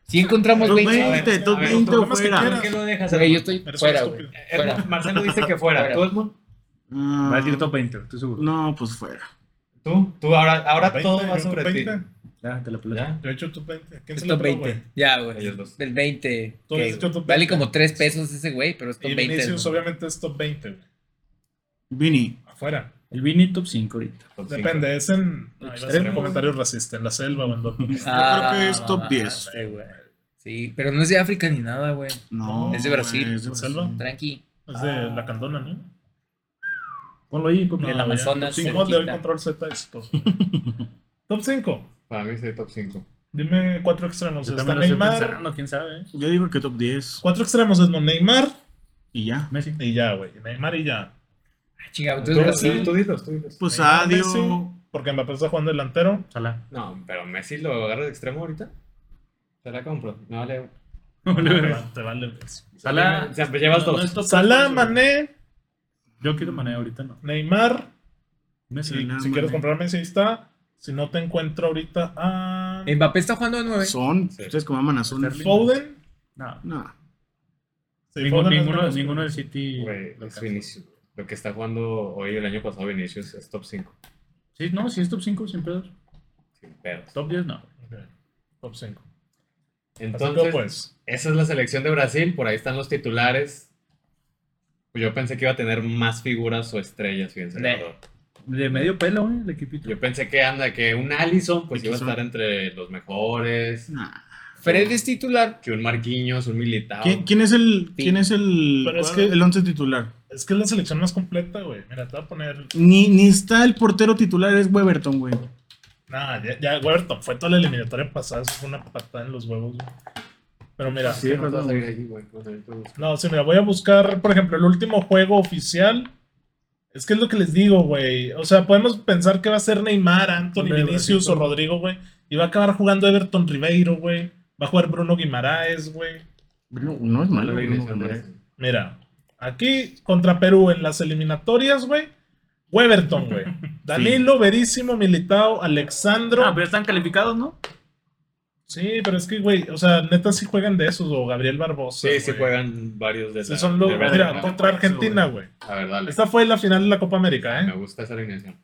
[SPEAKER 3] Sí encontramos
[SPEAKER 2] Top
[SPEAKER 3] 20.
[SPEAKER 2] 20,
[SPEAKER 4] a
[SPEAKER 2] top
[SPEAKER 4] ver,
[SPEAKER 2] 20
[SPEAKER 1] programas que
[SPEAKER 2] fuera.
[SPEAKER 1] quieras.
[SPEAKER 4] ¿Por qué lo dejas?
[SPEAKER 3] Güey, yo estoy
[SPEAKER 1] Eres un
[SPEAKER 3] fuera,
[SPEAKER 1] estúpido.
[SPEAKER 3] güey.
[SPEAKER 4] Es
[SPEAKER 3] fuera.
[SPEAKER 4] más, Marcelo dice que fuera.
[SPEAKER 3] Fuera.
[SPEAKER 4] ¿Tú, Edmund?
[SPEAKER 2] Ah,
[SPEAKER 5] Va a decir top 20, estoy seguro.
[SPEAKER 2] No, pues fuera.
[SPEAKER 4] Tú, tú, ahora, ahora
[SPEAKER 1] 20,
[SPEAKER 4] todo va
[SPEAKER 1] yo
[SPEAKER 4] sobre
[SPEAKER 1] top
[SPEAKER 4] ti.
[SPEAKER 1] 20.
[SPEAKER 5] Ya, te la pelota.
[SPEAKER 4] ¿Ya?
[SPEAKER 1] Yo he hecho top 20. ¿Quién se
[SPEAKER 3] Es
[SPEAKER 1] lo
[SPEAKER 3] top
[SPEAKER 1] pegó, güey?
[SPEAKER 3] 20. Ya, güey.
[SPEAKER 4] Ellos dos.
[SPEAKER 3] Del 20.
[SPEAKER 1] Tú
[SPEAKER 3] que
[SPEAKER 1] has hecho top
[SPEAKER 3] Vale
[SPEAKER 1] 20.
[SPEAKER 3] como 3 pesos ese güey, pero es top
[SPEAKER 1] Y
[SPEAKER 3] 20.
[SPEAKER 1] Vinicius
[SPEAKER 3] ¿no?
[SPEAKER 1] obviamente es top 20, güey.
[SPEAKER 2] Vini.
[SPEAKER 1] Afuera.
[SPEAKER 5] El Vini top 5 ahorita.
[SPEAKER 4] Top cinco.
[SPEAKER 1] Depende, es en... No, iba a hacer un
[SPEAKER 2] Extremo.
[SPEAKER 1] comentario racista, en la selva o en donde...
[SPEAKER 3] Ah,
[SPEAKER 2] creo que es top
[SPEAKER 3] ah,
[SPEAKER 2] 10.
[SPEAKER 3] sí, güey. Sí, pero no es de África ni nada, güey.
[SPEAKER 2] No.
[SPEAKER 3] ah, Es de Brasil.
[SPEAKER 2] güey, es de
[SPEAKER 1] Salva.
[SPEAKER 2] Brasil.
[SPEAKER 3] Tranqui.
[SPEAKER 1] Es de
[SPEAKER 5] Ah.
[SPEAKER 1] la candona, ¿no?
[SPEAKER 5] Ponlo ahí,
[SPEAKER 1] No,
[SPEAKER 5] papi.
[SPEAKER 3] El
[SPEAKER 1] ya,
[SPEAKER 3] Amazonas,
[SPEAKER 1] Top 5 le doy
[SPEAKER 3] cerquita.
[SPEAKER 1] control Z a esto. top 5.
[SPEAKER 4] Para mí es top 5.
[SPEAKER 1] Dime cuatro extremos.
[SPEAKER 5] Yo
[SPEAKER 1] Pues Está
[SPEAKER 5] también lo estoy
[SPEAKER 1] Neymar.
[SPEAKER 5] pensando, quién sabe. eh.
[SPEAKER 2] Yo digo que top 10.
[SPEAKER 1] Cuatro extremos es Neymar
[SPEAKER 2] Y ya.
[SPEAKER 5] Messi.
[SPEAKER 1] y ya, güey. Neymar y ya.
[SPEAKER 3] Ah, chingado.
[SPEAKER 4] Tú,
[SPEAKER 3] Entonces,
[SPEAKER 4] tú, tú dilos, tú dilos.
[SPEAKER 2] Pues
[SPEAKER 1] Neymar, Messi,
[SPEAKER 2] adiós.
[SPEAKER 1] Porque Mbappé está jugando delantero.
[SPEAKER 5] Salah.
[SPEAKER 4] No, pero Messi lo agarra de extremo ahorita. Se la compro. No, vale.
[SPEAKER 1] te vale. pues.
[SPEAKER 5] Salah.
[SPEAKER 4] O sea, pues llevas
[SPEAKER 5] No, no
[SPEAKER 4] dos.
[SPEAKER 5] es top
[SPEAKER 1] Salah,
[SPEAKER 5] tres, güey.
[SPEAKER 1] Mané,
[SPEAKER 5] Yo quiero Mané ahorita, no.
[SPEAKER 1] Neymar.
[SPEAKER 5] Messi.
[SPEAKER 1] Si,
[SPEAKER 2] nada
[SPEAKER 1] si
[SPEAKER 2] más,
[SPEAKER 1] quieres
[SPEAKER 2] eh.
[SPEAKER 1] comprar Messi, ahí está. Si no te encuentro ahorita ah, a
[SPEAKER 3] Mbappé está jugando de 9.
[SPEAKER 2] Son.
[SPEAKER 4] Sí.
[SPEAKER 2] Ustedes como aman a Son.
[SPEAKER 5] Sterling.
[SPEAKER 1] Foden.
[SPEAKER 5] No.
[SPEAKER 2] No.
[SPEAKER 1] Sí,
[SPEAKER 5] Ninguno,
[SPEAKER 1] Foden es
[SPEAKER 5] ninguno,
[SPEAKER 1] menos-
[SPEAKER 5] ninguno del City.
[SPEAKER 4] Güey,
[SPEAKER 5] lo
[SPEAKER 4] es
[SPEAKER 5] alcanza.
[SPEAKER 4] Vinicius. Lo que está jugando hoy el año pasado Vinicius es top 5.
[SPEAKER 5] Sí, no, si es top 5, sin pedos.
[SPEAKER 4] Sin pedos.
[SPEAKER 5] Top 10, no.
[SPEAKER 1] Ok, Top 5. Entonces,
[SPEAKER 4] Entonces,
[SPEAKER 1] pues,
[SPEAKER 4] esa es la selección de Brasil. Por ahí están los titulares. Pues Yo pensé que iba a tener más figuras o estrellas, fíjense. la
[SPEAKER 3] Ne.
[SPEAKER 4] verdad.
[SPEAKER 5] De medio pelo, güey, el equipito.
[SPEAKER 4] Yo pensé que anda, que un Allison pues iba a
[SPEAKER 2] Alisson.
[SPEAKER 4] estar entre los mejores.
[SPEAKER 2] Nah.
[SPEAKER 3] Fred es titular.
[SPEAKER 4] Que un Marquinhos, un Militao.
[SPEAKER 2] ¿Quién, quién es el,
[SPEAKER 3] Sí.
[SPEAKER 2] quién es el,
[SPEAKER 1] Pero es
[SPEAKER 2] cuál-
[SPEAKER 1] que-
[SPEAKER 2] el once titular?
[SPEAKER 1] es que es la selección más completa, güey. Mira, te voy a poner.
[SPEAKER 2] Ni, ni está el portero titular, es Weberton, güey.
[SPEAKER 1] Nah, ya, ya, Weberton fue toda la eliminatoria pasada. Eso fue una patada en los huevos, güey. Pero mira.
[SPEAKER 4] Sí, no te vas a ir ahí, güey, no te vas a ir tú.
[SPEAKER 1] No, sí, mira, voy a buscar, por ejemplo, el último juego oficial. Es que es lo que les digo, güey. O sea, podemos pensar que va a ser Neymar, Anthony,
[SPEAKER 5] Hombre,
[SPEAKER 1] Vinicius o Rodrigo, güey. Y va a acabar jugando Everton Ribeiro, güey. Va a jugar Bruno Guimaraes, güey.
[SPEAKER 2] Bruno- no es malo,
[SPEAKER 4] Malo
[SPEAKER 2] Bruno
[SPEAKER 4] Vinicius,
[SPEAKER 2] Guimaraes.
[SPEAKER 4] Andrés.
[SPEAKER 1] Mira, aquí contra Perú en las eliminatorias, güey. Weberton, güey. Danilo, Verísimo, Militao, Alexandro.
[SPEAKER 5] Ah, pero están calificados, ¿no?
[SPEAKER 1] Sí, pero es que, güey, o sea, neta sí juegan de esos, o Gabriel Barbosa.
[SPEAKER 4] Sí, sí
[SPEAKER 1] güey.
[SPEAKER 4] juegan varios de
[SPEAKER 1] Sí,
[SPEAKER 4] esa-
[SPEAKER 1] son los.
[SPEAKER 4] de verdad,
[SPEAKER 1] Mira,
[SPEAKER 4] ¿no?
[SPEAKER 1] contra Argentina, güey.
[SPEAKER 4] A ver, dale.
[SPEAKER 1] Esta fue la final de la Copa América, ¿eh?
[SPEAKER 4] Me gusta esa alineación.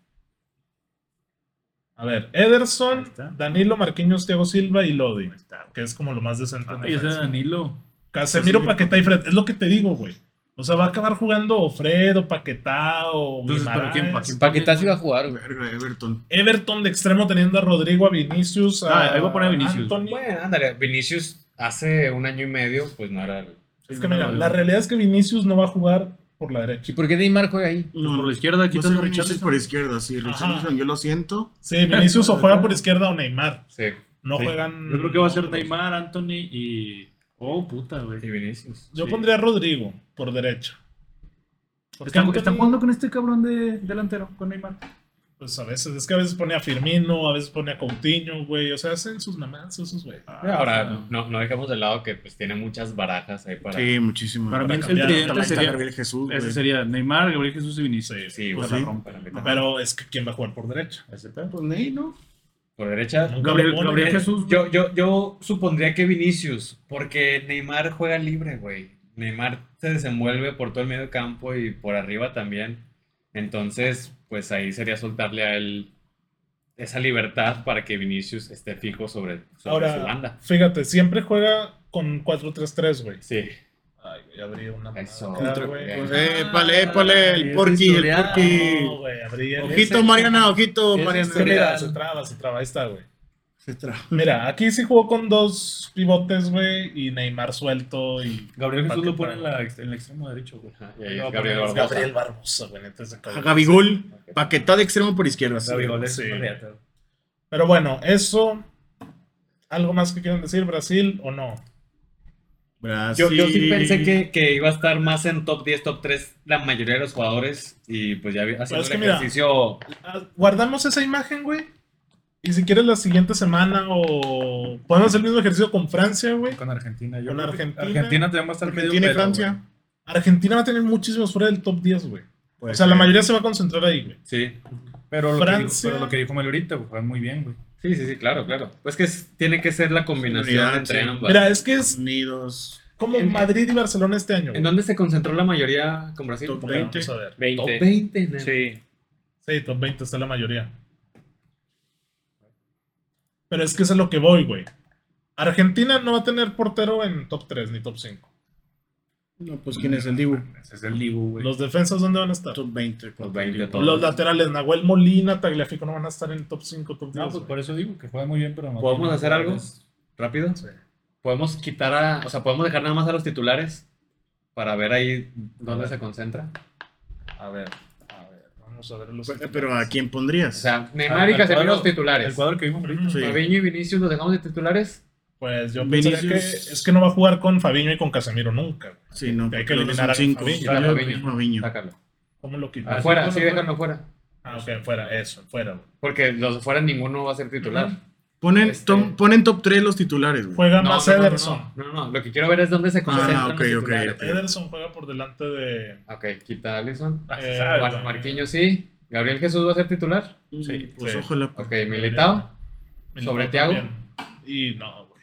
[SPEAKER 1] A ver,
[SPEAKER 5] Ahí
[SPEAKER 1] Ederson,
[SPEAKER 5] está.
[SPEAKER 1] Danilo Marquinhos, Thiago Silva y Lodi, que es como lo más decente. en
[SPEAKER 5] Ay, Ah, ese
[SPEAKER 1] defensa.
[SPEAKER 5] Danilo.
[SPEAKER 1] Casemiro, Paquetá y Fred, es lo que te digo, güey. O sea, va a acabar jugando o Fred o Paquetá o
[SPEAKER 5] Entonces, ¿para quién?
[SPEAKER 1] Guimaraes.
[SPEAKER 5] ¿Para
[SPEAKER 3] Paquetá sí va a jugar, güey.
[SPEAKER 2] Verga, Everton.
[SPEAKER 1] Everton de extremo teniendo a Rodrigo, a Vinicius, a,
[SPEAKER 5] Ah, ahí voy a poner a Vinicius.
[SPEAKER 1] Anthony.
[SPEAKER 4] Bueno, ándale. Vinicius hace un año y medio, pues no era. el-
[SPEAKER 1] Es que mira, la realidad es que Vinicius no va a jugar por la derecha.
[SPEAKER 3] ¿Y por qué Neymar juega ahí?
[SPEAKER 2] No,
[SPEAKER 5] por
[SPEAKER 2] no,
[SPEAKER 5] la izquierda,
[SPEAKER 2] yo soy
[SPEAKER 5] quitando a
[SPEAKER 2] Vinicius
[SPEAKER 5] Richarlison.
[SPEAKER 2] por izquierda, sí. Richarlison, yo lo siento.
[SPEAKER 1] Sí, Vinicius o juega por izquierda o Neymar.
[SPEAKER 4] Sí,
[SPEAKER 1] No
[SPEAKER 4] Sí.
[SPEAKER 1] juegan.
[SPEAKER 5] Yo creo que va a ser Neymar, Anthony y. Oh, puta, güey.
[SPEAKER 4] y Vinicius.
[SPEAKER 1] Yo
[SPEAKER 5] Sí.
[SPEAKER 1] pondría a Rodrigo por derecha. Porque
[SPEAKER 5] ¿Están,
[SPEAKER 1] Anthony-
[SPEAKER 5] están jugando con este cabrón de delantero, con Neymar.
[SPEAKER 1] Pues a veces, es que a veces pone a Firmino, a veces pone a Coutinho, güey. O sea, hacen sus mamás esos, güey.
[SPEAKER 4] Ahora, no, no dejemos de lado que pues tiene muchas barajas ahí para.
[SPEAKER 2] Sí, muchísimo.
[SPEAKER 5] Para mí el
[SPEAKER 1] cambiar,
[SPEAKER 5] tridente
[SPEAKER 2] También está
[SPEAKER 5] sería.
[SPEAKER 2] Gabriel Jesús, güey.
[SPEAKER 5] Ese sería Neymar, Gabriel Jesús y Vinicius.
[SPEAKER 1] Sí,
[SPEAKER 4] Sí,
[SPEAKER 2] Pues
[SPEAKER 4] para-
[SPEAKER 2] sí.
[SPEAKER 4] para mí también.
[SPEAKER 1] Pero es que ¿quién va a jugar por derecha?
[SPEAKER 5] Ese pedo.
[SPEAKER 2] Pues, Ney, ¿no?
[SPEAKER 4] Por derecha.
[SPEAKER 1] Nunca
[SPEAKER 5] Gabriel,
[SPEAKER 1] lo ponen.
[SPEAKER 5] Gabriel Jesús. güey.
[SPEAKER 4] Yo, yo, yo supondría que Vinicius, porque Neymar juega libre, güey. Neymar se desenvuelve por todo el medio campo y por arriba también. Entonces, pues ahí sería soltarle a él esa libertad para que Vinicius esté fijo sobre, sobre su
[SPEAKER 1] Ahora,
[SPEAKER 4] banda.
[SPEAKER 1] fíjate, siempre juega con 4-3-3, güey.
[SPEAKER 4] Sí.
[SPEAKER 1] Ay, güey, habría una mamada
[SPEAKER 3] Eso.
[SPEAKER 1] acá, güey. Pues,
[SPEAKER 3] Contra-
[SPEAKER 2] Eh, Épale, épale, el
[SPEAKER 5] es
[SPEAKER 2] porqui, el
[SPEAKER 5] historial.
[SPEAKER 2] porqui.
[SPEAKER 1] No, güey, habría-
[SPEAKER 2] Ojito, Mariana, ojito,
[SPEAKER 5] ese
[SPEAKER 2] Mariana.
[SPEAKER 1] Sí, este, mira,
[SPEAKER 5] Realidad.
[SPEAKER 1] se traba, se traba, ahí está, güey.
[SPEAKER 2] Se tra-
[SPEAKER 1] Mira, aquí sí jugó con dos pivotes, güey, y Neymar suelto y
[SPEAKER 5] Gabriel Jesús
[SPEAKER 1] Para
[SPEAKER 5] lo
[SPEAKER 1] que
[SPEAKER 5] pone en,
[SPEAKER 1] para-
[SPEAKER 5] la ex- en el extremo derecho, güey.
[SPEAKER 4] Ajá, y ahí
[SPEAKER 1] No,
[SPEAKER 4] es Gabriel
[SPEAKER 1] pero es
[SPEAKER 4] Barbosa.
[SPEAKER 1] Gabriel Barbosa, güey, neta, ese cabrón.
[SPEAKER 2] Gabigol, paquetá de extremo por izquierda.
[SPEAKER 5] Gabigol es
[SPEAKER 1] sí.
[SPEAKER 5] un reata.
[SPEAKER 1] Pero bueno, eso. ¿Algo más que quieran decir, Brasil o no?
[SPEAKER 4] Yo, yo sí
[SPEAKER 2] Brasil.
[SPEAKER 4] pensé que, que iba a estar más en top 10, top 3 la mayoría de los jugadores y pues ya vi- haciendo
[SPEAKER 1] es
[SPEAKER 4] el
[SPEAKER 1] que mira,
[SPEAKER 4] ejercicio
[SPEAKER 1] Ah, Guardamos esa imagen, güey. Y si quieres la siguiente semana o podemos hacer el mismo ejercicio con Francia, güey.
[SPEAKER 5] Con Argentina. Yo
[SPEAKER 1] Con
[SPEAKER 5] creo que
[SPEAKER 1] Argentina.
[SPEAKER 5] Argentina tenemos hasta el medio
[SPEAKER 2] Argentina y
[SPEAKER 5] pelo,
[SPEAKER 2] Francia.
[SPEAKER 1] Argentina va a tener muchísimos fuera del top 10, güey.
[SPEAKER 2] pues,
[SPEAKER 1] O sea, la mayoría se va a concentrar ahí, güey.
[SPEAKER 4] Sí,
[SPEAKER 5] güey. Pero lo, que dijo,
[SPEAKER 1] Francia.
[SPEAKER 5] pero lo que dijo Melo ahorita, güey, juegan muy bien, güey.
[SPEAKER 4] sí, sí, sí, claro, claro. Pues que es- tiene que ser la combinación
[SPEAKER 2] Unidad,
[SPEAKER 4] entre
[SPEAKER 2] sí.
[SPEAKER 4] ambas.
[SPEAKER 1] Mira, es que es
[SPEAKER 2] Unidos.
[SPEAKER 1] como Madrid y Barcelona este año.
[SPEAKER 4] ¿En
[SPEAKER 1] güey.
[SPEAKER 4] dónde se concentró la mayoría con Brasil?
[SPEAKER 2] Top
[SPEAKER 1] Ok,
[SPEAKER 2] 20.
[SPEAKER 1] vamos a ver.
[SPEAKER 6] 20.
[SPEAKER 4] Top 20, nena.
[SPEAKER 6] Sí.
[SPEAKER 1] Sí, top 20 está la mayoría. Pero es que eso es lo que voy, güey. Argentina no va a tener portero en top 3 ni top 5.
[SPEAKER 2] No, pues quién es el Dibu.
[SPEAKER 5] Ese es el Dibu, güey.
[SPEAKER 1] ¿Los defensas dónde van a estar?
[SPEAKER 2] Top 20.
[SPEAKER 4] Top 20 todos.
[SPEAKER 1] Los laterales, Nahuel Molina, Tagliafico no van a estar en top 5, top 10.
[SPEAKER 5] No, pues
[SPEAKER 1] güey.
[SPEAKER 5] por eso digo que juegan muy bien, pero no.
[SPEAKER 4] ¿Podemos
[SPEAKER 5] tienen
[SPEAKER 4] hacer algo
[SPEAKER 5] jugadores.
[SPEAKER 4] rápido?
[SPEAKER 1] Sí.
[SPEAKER 4] Podemos quitar a, o sea, podemos dejar nada más a los titulares para ver ahí dónde se concentra.
[SPEAKER 5] A ver.
[SPEAKER 1] A
[SPEAKER 4] pues.
[SPEAKER 1] ver, vamos a ver los.
[SPEAKER 2] Pe- eh, Pero ¿a quién
[SPEAKER 4] O
[SPEAKER 2] pondrías?
[SPEAKER 4] sea,
[SPEAKER 5] Ah,
[SPEAKER 4] Neymar y
[SPEAKER 5] el
[SPEAKER 4] Casemiro
[SPEAKER 5] cuadro-
[SPEAKER 4] los titulares.
[SPEAKER 5] El cuadro que vimos ahorita.
[SPEAKER 2] Sí.
[SPEAKER 4] Fabinho y Vinicius los dejamos de titulares.
[SPEAKER 1] Pues yo
[SPEAKER 2] Vinicius-
[SPEAKER 1] pensaría que es que no va a jugar con Fabiño y con Casemiro nunca. güey.
[SPEAKER 2] Sí, no,
[SPEAKER 1] Hay
[SPEAKER 2] porque
[SPEAKER 1] que
[SPEAKER 2] los dos
[SPEAKER 1] eliminar
[SPEAKER 2] son
[SPEAKER 1] a
[SPEAKER 2] cinco.
[SPEAKER 1] Fabinho.
[SPEAKER 4] Saca a Fabinho.
[SPEAKER 2] Fabinho.
[SPEAKER 4] Sácalo.
[SPEAKER 1] ¿Cómo lo quitas?
[SPEAKER 4] Afuera, sí, déjalo fuera.
[SPEAKER 1] Ah, ok, fuera, eso, fuera, güey.
[SPEAKER 4] Porque los de fuera ninguno va a ser titular.
[SPEAKER 2] Ponen,
[SPEAKER 4] Este-
[SPEAKER 2] tom- ponen top 3 los titulares, güey.
[SPEAKER 1] Juega
[SPEAKER 4] No,
[SPEAKER 1] más
[SPEAKER 4] no, no,
[SPEAKER 1] Ederson.
[SPEAKER 4] No, no, no, lo que quiero ver es dónde se concentran
[SPEAKER 2] ok,
[SPEAKER 4] los
[SPEAKER 2] ok,
[SPEAKER 4] titulares.
[SPEAKER 2] ok.
[SPEAKER 1] Ederson juega por delante de.
[SPEAKER 4] Ok, quita a Alisson.
[SPEAKER 5] Ah, se
[SPEAKER 1] eh,
[SPEAKER 5] sabe,
[SPEAKER 4] Mar- Marquinhos sí. Gabriel Jesús va a ser titular.
[SPEAKER 2] Sí, pues
[SPEAKER 1] sí.
[SPEAKER 2] ojalá.
[SPEAKER 4] Ok, Militao.
[SPEAKER 1] Militao
[SPEAKER 4] sobre Thiago.
[SPEAKER 1] también. Y no, güey.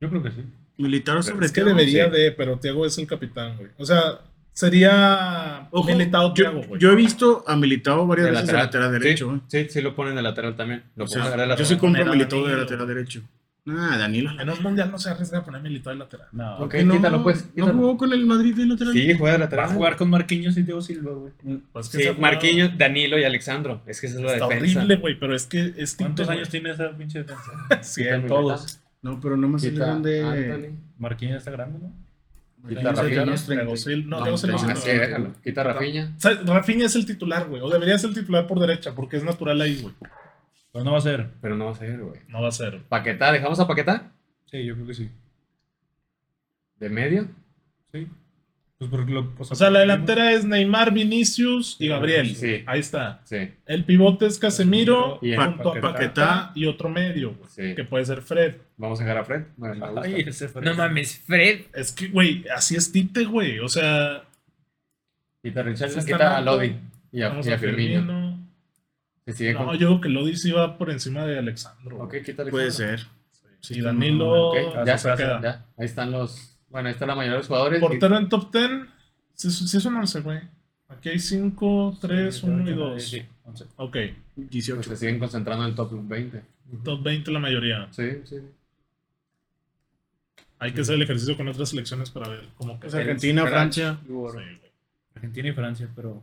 [SPEAKER 5] Yo creo que sí.
[SPEAKER 2] Militar sobre
[SPEAKER 1] Es que
[SPEAKER 2] Thiago,
[SPEAKER 1] debería
[SPEAKER 2] sí.
[SPEAKER 1] de, pero Thiago es el capitán, güey. O sea, sería
[SPEAKER 2] Ojo,
[SPEAKER 1] Militao Thiago,
[SPEAKER 2] yo,
[SPEAKER 1] güey.
[SPEAKER 2] yo he visto a Militao varias
[SPEAKER 4] De
[SPEAKER 2] veces de lateral derecho,
[SPEAKER 4] Sí,
[SPEAKER 2] güey.
[SPEAKER 4] Sí, sí, lo ponen de lateral también. Lo
[SPEAKER 2] O sea,
[SPEAKER 4] ponen de lateral.
[SPEAKER 2] yo sí compro
[SPEAKER 1] Poner
[SPEAKER 2] a
[SPEAKER 1] a
[SPEAKER 2] Militao de
[SPEAKER 1] Danilo.
[SPEAKER 2] lateral derecho. Ah, Danilo.
[SPEAKER 1] En un mundial no se arriesga a poner Militao de lateral.
[SPEAKER 5] No.
[SPEAKER 4] Ok,
[SPEAKER 2] ¿Por qué no,
[SPEAKER 4] quítalo, pues, quítalo.
[SPEAKER 2] ¿No jugó con el Madrid de lateral?
[SPEAKER 4] Sí, juega de
[SPEAKER 5] Va a
[SPEAKER 4] lateral.
[SPEAKER 5] jugar con Marquinhos y Diego Silva, güey.
[SPEAKER 1] Pues que
[SPEAKER 4] Sí,
[SPEAKER 1] esa jugada
[SPEAKER 4] Marquinhos, Danilo y Alexandro. Es que esa es la
[SPEAKER 1] Está
[SPEAKER 4] defensa.
[SPEAKER 1] horrible, güey, pero es que es
[SPEAKER 5] ¿Cuántos
[SPEAKER 1] Tite,
[SPEAKER 5] años tiene esa pinche defensa?
[SPEAKER 1] güey. Cien.
[SPEAKER 5] Todos.
[SPEAKER 2] No, pero no me sale
[SPEAKER 4] Quita
[SPEAKER 2] dónde.
[SPEAKER 4] Anthony.
[SPEAKER 5] Marquinhos está grande, ¿no?
[SPEAKER 2] Marquinhos
[SPEAKER 4] Rafinha,
[SPEAKER 2] Cercanos,
[SPEAKER 1] Thiago
[SPEAKER 2] 30.
[SPEAKER 1] Silva- no,
[SPEAKER 4] No,
[SPEAKER 1] Thiago Silva
[SPEAKER 4] no,
[SPEAKER 1] es el
[SPEAKER 4] así,
[SPEAKER 1] titular.
[SPEAKER 4] déjalo. Quita a Rafinha.
[SPEAKER 1] O sea, Rafinha es el titular, güey. O debería ser el titular por derecha, porque es natural ahí, güey.
[SPEAKER 5] Pues no va a ser.
[SPEAKER 4] Pero no va a ser, güey.
[SPEAKER 1] No va a ser.
[SPEAKER 4] Paquetá, ¿dejamos a Paquetá?
[SPEAKER 5] Sí, yo creo que sí.
[SPEAKER 4] ¿De medio?
[SPEAKER 5] Sí. Pues porque lo,
[SPEAKER 1] O sea, la delantera es Neymar, Vinicius y Gabriel.
[SPEAKER 4] Sí.
[SPEAKER 1] Ahí está.
[SPEAKER 4] Sí,
[SPEAKER 1] El pivote es Casemiro
[SPEAKER 4] Y
[SPEAKER 1] junto a
[SPEAKER 5] Paquetá.
[SPEAKER 1] Paquetá y otro medio, güey,
[SPEAKER 4] sí.
[SPEAKER 1] que puede ser Fred.
[SPEAKER 4] Vamos a dejar a Fred. Me- me gusta.
[SPEAKER 5] Ay, ese fue.
[SPEAKER 6] No mames, Fred.
[SPEAKER 1] Es que, güey, así es Tite, güey. O sea,
[SPEAKER 4] Quita a Richarlison,
[SPEAKER 1] Se está
[SPEAKER 4] quita a
[SPEAKER 1] dando-
[SPEAKER 4] Lodi y a,
[SPEAKER 1] vamos
[SPEAKER 4] y a Firmino. Se sigue
[SPEAKER 1] No,
[SPEAKER 4] con...
[SPEAKER 1] yo creo que Lodi sí va por encima de Alexandro. güey.
[SPEAKER 4] Ok, quita a
[SPEAKER 2] Puede
[SPEAKER 4] Alexandro.
[SPEAKER 2] ser.
[SPEAKER 1] Sí,
[SPEAKER 2] Sí,
[SPEAKER 1] y Danilo
[SPEAKER 4] Ok,
[SPEAKER 1] Ah, se
[SPEAKER 4] ya,
[SPEAKER 1] queda.
[SPEAKER 4] ya. Ahí están los... Bueno, ahí están la mayoría de los jugadores.
[SPEAKER 1] Portero en top 10. Sí, sí es un 11, güey. Aquí hay 5, 3, 1 y 2.
[SPEAKER 5] Sí, once.
[SPEAKER 1] Ok.
[SPEAKER 4] Y, pues,
[SPEAKER 2] 18.
[SPEAKER 4] se siguen concentrando en el top 20.
[SPEAKER 1] Top 20 la mayoría.
[SPEAKER 4] Sí, sí.
[SPEAKER 1] Hay que hacer el ejercicio con otras selecciones para ver cómo que.
[SPEAKER 2] Pues Argentina,
[SPEAKER 4] Eres-
[SPEAKER 2] Francia.
[SPEAKER 1] Sí, güey.
[SPEAKER 5] Argentina y Francia, pero.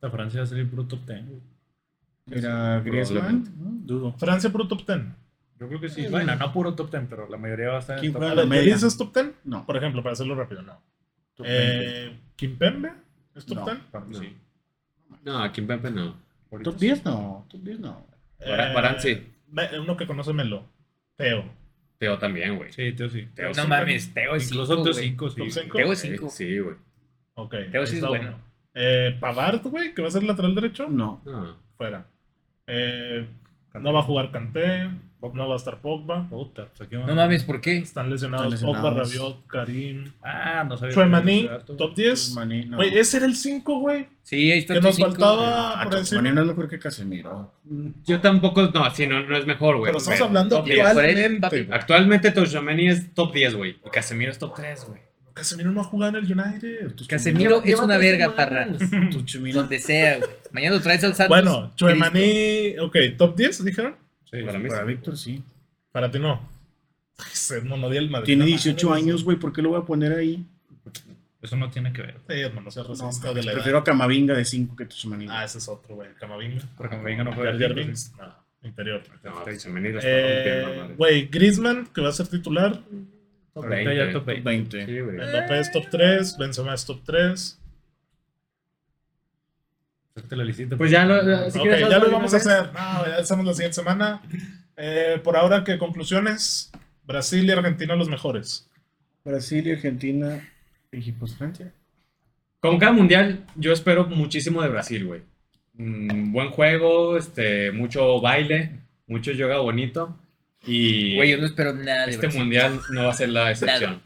[SPEAKER 5] La Francia va a salir puro top 10, güey.
[SPEAKER 2] Era Griezmann.
[SPEAKER 4] Probablemente.
[SPEAKER 2] ¿no? Dudo.
[SPEAKER 1] Francia puro top 10.
[SPEAKER 5] Yo creo que sí. Bueno, Eh, no puro top 10, pero la mayoría va a estar en
[SPEAKER 2] ¿Quién
[SPEAKER 5] el top
[SPEAKER 2] juega
[SPEAKER 1] A
[SPEAKER 5] 10.
[SPEAKER 1] ver, ¿me
[SPEAKER 2] media.
[SPEAKER 1] dices top 10?
[SPEAKER 2] No.
[SPEAKER 1] Por ejemplo, para hacerlo rápido, no.
[SPEAKER 2] Top 20.
[SPEAKER 1] Eh, ¿Kimpembe? ¿Es top
[SPEAKER 2] No.
[SPEAKER 1] 10?
[SPEAKER 5] Aparte, sí.
[SPEAKER 4] No, aquí en Pepe no.
[SPEAKER 5] Ahorita
[SPEAKER 2] Top
[SPEAKER 5] sí.
[SPEAKER 2] 10 no. Top 10 no.
[SPEAKER 4] Baran- Baran sí.
[SPEAKER 1] Eh, me- Uno que conoce Melo. Teo.
[SPEAKER 4] Teo también, güey.
[SPEAKER 5] Sí, Teo sí.
[SPEAKER 1] Teo
[SPEAKER 6] No
[SPEAKER 1] siempre-
[SPEAKER 6] mames, Teo es
[SPEAKER 5] Incluso
[SPEAKER 6] cinco,
[SPEAKER 5] Teo
[SPEAKER 6] güey.
[SPEAKER 5] 5, sí.
[SPEAKER 1] Top 5.
[SPEAKER 6] Teo es
[SPEAKER 4] Sí,
[SPEAKER 6] 5.
[SPEAKER 4] Sí, güey.
[SPEAKER 1] Ok.
[SPEAKER 6] Teo sí es
[SPEAKER 1] está
[SPEAKER 6] bueno.
[SPEAKER 1] Eh, Pavard, güey, que va a ser lateral derecho.
[SPEAKER 2] No.
[SPEAKER 4] No.
[SPEAKER 1] Fuera. Eh, no va a jugar Kanté. No va a estar Pogba.
[SPEAKER 5] Puta, pues aquí
[SPEAKER 6] No mames, ¿por qué?
[SPEAKER 1] Están lesionados,
[SPEAKER 2] Están lesionados.
[SPEAKER 1] Pogba, Rabiot, Karim.
[SPEAKER 5] Ah, no sabía.
[SPEAKER 1] Chuemaní,
[SPEAKER 5] Top
[SPEAKER 1] top 10.
[SPEAKER 2] Mané, no.
[SPEAKER 1] Güey, ese era el 5, güey.
[SPEAKER 6] Sí, ahí está
[SPEAKER 1] Que
[SPEAKER 6] tu
[SPEAKER 1] nos
[SPEAKER 6] cinco.
[SPEAKER 1] faltaba
[SPEAKER 2] Ah,
[SPEAKER 1] por
[SPEAKER 2] Chuck
[SPEAKER 1] encima.
[SPEAKER 2] Mané no es mejor que Casemiro.
[SPEAKER 4] Yo tampoco, no, sí, no, no es mejor, güey.
[SPEAKER 1] Mm. Pero estamos
[SPEAKER 4] Pero
[SPEAKER 1] hablando
[SPEAKER 6] Mira, por el-
[SPEAKER 1] actualmente. güey.
[SPEAKER 4] Actualmente Toshomeni es top 10, güey. Y Casemiro es top 3, güey.
[SPEAKER 1] Casemiro no ha jugado en el United. Tus
[SPEAKER 3] Casemiro es
[SPEAKER 4] Lleva
[SPEAKER 3] una
[SPEAKER 4] tres
[SPEAKER 3] verga,
[SPEAKER 4] semanas.
[SPEAKER 3] Parra.
[SPEAKER 2] Tu Chumino.
[SPEAKER 3] Donde sea, güey. Mañana lo traes al Santos.
[SPEAKER 1] Bueno,
[SPEAKER 3] Cristo.
[SPEAKER 1] Chuemaní, ok, top 10, dijeron.
[SPEAKER 4] Para mí
[SPEAKER 2] Para
[SPEAKER 4] sí.
[SPEAKER 2] Víctor, sí.
[SPEAKER 1] Para ti no. Es monodial Madrid.
[SPEAKER 2] Tiene 18 años, güey. ¿Por qué lo voy a poner ahí?
[SPEAKER 6] Eso no tiene que ver.
[SPEAKER 1] Sí, hermano, se
[SPEAKER 2] No,
[SPEAKER 1] resiste Pues, de la edad.
[SPEAKER 2] prefiero a Camavinga de 5 que Tuchumani.
[SPEAKER 1] Ah, ese es otro, güey. Camavinga.
[SPEAKER 6] Porque me vengan a jugar.
[SPEAKER 1] Jar Jar Binks. No, interior.
[SPEAKER 4] No, Tchouaméni la está rompiendo,
[SPEAKER 1] Eh,
[SPEAKER 4] madre.
[SPEAKER 1] Güey, Griezmann, que va a ser titular.
[SPEAKER 6] Ahorita ya top 20.
[SPEAKER 2] 20.
[SPEAKER 4] Sí, güey.
[SPEAKER 1] Mbappé es top 3, Benzema es top 3.
[SPEAKER 6] Hazte la lisita.
[SPEAKER 4] Pues ya lo- lo- si
[SPEAKER 1] ok,
[SPEAKER 4] quieres,
[SPEAKER 1] ya
[SPEAKER 4] hazlo
[SPEAKER 1] lo
[SPEAKER 4] de
[SPEAKER 1] vamos a
[SPEAKER 4] una vez.
[SPEAKER 1] hacer. No, ya estamos la siguiente semana. Eh, por ahora, ¿qué conclusiones? Brasil y Argentina los mejores.
[SPEAKER 2] Brasil y Argentina. Equipos Francia.
[SPEAKER 4] Como cada mundial, yo espero muchísimo de Brasil, güey. Mm, buen juego, este, mucho baile, mucho yoga bonito. Y
[SPEAKER 3] Güey, yo no espero nada de
[SPEAKER 4] este
[SPEAKER 3] Brasil.
[SPEAKER 4] mundial no va a ser la excepción.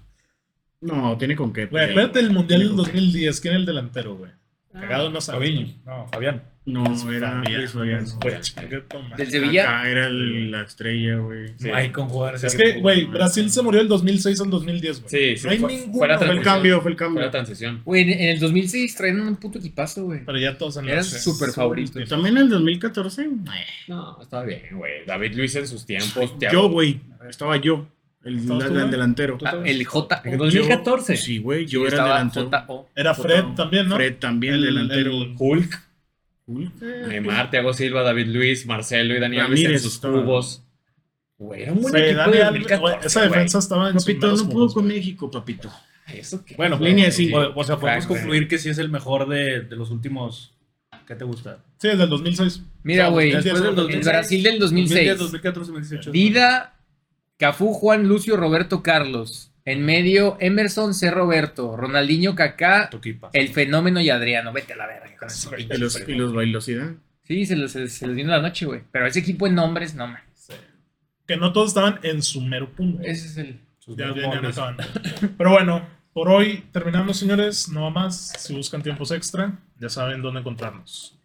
[SPEAKER 2] No, tiene con qué.
[SPEAKER 1] Güey,
[SPEAKER 2] pero-
[SPEAKER 1] acuérdate del Mundial del 2010. ¿Quién era el delantero, güey? Cagado no sabía.
[SPEAKER 6] Fabiño. No, Fabián.
[SPEAKER 2] No, era Luis Fabián.
[SPEAKER 1] Güey, chingue tu madre.
[SPEAKER 3] Del Sevilla.
[SPEAKER 2] Acá era el- la estrella, güey.
[SPEAKER 4] Sí.
[SPEAKER 6] Ay, con jugadores.
[SPEAKER 1] Es que, güey, Brasil se murió del 2006 al 2010, güey.
[SPEAKER 4] Sí, sí,
[SPEAKER 1] no hay
[SPEAKER 4] fue-
[SPEAKER 1] ninguno.
[SPEAKER 4] fue la
[SPEAKER 2] Fue el cambio, fue el
[SPEAKER 4] Fue
[SPEAKER 2] cambio.
[SPEAKER 4] la transición.
[SPEAKER 3] Güey, en, en el 2006 traían un puto equipazo, güey.
[SPEAKER 1] Pero ya todos en la
[SPEAKER 3] Eran
[SPEAKER 1] C.
[SPEAKER 3] súper favoritos.
[SPEAKER 2] También en el 2014. eh,
[SPEAKER 4] No, estaba bien, güey. David Luis en sus tiempos. Thiago-
[SPEAKER 2] Yo, güey. Estaba yo. El,
[SPEAKER 1] ¿Estabas
[SPEAKER 2] la-
[SPEAKER 1] tú,
[SPEAKER 2] la-
[SPEAKER 1] güey?
[SPEAKER 2] delantero.
[SPEAKER 3] Ah, el J.
[SPEAKER 4] En 2014.
[SPEAKER 2] Sí, güey. Yo
[SPEAKER 3] Yo
[SPEAKER 2] era el
[SPEAKER 3] estaba
[SPEAKER 2] delantero.
[SPEAKER 3] J.O.
[SPEAKER 1] Era Ah, Fred también, ¿no?
[SPEAKER 2] Fred también,
[SPEAKER 1] El-
[SPEAKER 2] delantero.
[SPEAKER 1] el-
[SPEAKER 4] Hulk,
[SPEAKER 2] Uy,
[SPEAKER 4] Neymar, Thiago Silva, David Luis, Marcelo y Dani Alves en
[SPEAKER 2] Ramírez
[SPEAKER 4] sus
[SPEAKER 2] estaba.
[SPEAKER 4] cubos. Güey, era un buen
[SPEAKER 1] Sí,
[SPEAKER 4] equipo
[SPEAKER 1] Dani
[SPEAKER 4] de
[SPEAKER 1] Alves, güey,
[SPEAKER 4] 2014,
[SPEAKER 1] esa defensa estaba en
[SPEAKER 2] Papito,
[SPEAKER 1] sus
[SPEAKER 2] no pudo
[SPEAKER 1] meros
[SPEAKER 2] con
[SPEAKER 1] jugos,
[SPEAKER 2] México, papito.
[SPEAKER 4] güey. ¿Eso qué?
[SPEAKER 6] Bueno,
[SPEAKER 2] Línea de cinco.
[SPEAKER 6] o, o sea, podemos
[SPEAKER 4] Frank, güey.
[SPEAKER 6] concluir que sí es el mejor de, de los últimos. ¿Qué te gusta?
[SPEAKER 1] güey. Sí, desde el 2006.
[SPEAKER 3] Mira, güey,
[SPEAKER 1] Desde
[SPEAKER 3] el
[SPEAKER 1] el
[SPEAKER 6] del 2006.
[SPEAKER 3] Brasil del
[SPEAKER 6] 2010,
[SPEAKER 3] 2006.
[SPEAKER 6] 2014, 2018.
[SPEAKER 3] Dida, Cafú, Juan, Lucio, Roberto, Carlos. En medio, Emerson, C. Roberto, Ronaldinho, Kaká,
[SPEAKER 6] Toquipa.
[SPEAKER 3] El Fenómeno y Adriano. Vete a la verga con ese
[SPEAKER 2] Y
[SPEAKER 3] pinche
[SPEAKER 2] los, y
[SPEAKER 3] equipo.
[SPEAKER 2] los bailosidad.
[SPEAKER 3] Sí, se los, se los vino la noche, güey. Pero ese equipo en nombres, no, man.
[SPEAKER 1] Que no todos estaban en su mero punto. Pues
[SPEAKER 3] Ese es el...
[SPEAKER 6] Sus
[SPEAKER 1] Ya,
[SPEAKER 6] dos
[SPEAKER 1] ya, ya no
[SPEAKER 6] goles.
[SPEAKER 1] estaban. Pero bueno, por hoy terminamos, señores. No más. Si buscan tiempos extra, ya saben dónde encontrarnos.